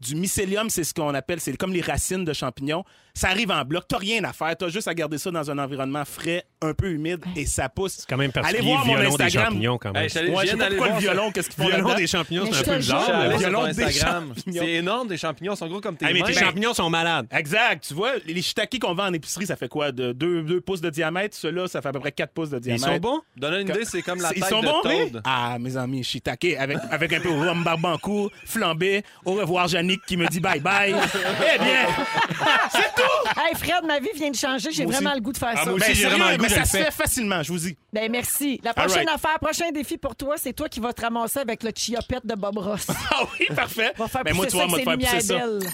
Speaker 2: Du mycélium, c'est ce qu'on appelle, c'est comme les racines de champignons. Ça arrive en bloc. T'as rien à faire. T'as juste à garder ça dans un environnement frais, un peu humide, et ça pousse.
Speaker 3: C'est quand même
Speaker 2: Allez
Speaker 3: particulier,
Speaker 2: voir mon
Speaker 3: violon des
Speaker 2: Instagram.
Speaker 3: champignons, quand même.
Speaker 4: Hey, je
Speaker 2: Ouais, je sais
Speaker 4: viens
Speaker 2: pas
Speaker 4: d'aller
Speaker 2: pourquoi le
Speaker 4: voir ça.
Speaker 2: violon, qu'est-ce qu'ils font
Speaker 3: violon
Speaker 2: là-dedans.
Speaker 3: des champignons,
Speaker 1: Mais
Speaker 3: c'est
Speaker 1: je
Speaker 3: un peu
Speaker 1: te
Speaker 3: bizarre.
Speaker 1: jure,
Speaker 3: mais-
Speaker 4: J'allais sur
Speaker 2: Violon
Speaker 4: ton
Speaker 2: des
Speaker 4: Instagram.
Speaker 2: champignons.
Speaker 4: C'est énorme des champignons, ils sont gros comme tes
Speaker 2: Hey, mais
Speaker 4: mains.
Speaker 2: tes
Speaker 4: Ben,
Speaker 3: champignons sont malades.
Speaker 2: Exact. Tu vois, les shiitake qu'on vend en épicerie, ça fait quoi? De 2 pouces de diamètre. Ceux-là, ça fait à peu près 4 pouces de
Speaker 3: Ils
Speaker 2: diamètre.
Speaker 3: sont bons?
Speaker 4: Donne une idée, c'est comme la
Speaker 2: C'est-
Speaker 4: tête
Speaker 2: Ils sont
Speaker 4: de
Speaker 2: bons, oui?
Speaker 4: Toad.
Speaker 2: Ah, mes amis, shiitake avec, avec un peu de rhum barbancourt, flambé. Au revoir, Yannick qui me
Speaker 3: <laughs>
Speaker 2: dit bye-bye. eh bien, c'est tout!
Speaker 1: <laughs> Hey Fred, ma vie vient de changer. J'ai
Speaker 2: Moi aussi.
Speaker 1: vraiment le goût de faire ça.
Speaker 3: Ah, moi aussi,
Speaker 2: Ben,
Speaker 3: j'ai
Speaker 2: sérieux,
Speaker 3: vraiment le goût,
Speaker 2: mais
Speaker 3: je
Speaker 2: ça
Speaker 3: le
Speaker 2: se
Speaker 3: fais.
Speaker 2: fait facilement, je vous dis.
Speaker 1: Ben merci. La prochaine
Speaker 2: All right.
Speaker 1: affaire, prochain défi pour toi, c'est toi qui vas te ramasser avec le chiopette de Bob Ross.
Speaker 2: <laughs> Ah oui, parfait.
Speaker 1: Va faire
Speaker 2: Ben, moi,
Speaker 1: pousser
Speaker 2: tu vois,
Speaker 1: ça,
Speaker 2: moi,
Speaker 1: que
Speaker 2: te faire
Speaker 1: c'est
Speaker 2: pousser ça.
Speaker 1: lumière belle.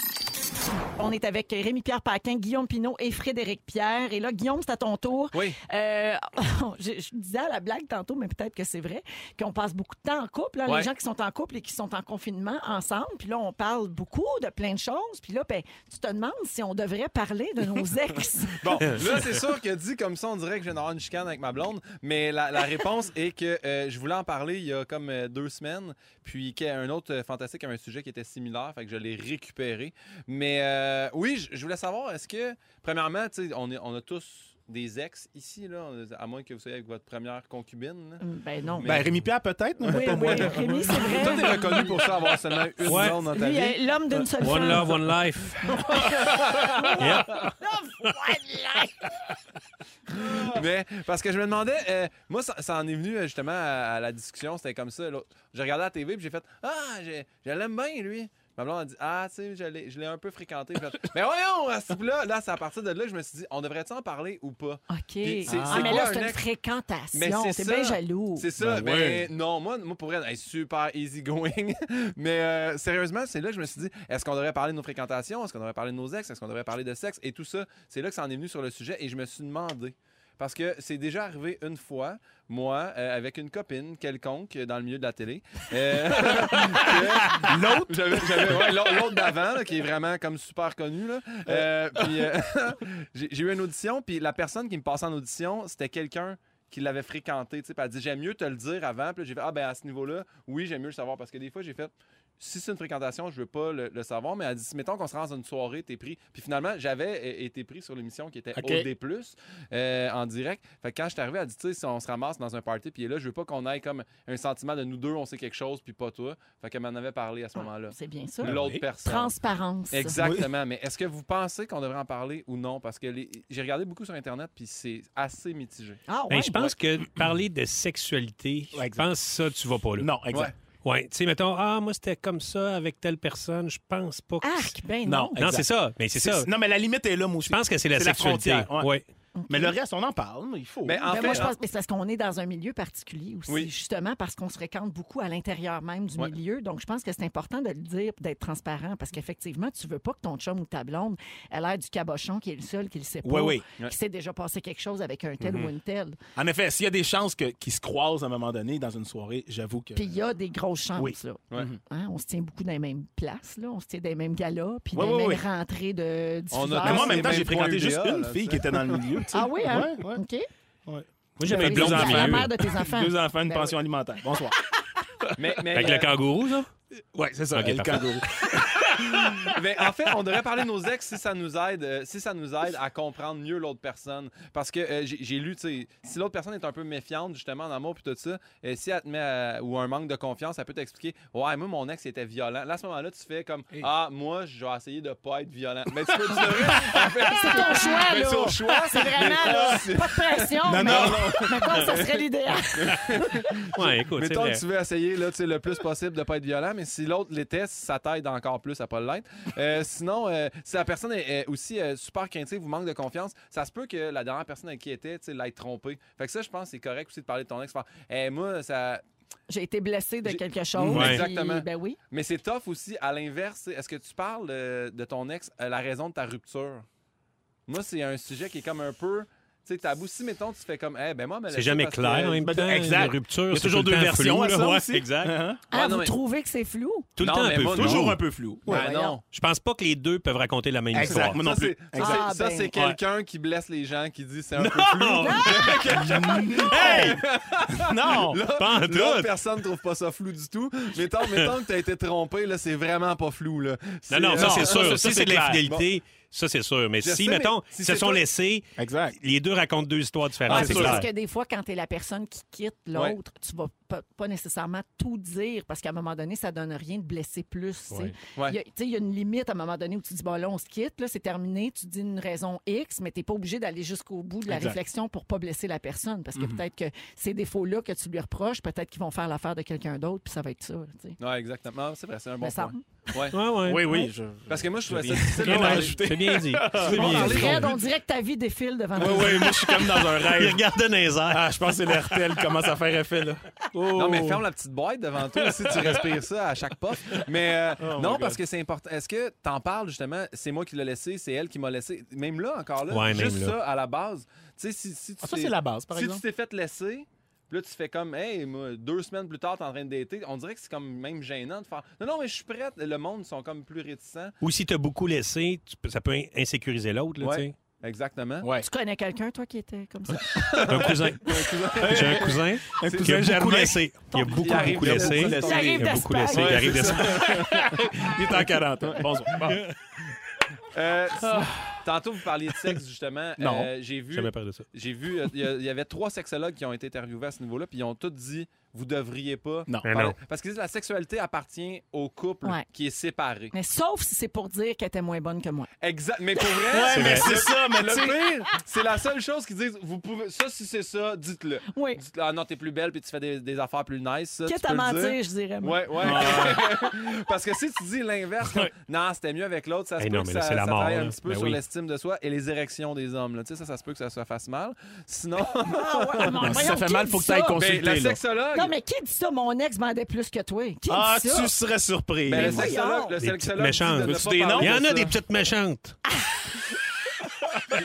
Speaker 1: On est avec Rémi-Pierre Paquin, Guillaume Pinault et Frédéric Pierre. Et là, Guillaume, c'est à ton tour.
Speaker 4: Oui.
Speaker 1: Euh, <laughs> je, je disais à la blague tantôt, mais peut-être que c'est vrai, qu'on passe beaucoup de temps en couple. hein,
Speaker 4: Ouais.
Speaker 1: Les gens qui sont en couple et qui sont en confinement ensemble. Puis là, on parle beaucoup de plein de choses. Puis là, ben, tu te demandes si on devrait parler de
Speaker 2: <laughs>
Speaker 1: nos ex.
Speaker 3: <laughs>
Speaker 4: Bon, là, c'est sûr que dit comme ça, on dirait que j'ai une chicane avec ma blonde, mais la, la réponse est que euh, je voulais en parler il y a comme euh, deux semaines, puis qu'il y a un autre euh, fantastique avait un sujet qui était similaire, fait que je l'ai récupéré. Mais euh, oui, je- je voulais savoir, est-ce que, premièrement, tu sais, on, est- on a tous des ex ici, là, on- à moins que vous soyez avec votre première concubine. là.
Speaker 1: ben non.
Speaker 2: Ben, Rémi Pierre, peut-être, non?
Speaker 1: oui,
Speaker 2: pas
Speaker 1: oui,
Speaker 2: moi.
Speaker 1: Rémi, c'est
Speaker 4: Toi, t'es
Speaker 1: vrai.
Speaker 4: reconnu pour ça, avoir seulement une
Speaker 3: Ouais.
Speaker 4: blonde dans ta
Speaker 1: Lui,
Speaker 4: vie.
Speaker 1: euh, l'homme d'une seule
Speaker 3: One
Speaker 1: femme.
Speaker 3: love, one life. Yeah.
Speaker 4: <laughs> Mais parce que je me demandais, euh, moi, ça, ça en est venu euh, justement à, à la discussion, c'était comme ça. l'autre. J'ai regardé la TV puis j'ai fait Ah, j'ai- je l'aime bien, lui. Ma blonde a dit Ah, tu sais, je l'ai- je l'ai un peu fréquenté. J'ai fait, Mais voyons, à ce là, là c'est à partir de là que je me suis dit On devrait-tu en parler ou pas
Speaker 1: OK.
Speaker 4: Puis c'est-
Speaker 1: ah,
Speaker 4: c'est
Speaker 1: mais
Speaker 4: quoi
Speaker 1: là,
Speaker 4: un
Speaker 1: c'est une
Speaker 4: ex? Mais
Speaker 1: fréquentation.
Speaker 4: c'est
Speaker 1: T'es
Speaker 4: ça.
Speaker 1: bien jaloux.
Speaker 4: C'est ça.
Speaker 2: Ben
Speaker 4: Ben,
Speaker 2: ouais.
Speaker 4: non, moi, moi, pour elle, elle est super easy going. <laughs> Mais euh, sérieusement, c'est là que je me suis dit est-ce qu'on devrait parler de nos fréquentations Est-ce qu'on devrait parler de nos ex Est-ce qu'on devrait parler de sexe Et tout ça, c'est là que ça en est venu sur le sujet et je me suis demandé. Parce que c'est déjà arrivé une fois, moi, euh, avec une copine quelconque euh, dans le milieu de la télé. euh, <laughs> l'autre? l'autre d'avant, là, qui est vraiment comme super connu. là. Euh, puis, euh, <laughs> j'ai j'ai eu une audition, puis la personne qui me passait en audition, c'était quelqu'un qui l'avait fréquenté. tu sais, Puis elle a dit J'aime mieux te le dire avant. Puis là, j'ai fait Ah, ben à ce niveau-là, oui, j'aime mieux le savoir. Parce que des fois, j'ai fait Si c'est une fréquentation, je veux pas le, le savoir. Mais elle a dit Mettons qu'on se rend dans une soirée, t'es pris. Puis finalement, j'avais euh, été pris sur l'émission qui était
Speaker 3: OK.
Speaker 4: OD, euh, en direct. Fait que quand je suis arrivé, elle a dit Tu sais, si on se ramasse dans un party, puis là, je veux pas qu'on aille comme un sentiment de nous deux, on sait quelque chose, puis pas toi. Fait qu'elle m'en avait parlé à ce moment-là.
Speaker 1: C'est bien ça.
Speaker 4: L'autre
Speaker 3: Oui.
Speaker 4: personne.
Speaker 1: Transparence.
Speaker 4: Exactement. Mais est-ce que vous pensez qu'on devrait en parler ou non? Parce que les- j'ai regardé beaucoup sur Internet, puis c'est assez mitigé.
Speaker 1: Ah
Speaker 3: Ben,
Speaker 1: ouais.
Speaker 3: je pense que parler de sexualité,
Speaker 2: Ouais,
Speaker 3: je
Speaker 2: exact.
Speaker 3: pense ça, tu vas pas là.
Speaker 2: Non, exact.
Speaker 3: Ouais, tu sais, mettons, ah, moi, c'était comme ça avec telle personne, je pense pas que.
Speaker 1: Arc, ben
Speaker 2: Ah, Non.
Speaker 1: non.
Speaker 3: Non,
Speaker 2: Exact.
Speaker 3: c'est ça, mais c'est ça.
Speaker 2: Non, mais la limite est là, moi aussi.
Speaker 3: Je pense que c'est la
Speaker 2: C'est la
Speaker 3: sexualité.
Speaker 2: frontière, ouais.
Speaker 3: ouais.
Speaker 2: Mais le reste, on en parle, il faut.
Speaker 4: Mais en
Speaker 1: Ben,
Speaker 4: fait,
Speaker 1: moi, je pense mais c'est parce qu'on est dans un milieu particulier aussi,
Speaker 4: Oui.
Speaker 1: justement parce qu'on se fréquente beaucoup à l'intérieur même du
Speaker 4: Ouais.
Speaker 1: milieu. Donc, je pense que c'est important de le dire, puis d'être transparent, parce qu'effectivement, tu veux pas que ton chum ou ta blonde ait l'air du cabochon qui est le seul qui le sait pas,
Speaker 2: Oui, oui.
Speaker 1: qui s'est déjà passé quelque chose avec un tel ou une telle.
Speaker 2: En effet, s'il y a des chances que- qu'ils se croisent à un moment donné dans une soirée, j'avoue que.
Speaker 1: Puis il y a des grosses chances.
Speaker 2: Oui.
Speaker 1: Là.
Speaker 4: Ouais.
Speaker 1: Hein, on se tient beaucoup dans les mêmes places, là. on se tient dans les mêmes galas, puis
Speaker 2: Ouais,
Speaker 1: dans
Speaker 2: ouais,
Speaker 1: les
Speaker 2: ouais.
Speaker 1: mêmes rentrées de
Speaker 4: On a
Speaker 1: diffuseurs.
Speaker 2: Mais moi, en
Speaker 4: c'est
Speaker 2: Ah, même temps,
Speaker 4: même
Speaker 2: j'ai
Speaker 4: pas
Speaker 2: fréquenté
Speaker 4: UDA,
Speaker 2: juste une
Speaker 4: là,
Speaker 2: fille
Speaker 4: ça.
Speaker 2: qui était dans le milieu. tu sais.
Speaker 1: Ah oui, hein?
Speaker 2: Ouais, ouais.
Speaker 1: OK.
Speaker 2: Moi,
Speaker 3: j'avais
Speaker 2: deux
Speaker 3: deux
Speaker 2: enfants.
Speaker 3: enfants.
Speaker 1: la mère de tes enfants.
Speaker 2: Deux enfants, une
Speaker 1: Ben
Speaker 2: pension alimentaire. <laughs> Bonsoir.
Speaker 4: mais, mais,
Speaker 3: Avec le
Speaker 4: euh,
Speaker 3: kangourou, ça?
Speaker 2: Ouais, c'est ça.
Speaker 3: Ok,
Speaker 2: le
Speaker 3: parfait.
Speaker 2: kangourou.
Speaker 4: mais en fait, on devrait parler de nos ex si ça nous aide, euh, si ça nous aide à comprendre mieux l'autre personne. Parce que euh, j'ai j'ai lu, tu sais, si l'autre personne est un peu méfiante justement en amour puis tout ça, et si elle te met à- ou un manque de confiance, elle peut t'expliquer, ouais, moi mon ex il était violent. Là à ce moment-là, tu fais comme, ah, moi je vais essayer de pas être violent. Mais tu peux tu devrais- en fait,
Speaker 1: C'est ton choix,
Speaker 4: mais
Speaker 1: là.
Speaker 4: c'est au choix.
Speaker 1: Ah, C'est vraiment, là, pas de pression. mais
Speaker 2: Non, non,
Speaker 1: mettons, ça serait l'idéal.
Speaker 3: Ouais, écoute, c'est
Speaker 4: Mettons
Speaker 3: vrai.
Speaker 4: que tu veux essayer là, tu sais, le plus possible de pas être violent, mais si l'autre l'était, ça t'aide encore plus à pas l'être. Euh, sinon, euh, si la personne est, est aussi euh, super craintive ou manque de confiance, ça se peut que la dernière personne avec qui elle était, tu sais, l'ait trompée. Fait que ça, je pense, que c'est correct aussi de parler de ton ex. Faire, Eh, moi, ça.
Speaker 1: J'ai été blessé de
Speaker 4: J'ai-
Speaker 1: quelque chose.
Speaker 3: Ouais.
Speaker 1: puis,
Speaker 4: Exactement.
Speaker 1: Ben oui.
Speaker 4: Mais c'est tough aussi. À l'inverse, c'est, est-ce que tu parles euh, de ton ex euh, la raison de ta rupture Moi, c'est un sujet qui est comme un peu, tu sais, tabou. Si mettons, tu fais comme, eh, ben moi, elle me
Speaker 3: C'est
Speaker 4: laissait
Speaker 3: jamais
Speaker 4: parce que-
Speaker 3: clair hein. en même
Speaker 2: ben,
Speaker 3: temps.
Speaker 2: exact.
Speaker 3: Une rupture,
Speaker 2: Il y a
Speaker 3: c'est
Speaker 2: toujours
Speaker 3: tout
Speaker 2: deux
Speaker 3: le temps
Speaker 2: versions
Speaker 3: flou,
Speaker 2: à
Speaker 3: là.
Speaker 2: ça
Speaker 3: Ouais,
Speaker 2: aussi.
Speaker 3: Exact.
Speaker 2: Hein?
Speaker 1: Ah,
Speaker 4: Ouais, non,
Speaker 1: vous
Speaker 4: mais-
Speaker 1: trouvez que c'est flou?
Speaker 3: Tout le
Speaker 4: Non,
Speaker 3: temps un
Speaker 4: mais
Speaker 3: peu
Speaker 4: moi,
Speaker 3: flou.
Speaker 4: non.
Speaker 2: Toujours un peu flou.
Speaker 4: Ouais,
Speaker 2: Ouais.
Speaker 4: non.
Speaker 3: Je pense pas que les deux peuvent raconter la même
Speaker 2: Exact,
Speaker 3: histoire.
Speaker 2: moi non
Speaker 4: Ça,
Speaker 2: plus.
Speaker 4: c'est- ça,
Speaker 2: Exact.
Speaker 1: Ah,
Speaker 4: c'est- ça,
Speaker 1: ben.
Speaker 4: c'est quelqu'un qui blesse les gens, qui dit c'est un peu flou.
Speaker 3: Non!
Speaker 2: <laughs>
Speaker 3: Hey!
Speaker 2: Non!
Speaker 3: Pas en
Speaker 4: Là,
Speaker 3: tout.
Speaker 4: personne trouve pas ça flou du tout. Mettons, mettons que t'as été trompé, là, c'est vraiment pas flou, là. euh,
Speaker 3: Non, non, ça,
Speaker 2: Non,
Speaker 3: c'est
Speaker 2: ça,
Speaker 3: sûr.
Speaker 2: ça,
Speaker 3: Si
Speaker 2: c'est
Speaker 3: c'est de
Speaker 2: clair.
Speaker 3: l'infidélité, ça, c'est sûr. Mais
Speaker 4: Je
Speaker 3: si,
Speaker 4: sais, mais
Speaker 3: mettons,
Speaker 4: si
Speaker 3: ils
Speaker 4: c'est
Speaker 3: se sont
Speaker 4: toi-
Speaker 3: laissés,
Speaker 2: Exact.
Speaker 3: les deux racontent deux histoires différentes.
Speaker 2: Ah,
Speaker 3: c'est
Speaker 2: c'est
Speaker 3: clair.
Speaker 1: Parce que des fois, quand tu es la personne qui quitte l'autre, tu vas pas, pas nécessairement tout dire parce qu'à un moment donné, ça donne rien de blesser plus. tu sais.
Speaker 3: Ouais.
Speaker 4: Ouais.
Speaker 1: Il y a- tu sais, Il y a une limite à un moment donné où tu dis, bon, là, on se quitte, là, c'est terminé, tu dis une raison X, mais tu pas obligé d'aller jusqu'au bout de la
Speaker 2: Exact.
Speaker 1: réflexion pour pas blesser la personne parce que peut-être que ces défauts-là que tu lui reproches, peut-être qu'ils vont faire l'affaire de quelqu'un d'autre, puis ça va être ça. tu sais.
Speaker 4: Ouais, exactement. C'est vrai, c'est un bon
Speaker 1: Mais ça-
Speaker 4: point.
Speaker 3: Ouais, ouais.
Speaker 2: Oui, oui. je-
Speaker 4: Parce que moi, je trouvais ça
Speaker 3: Bien
Speaker 4: difficile
Speaker 3: bien
Speaker 4: d'en
Speaker 3: dit.
Speaker 4: parler.
Speaker 3: C'est bien <laughs> dit. C'est
Speaker 4: Bon,
Speaker 3: bien
Speaker 4: parler-
Speaker 3: dit.
Speaker 1: Fred, on dirait que ta vie défile devant
Speaker 2: Oui,
Speaker 1: toi.
Speaker 2: oui, moi, je suis comme dans un
Speaker 3: Il
Speaker 2: rêve.
Speaker 3: regardait dans les airs.
Speaker 2: Ah, je pense que c'est l'RTL qui commence à faire effet, là.
Speaker 4: Non, mais ferme la petite boîte devant toi si tu respires ça à chaque pas. Mais euh,
Speaker 3: Oh
Speaker 2: my
Speaker 4: non,
Speaker 2: God.
Speaker 4: parce que c'est important. Est-ce que t'en parles justement? C'est moi qui l'ai laissé, c'est elle qui m'a laissé. Même là, encore là,
Speaker 3: Ouais,
Speaker 4: juste
Speaker 3: même là.
Speaker 4: ça à la base. Tu sais, si, si tu
Speaker 2: Ah, ça,
Speaker 4: t'es-
Speaker 2: c'est la base, par
Speaker 4: si tu
Speaker 2: exemple.
Speaker 4: t'es fait laisser, puis là, tu fais comme, hey, moi, deux semaines plus tard, t'es en train de dater, on dirait que c'est comme même gênant de faire, non, non, mais je suis prête. Le monde sont comme plus réticents.
Speaker 3: Ou si t'as beaucoup laissé, tu peux- ça peut in- insécuriser l'autre. là,
Speaker 4: Ouais.
Speaker 3: tu sais.
Speaker 4: Exactement.
Speaker 2: Ouais.
Speaker 1: Tu connais quelqu'un, toi, qui était comme ça?
Speaker 3: Un cousin. J'ai un cousin
Speaker 2: Un
Speaker 3: qui a
Speaker 2: cousin
Speaker 3: beaucoup
Speaker 2: germain.
Speaker 3: laissé. Il a beaucoup,
Speaker 4: Il arrive
Speaker 3: beaucoup
Speaker 4: de-
Speaker 3: laissé.
Speaker 4: de-
Speaker 1: Il
Speaker 3: Il
Speaker 1: arrive
Speaker 3: a beaucoup
Speaker 1: d'Espagne.
Speaker 3: laissé. Il arrive d'Espagne.
Speaker 2: Il est en 40. ouais. Bonsoir. Bon.
Speaker 4: Euh,
Speaker 2: Ah!
Speaker 4: sinon, tantôt, vous parliez de
Speaker 3: <laughs>
Speaker 4: sexe, justement.
Speaker 2: Non.
Speaker 4: Euh, j'ai vu,
Speaker 3: Jamais parlé de ça.
Speaker 4: j'ai vu, euh, il y a- il y, avait trois sexologues qui ont été interviewés à ce niveau-là, puis ils ont tous dit, vous devriez pas.
Speaker 2: Non.
Speaker 3: Mais
Speaker 4: parler-
Speaker 3: non.
Speaker 4: Parce que la sexualité appartient au couple
Speaker 1: Ouais.
Speaker 4: qui est séparé.
Speaker 1: Mais sauf si c'est pour dire qu'elle était moins bonne que moi.
Speaker 4: Exact.
Speaker 2: <laughs>
Speaker 4: Mais pour vrai,
Speaker 2: Ouais,
Speaker 3: C'est
Speaker 2: mais
Speaker 3: vrai.
Speaker 2: c'est ça, mais tu sais.
Speaker 4: le pire, c'est la seule chose qu'ils disent. Vous pouvez, ça si c'est ça, dites-le.
Speaker 1: Oui.
Speaker 4: Dites-le, ah non, t'es plus belle puis tu fais des, des affaires plus nice. Ça,
Speaker 1: Quitte
Speaker 4: tu
Speaker 1: à
Speaker 4: peux le
Speaker 1: mentir,
Speaker 4: dire.
Speaker 1: je dirais. moi.
Speaker 4: Ouais, ouais. <laughs> Parce que si tu dis l'inverse, comme, non, c'était mieux avec l'autre, ça se
Speaker 3: Eh
Speaker 4: peut
Speaker 3: non,
Speaker 4: que
Speaker 3: mais là,
Speaker 4: ça,
Speaker 3: c'est la
Speaker 4: ça
Speaker 3: mort,
Speaker 4: travaille
Speaker 3: là.
Speaker 4: un petit peu
Speaker 3: Ben
Speaker 4: sur
Speaker 3: oui.
Speaker 4: l'estime de soi et les érections des hommes. Là. Tu sais, Ça, ça se peut que ça se fasse mal.
Speaker 3: <laughs>
Speaker 4: Sinon,
Speaker 1: Ah ouais, non,
Speaker 2: Si
Speaker 1: voyons,
Speaker 2: ça fait
Speaker 1: qui
Speaker 2: mal,
Speaker 1: dit
Speaker 2: faut que tu ailles
Speaker 1: ça?
Speaker 4: ben, la
Speaker 2: consulter, là.
Speaker 4: sexologue.
Speaker 1: Non, mais qui dit ça? Mon ex vendait plus que toi. Qui
Speaker 2: Ah,
Speaker 1: dit ça?
Speaker 2: tu serais surpris.
Speaker 4: Ben, le
Speaker 1: voyons.
Speaker 4: sexologue, le
Speaker 3: Des petites
Speaker 4: sexologue dit de
Speaker 3: méchantes.
Speaker 4: ne
Speaker 3: Veux-tu
Speaker 4: pas
Speaker 2: des
Speaker 3: Il
Speaker 4: parler
Speaker 3: y
Speaker 4: de
Speaker 3: en a
Speaker 4: ça.
Speaker 3: des petites méchantes.
Speaker 2: Il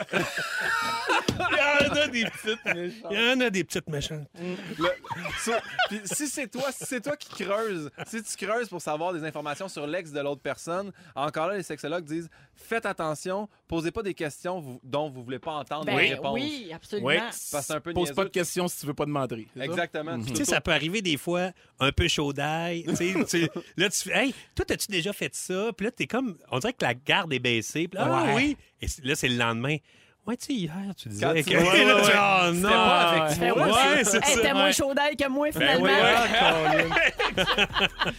Speaker 2: y en a
Speaker 3: en a des petites méchantes. Il y en a des petites méchantes.
Speaker 4: Le- ça- puis si c'est toi, si c'est toi qui creuse, si tu creuses pour savoir des informations sur l'ex de l'autre personne, encore là, les sexologues disent faites attention, posez pas des questions vous- dont vous voulez pas entendre
Speaker 1: Ben
Speaker 4: les réponses.
Speaker 1: oui, absolument.
Speaker 2: Oui.
Speaker 4: Parce que c'est un peu
Speaker 2: Pose pas de Mhm.
Speaker 4: niaiseux.
Speaker 2: questions si tu veux pas de menterie. c'est ça?
Speaker 4: Exactement.
Speaker 3: Tu sais, ça peut arriver des fois un peu chaud d'ail. tu sais, tu- Là, tu fais, hey, toi, as-tu déjà fait ça? Puis là, t'es comme, on dirait que la garde est baissée. Puis là, ah
Speaker 2: Ouais.
Speaker 3: oui. Et c- là, c'est le lendemain. Ouais, tu sais, hier, tu disais
Speaker 4: Quand tu-
Speaker 3: que.
Speaker 4: Ouais, ouais,
Speaker 3: <laughs> Là, tu-
Speaker 4: ouais.
Speaker 3: Oh, non.
Speaker 4: pas avec
Speaker 1: Ben
Speaker 3: Ouais,
Speaker 1: oui,
Speaker 3: c'est ça.
Speaker 1: Hey, t'as moins
Speaker 3: Ouais.
Speaker 1: chaud d'ail que moi, finalement. Ben,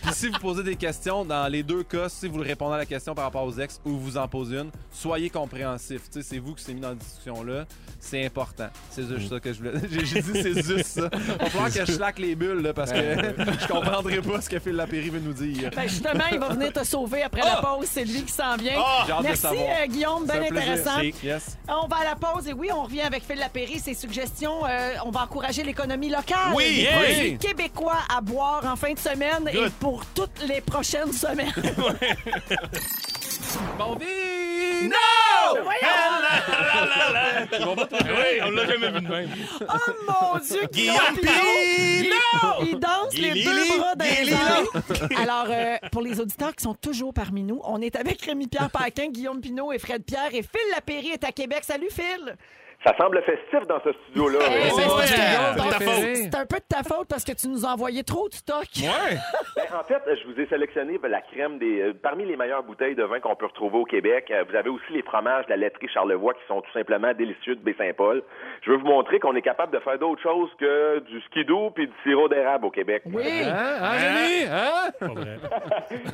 Speaker 4: Puis si vous posez des questions, dans les deux cas, si vous répondez à la question par rapport aux ex ou vous en posez une, soyez compréhensif. Tu sais, c'est vous qui s'est mis dans la discussion-là. C'est important. C'est juste ça que je voulais. <laughs> J'ai j'ai dit c'est
Speaker 2: <laughs>
Speaker 4: juste ça. On va falloir que je slack les bulles là, parce que <laughs> je comprendrai pas ce que Phil Lapéry veut nous dire.
Speaker 1: Ben, justement, il va venir te sauver après la pause. C'est lui qui s'en vient.
Speaker 4: J'ai hâte de
Speaker 1: Merci,
Speaker 4: savoir.
Speaker 1: euh, Guillaume.
Speaker 4: C'est
Speaker 1: Bien
Speaker 4: un plaisir.
Speaker 1: intéressant.
Speaker 4: Yes.
Speaker 1: Ah, On va à la pause et oui, on revient avec Phil Lapéry, ses suggestions. Euh, on va encourager l'économie locale.
Speaker 3: Oui,
Speaker 1: Des
Speaker 3: oui.
Speaker 1: produits québécois à boire en fin de semaine et pour toutes les prochaines
Speaker 3: <laughs>
Speaker 1: semaines.
Speaker 4: Bon vite!
Speaker 1: Ben
Speaker 3: Oui, on l'a jamais vu de même.
Speaker 1: oh mon Dieu, Guillaume
Speaker 9: Oh!
Speaker 1: Pinault! Il danse les deux bras d'un <laughs> Alors, euh, pour les auditeurs qui sont toujours parmi nous, on est avec
Speaker 9: <laughs>
Speaker 1: Rémi-Pierre Paquin, Guillaume Pinault et Fred Pierre. Et Phil Lapéry est à Québec. Salut, Phil!
Speaker 9: Ça semble festif dans ce studio-là.
Speaker 1: Eh, ben, c'est parce que,
Speaker 3: ouais,
Speaker 1: Guillaume,
Speaker 3: c'est ta
Speaker 1: ben,
Speaker 3: faute.
Speaker 1: C'est un peu de ta faute parce que tu nous as envoyé trop de stock.
Speaker 9: Ben, en fait, je vous ai sélectionné ben, la crème des euh, parmi les meilleures bouteilles de vin qu'on peut retrouver au Québec. euh, Vous avez aussi les fromages de la laiterie Charlevoix qui sont tout simplement délicieux de Baie-Saint-Paul. Je veux vous montrer qu'on est capable de faire d'autres choses que du skidoo puis du sirop d'érable au Québec.
Speaker 1: Oui!
Speaker 4: Hein? Hein, Rémi? Hein?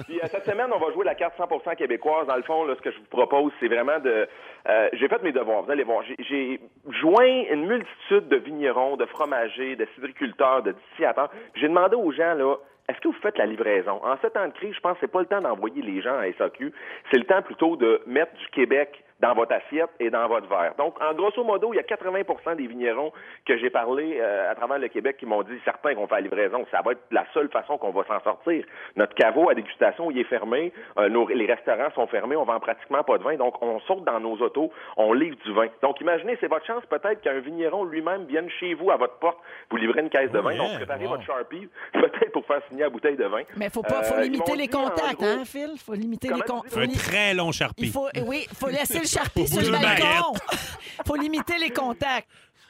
Speaker 9: Puis, euh, cette semaine, on va jouer la carte 100% québécoise. Dans le fond, là, ce que je vous propose, c'est vraiment de... euh, j'ai fait mes devoirs, vous allez voir. J'ai, j'ai joint une multitude de vignerons, de fromagers, de cidriculteurs, de distillateurs. Puis J'ai demandé aux gens, là, est-ce que vous faites la livraison? En ce temps de crise, je pense que c'est pas le temps d'envoyer les gens à SAQ. C'est le temps plutôt de mettre du Québec dans votre assiette et dans votre verre. Donc, en grosso modo, il y a 80 des vignerons que j'ai parlé euh, à travers le Québec qui m'ont dit certains qu'on fait la livraison. Ça va être la seule façon qu'on va s'en sortir. Notre caveau à dégustation, il est fermé. Euh, nos- les restaurants sont fermés. On vend pratiquement pas de vin. Donc, on saute dans nos autos. On livre du vin. Donc, imaginez, c'est votre chance peut-être qu'un vigneron lui-même vienne chez vous à votre porte. Vous livrez une caisse de vin. donc, préparez votre Sharpie <laughs> peut-être pour faire signer la bouteille de vin.
Speaker 1: Mais faut pas, faut
Speaker 9: Euh, ils
Speaker 1: limiter
Speaker 9: m'ont
Speaker 1: les
Speaker 9: dit, en
Speaker 1: contacts,
Speaker 9: gros-
Speaker 1: hein, Phil? Faut limiter les
Speaker 9: Comment
Speaker 1: contacts.
Speaker 9: tu
Speaker 3: Un très long charpie.
Speaker 1: Il faut, eh oui, faut laisser
Speaker 9: <laughs>
Speaker 1: le charpie sur
Speaker 3: bout
Speaker 1: le
Speaker 3: d'une
Speaker 1: balcon. <laughs> faut limiter les contacts.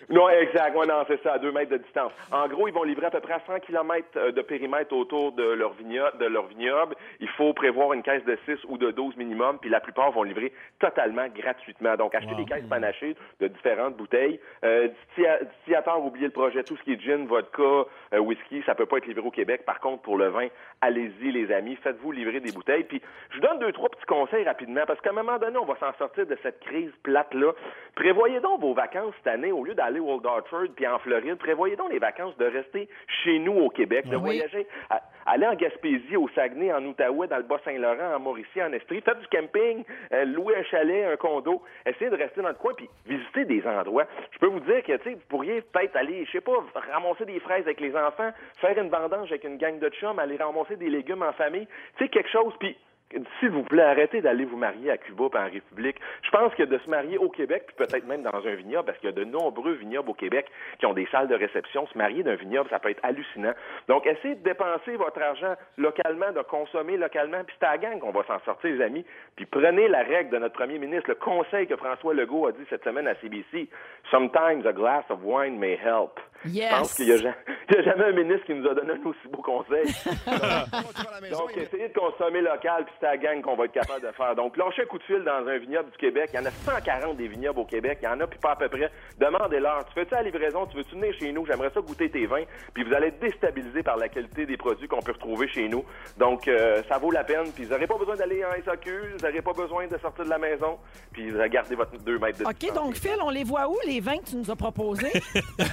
Speaker 9: Non, exact. Ouais, non, c'est ça, à deux mètres de distance. En gros, ils vont livrer à peu près à 100 km de périmètre autour de leur, vigno- de leur vignoble. Il faut prévoir une caisse de 6 ou de 12 minimum, puis la plupart vont livrer totalement gratuitement. Donc, acheter des caisses panachées de différentes bouteilles. Euh, distillat- Distillateurs, oubliez le projet. Tout ce qui est gin, vodka, euh, whisky, ça peut pas être livré au Québec. Par contre, pour le vin, allez-y, les amis. Faites-vous livrer des bouteilles. Puis, je vous donne deux, trois petits conseils rapidement, parce qu'à un moment donné, on va s'en sortir de cette crise plate-là. Prévoyez donc vos vacances cette année, au lieu d'aller au Old Orchard puis en Floride, prévoyez donc les vacances de rester chez nous au Québec, de voyager, à- aller en Gaspésie, au Saguenay, en Outaouais, dans le Bas-Saint-Laurent, en Mauricie, en Estrie. Faites du camping, euh, louez un chalet, un condo. Essayez de rester dans le coin puis visitez des endroits. Je peux vous dire que, tu sais, vous pourriez peut-être aller, je sais pas, ramasser des fraises avec les enfants, faire une vendange avec une gang de chums, aller ramasser des légumes en famille. Tu sais, quelque chose, puis s'il vous plaît, arrêtez d'aller vous marier à Cuba et en République. Je pense que de se marier au Québec, puis peut-être même dans un vignoble, parce qu'il y a de nombreux vignobles au Québec qui ont des salles de réception, se marier d'un vignoble, ça peut être hallucinant. Donc, essayez de dépenser votre argent localement, de consommer localement, puis c'est à la gang qu'on va s'en sortir, les amis. Puis prenez la règle de notre premier ministre, le conseil que François Legault a dit cette semaine à CBC, « Sometimes a glass of wine may help ».
Speaker 1: Yes.
Speaker 9: Je pense qu'il n'y a, ja- il y a jamais un ministre qui nous a donné un aussi beau conseil. Donc, essayez de consommer local, puis c'est à la gang qu'on va être capable de faire. Donc, lâchez un coup de fil dans un vignoble du Québec. Il y en a 140 des vignobles au Québec. Il y en a, puis pas à peu près. Demandez-leur. Tu fais-tu la livraison? Tu veux-tu venir chez nous? J'aimerais ça goûter tes vins. Puis vous allez être déstabilisé par la qualité des produits qu'on peut retrouver chez nous. Donc, euh, ça vaut la peine. Puis vous n'aurez pas besoin d'aller en SAQ. Vous n'aurez pas besoin de sortir de la maison. Puis regardez votre 2 mètres de
Speaker 1: OK,
Speaker 9: distance.
Speaker 1: donc, Phil, on les voit où, les vins que tu nous as proposés?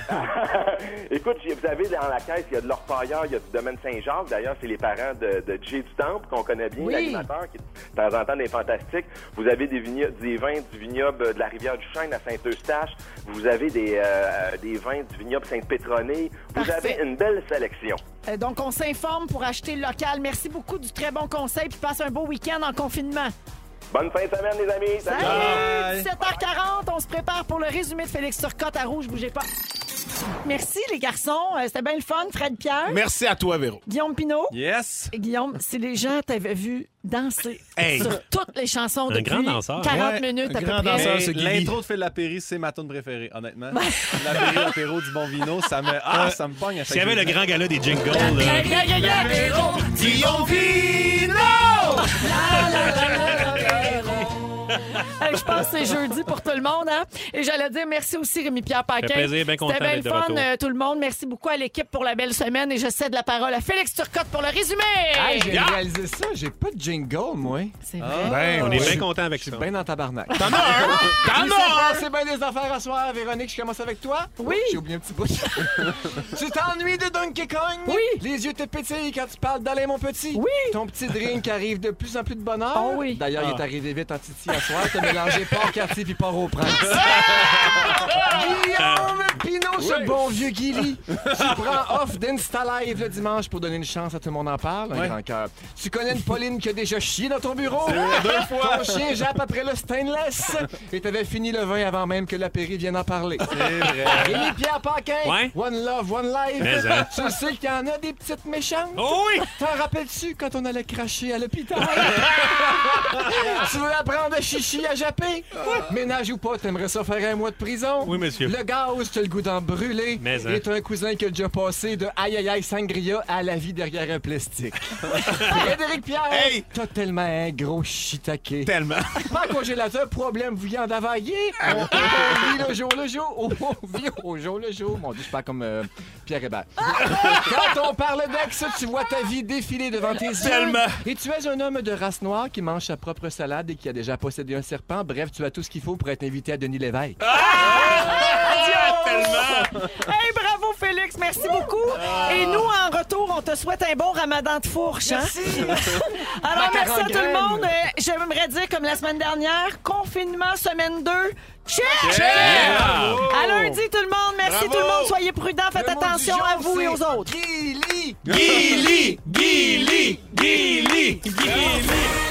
Speaker 9: <laughs> Écoute, j'ai- vous avez dans la caisse, il y a de l'orpailleur, il y a du domaine Saint-Jacques. D'ailleurs, c'est les parents de, de Jay du Temple qu'on connaît bien,
Speaker 1: Oui.
Speaker 9: l'animateur qui, de temps en temps, est fantastique. Vous avez des, vigno- des vins du vignoble euh, de la rivière du Chêne à Saint-Eustache. Vous avez des, euh, des vins du vignoble Sainte-Pétronée. Vous
Speaker 1: Parfait.
Speaker 9: avez une belle sélection.
Speaker 1: Euh, donc, on s'informe pour acheter local. Merci beaucoup du très bon conseil, puis passe un beau week-end en confinement.
Speaker 9: Bonne fin de semaine, les amis. Salut.
Speaker 1: Salut! 17h40, on se prépare pour le résumé de Félix Turcotte à Rouge, bougez pas. Merci les garçons, Euh, c'était bien le fun, Fred Pierre,
Speaker 2: Merci à toi, Véro.
Speaker 1: Guillaume Pinot.
Speaker 4: Yes!
Speaker 1: Guillaume, si les gens t'avaient vu danser
Speaker 2: Hey.
Speaker 1: sur toutes les chansons
Speaker 3: Un
Speaker 1: depuis
Speaker 3: grand danseur.
Speaker 1: 40
Speaker 4: Ouais,
Speaker 1: minutes
Speaker 2: un
Speaker 1: à peu
Speaker 2: grand
Speaker 1: près.
Speaker 2: danseur.
Speaker 4: Mais
Speaker 2: ce Guigui.
Speaker 4: L'intro de Phil Lapéry, c'est ma tune préférée, honnêtement. Lapéry, l'apéro du bon vino, ça me, ah, ça me pogne à chaque
Speaker 3: S'il y avait le
Speaker 4: journée.
Speaker 3: grand gala des jingles, là,
Speaker 1: Hey, Je pense que c'est jeudi pour tout le monde. Hein? Et j'allais dire merci aussi Rémi-Pierre Paquin.
Speaker 3: Fait plaisir, bien content
Speaker 1: C'était bien le
Speaker 3: d'être de
Speaker 1: fun,
Speaker 3: retour.
Speaker 1: euh, tout le monde. Merci beaucoup à l'équipe pour la belle semaine. Et je cède la parole à Félix Turcotte pour le résumé.
Speaker 5: Hey, Ah. j'ai réalisé ça, j'ai pas de jingle, moi.
Speaker 1: C'est vrai.
Speaker 2: Ben,
Speaker 3: on est bien content avec
Speaker 5: Je suis
Speaker 3: ça.
Speaker 5: bien Ben dans tabarnak.
Speaker 2: T'en
Speaker 5: <laughs>
Speaker 2: as un! T'en as un!
Speaker 5: C'est bien des affaires à soir, Véronique. Je commence avec toi.
Speaker 1: Oui.
Speaker 5: J'ai oublié un petit bout. <laughs> tu t'ennuies de Donkey Kong?
Speaker 1: Oui.
Speaker 5: Les yeux te pétillent quand tu parles d'aller, mon petit.
Speaker 1: Oui.
Speaker 5: Ton petit drink arrive de plus en plus de bonheur.
Speaker 1: Oh oui.
Speaker 5: D'ailleurs, il est arrivé vite en titi à soir. T'as mélangé port quartier puis port au prince. Guillaume Pinot, ce bon vieux Guilly. Tu prends off d'Insta Live le dimanche pour donner une chance à tout le monde en parle. Un grand cœur. Tu connais une Pauline qui a déjà chié dans ton bureau. Deux fois. Ton chien jappe après le stainless. Et t'avais fini le vin avant même que l'apéri vienne en parler.
Speaker 4: C'est vrai.
Speaker 5: Rémi Pierre Paquin,
Speaker 3: Ouais.
Speaker 5: One Love, One Life.
Speaker 3: Mais, hein.
Speaker 5: Tu sais qu'il y en a des petites méchantes.
Speaker 3: Oh oui!
Speaker 5: T'en rappelles-tu quand on allait cracher à
Speaker 3: <laughs>
Speaker 5: l'hôpital? tu veux apprendre à chichi à japper? Ménage ou pas, t'aimerais ça faire un mois de prison?
Speaker 3: Oui, monsieur.
Speaker 5: Le gaz, t'as le goût d'en brûler.
Speaker 3: Mais, hein.
Speaker 5: Et t'as un cousin qui a déjà passé de aïe aïe aïe sangria à la vie derrière un plastique. Frédéric Pierre,
Speaker 2: Hey!
Speaker 5: t'as tellement un gros shiitake.
Speaker 2: Tellement. Ah.
Speaker 5: Pas un congélateur, problème viande availlée. On, on vit le jour le jour. On vit au jour le jour. Mon Dieu, je suis pas comme euh, Pierre Hébert. Quand on parle d'ex, tu vois ta vie défiler devant tes yeux.
Speaker 2: Tellement.
Speaker 5: Et tu es un homme de race noire qui mange sa propre salade et qui a déjà possédé un serpent. Bref, tu as tout ce qu'il faut pour être invité à Denis Lévesque. Ben.
Speaker 1: Hey, bravo Félix, merci beaucoup.
Speaker 5: Ah.
Speaker 1: Et nous, en retour, on te souhaite un bon ramadan de fourche. hein? <laughs> Alors,
Speaker 5: Macaron
Speaker 1: merci à tout le
Speaker 5: graine.
Speaker 1: monde. Euh, J'aimerais dire, comme la semaine dernière, confinement, semaine 2. Check!
Speaker 3: Yeah!
Speaker 1: À lundi, tout le monde. Merci
Speaker 2: Bravo!
Speaker 1: tout le monde. Soyez prudents. Faites
Speaker 5: Le mot du
Speaker 1: attention
Speaker 5: jour,
Speaker 1: à vous et
Speaker 5: c'est
Speaker 1: aux autres.
Speaker 5: Guili.
Speaker 3: Guili! Guili! Guili! Guili!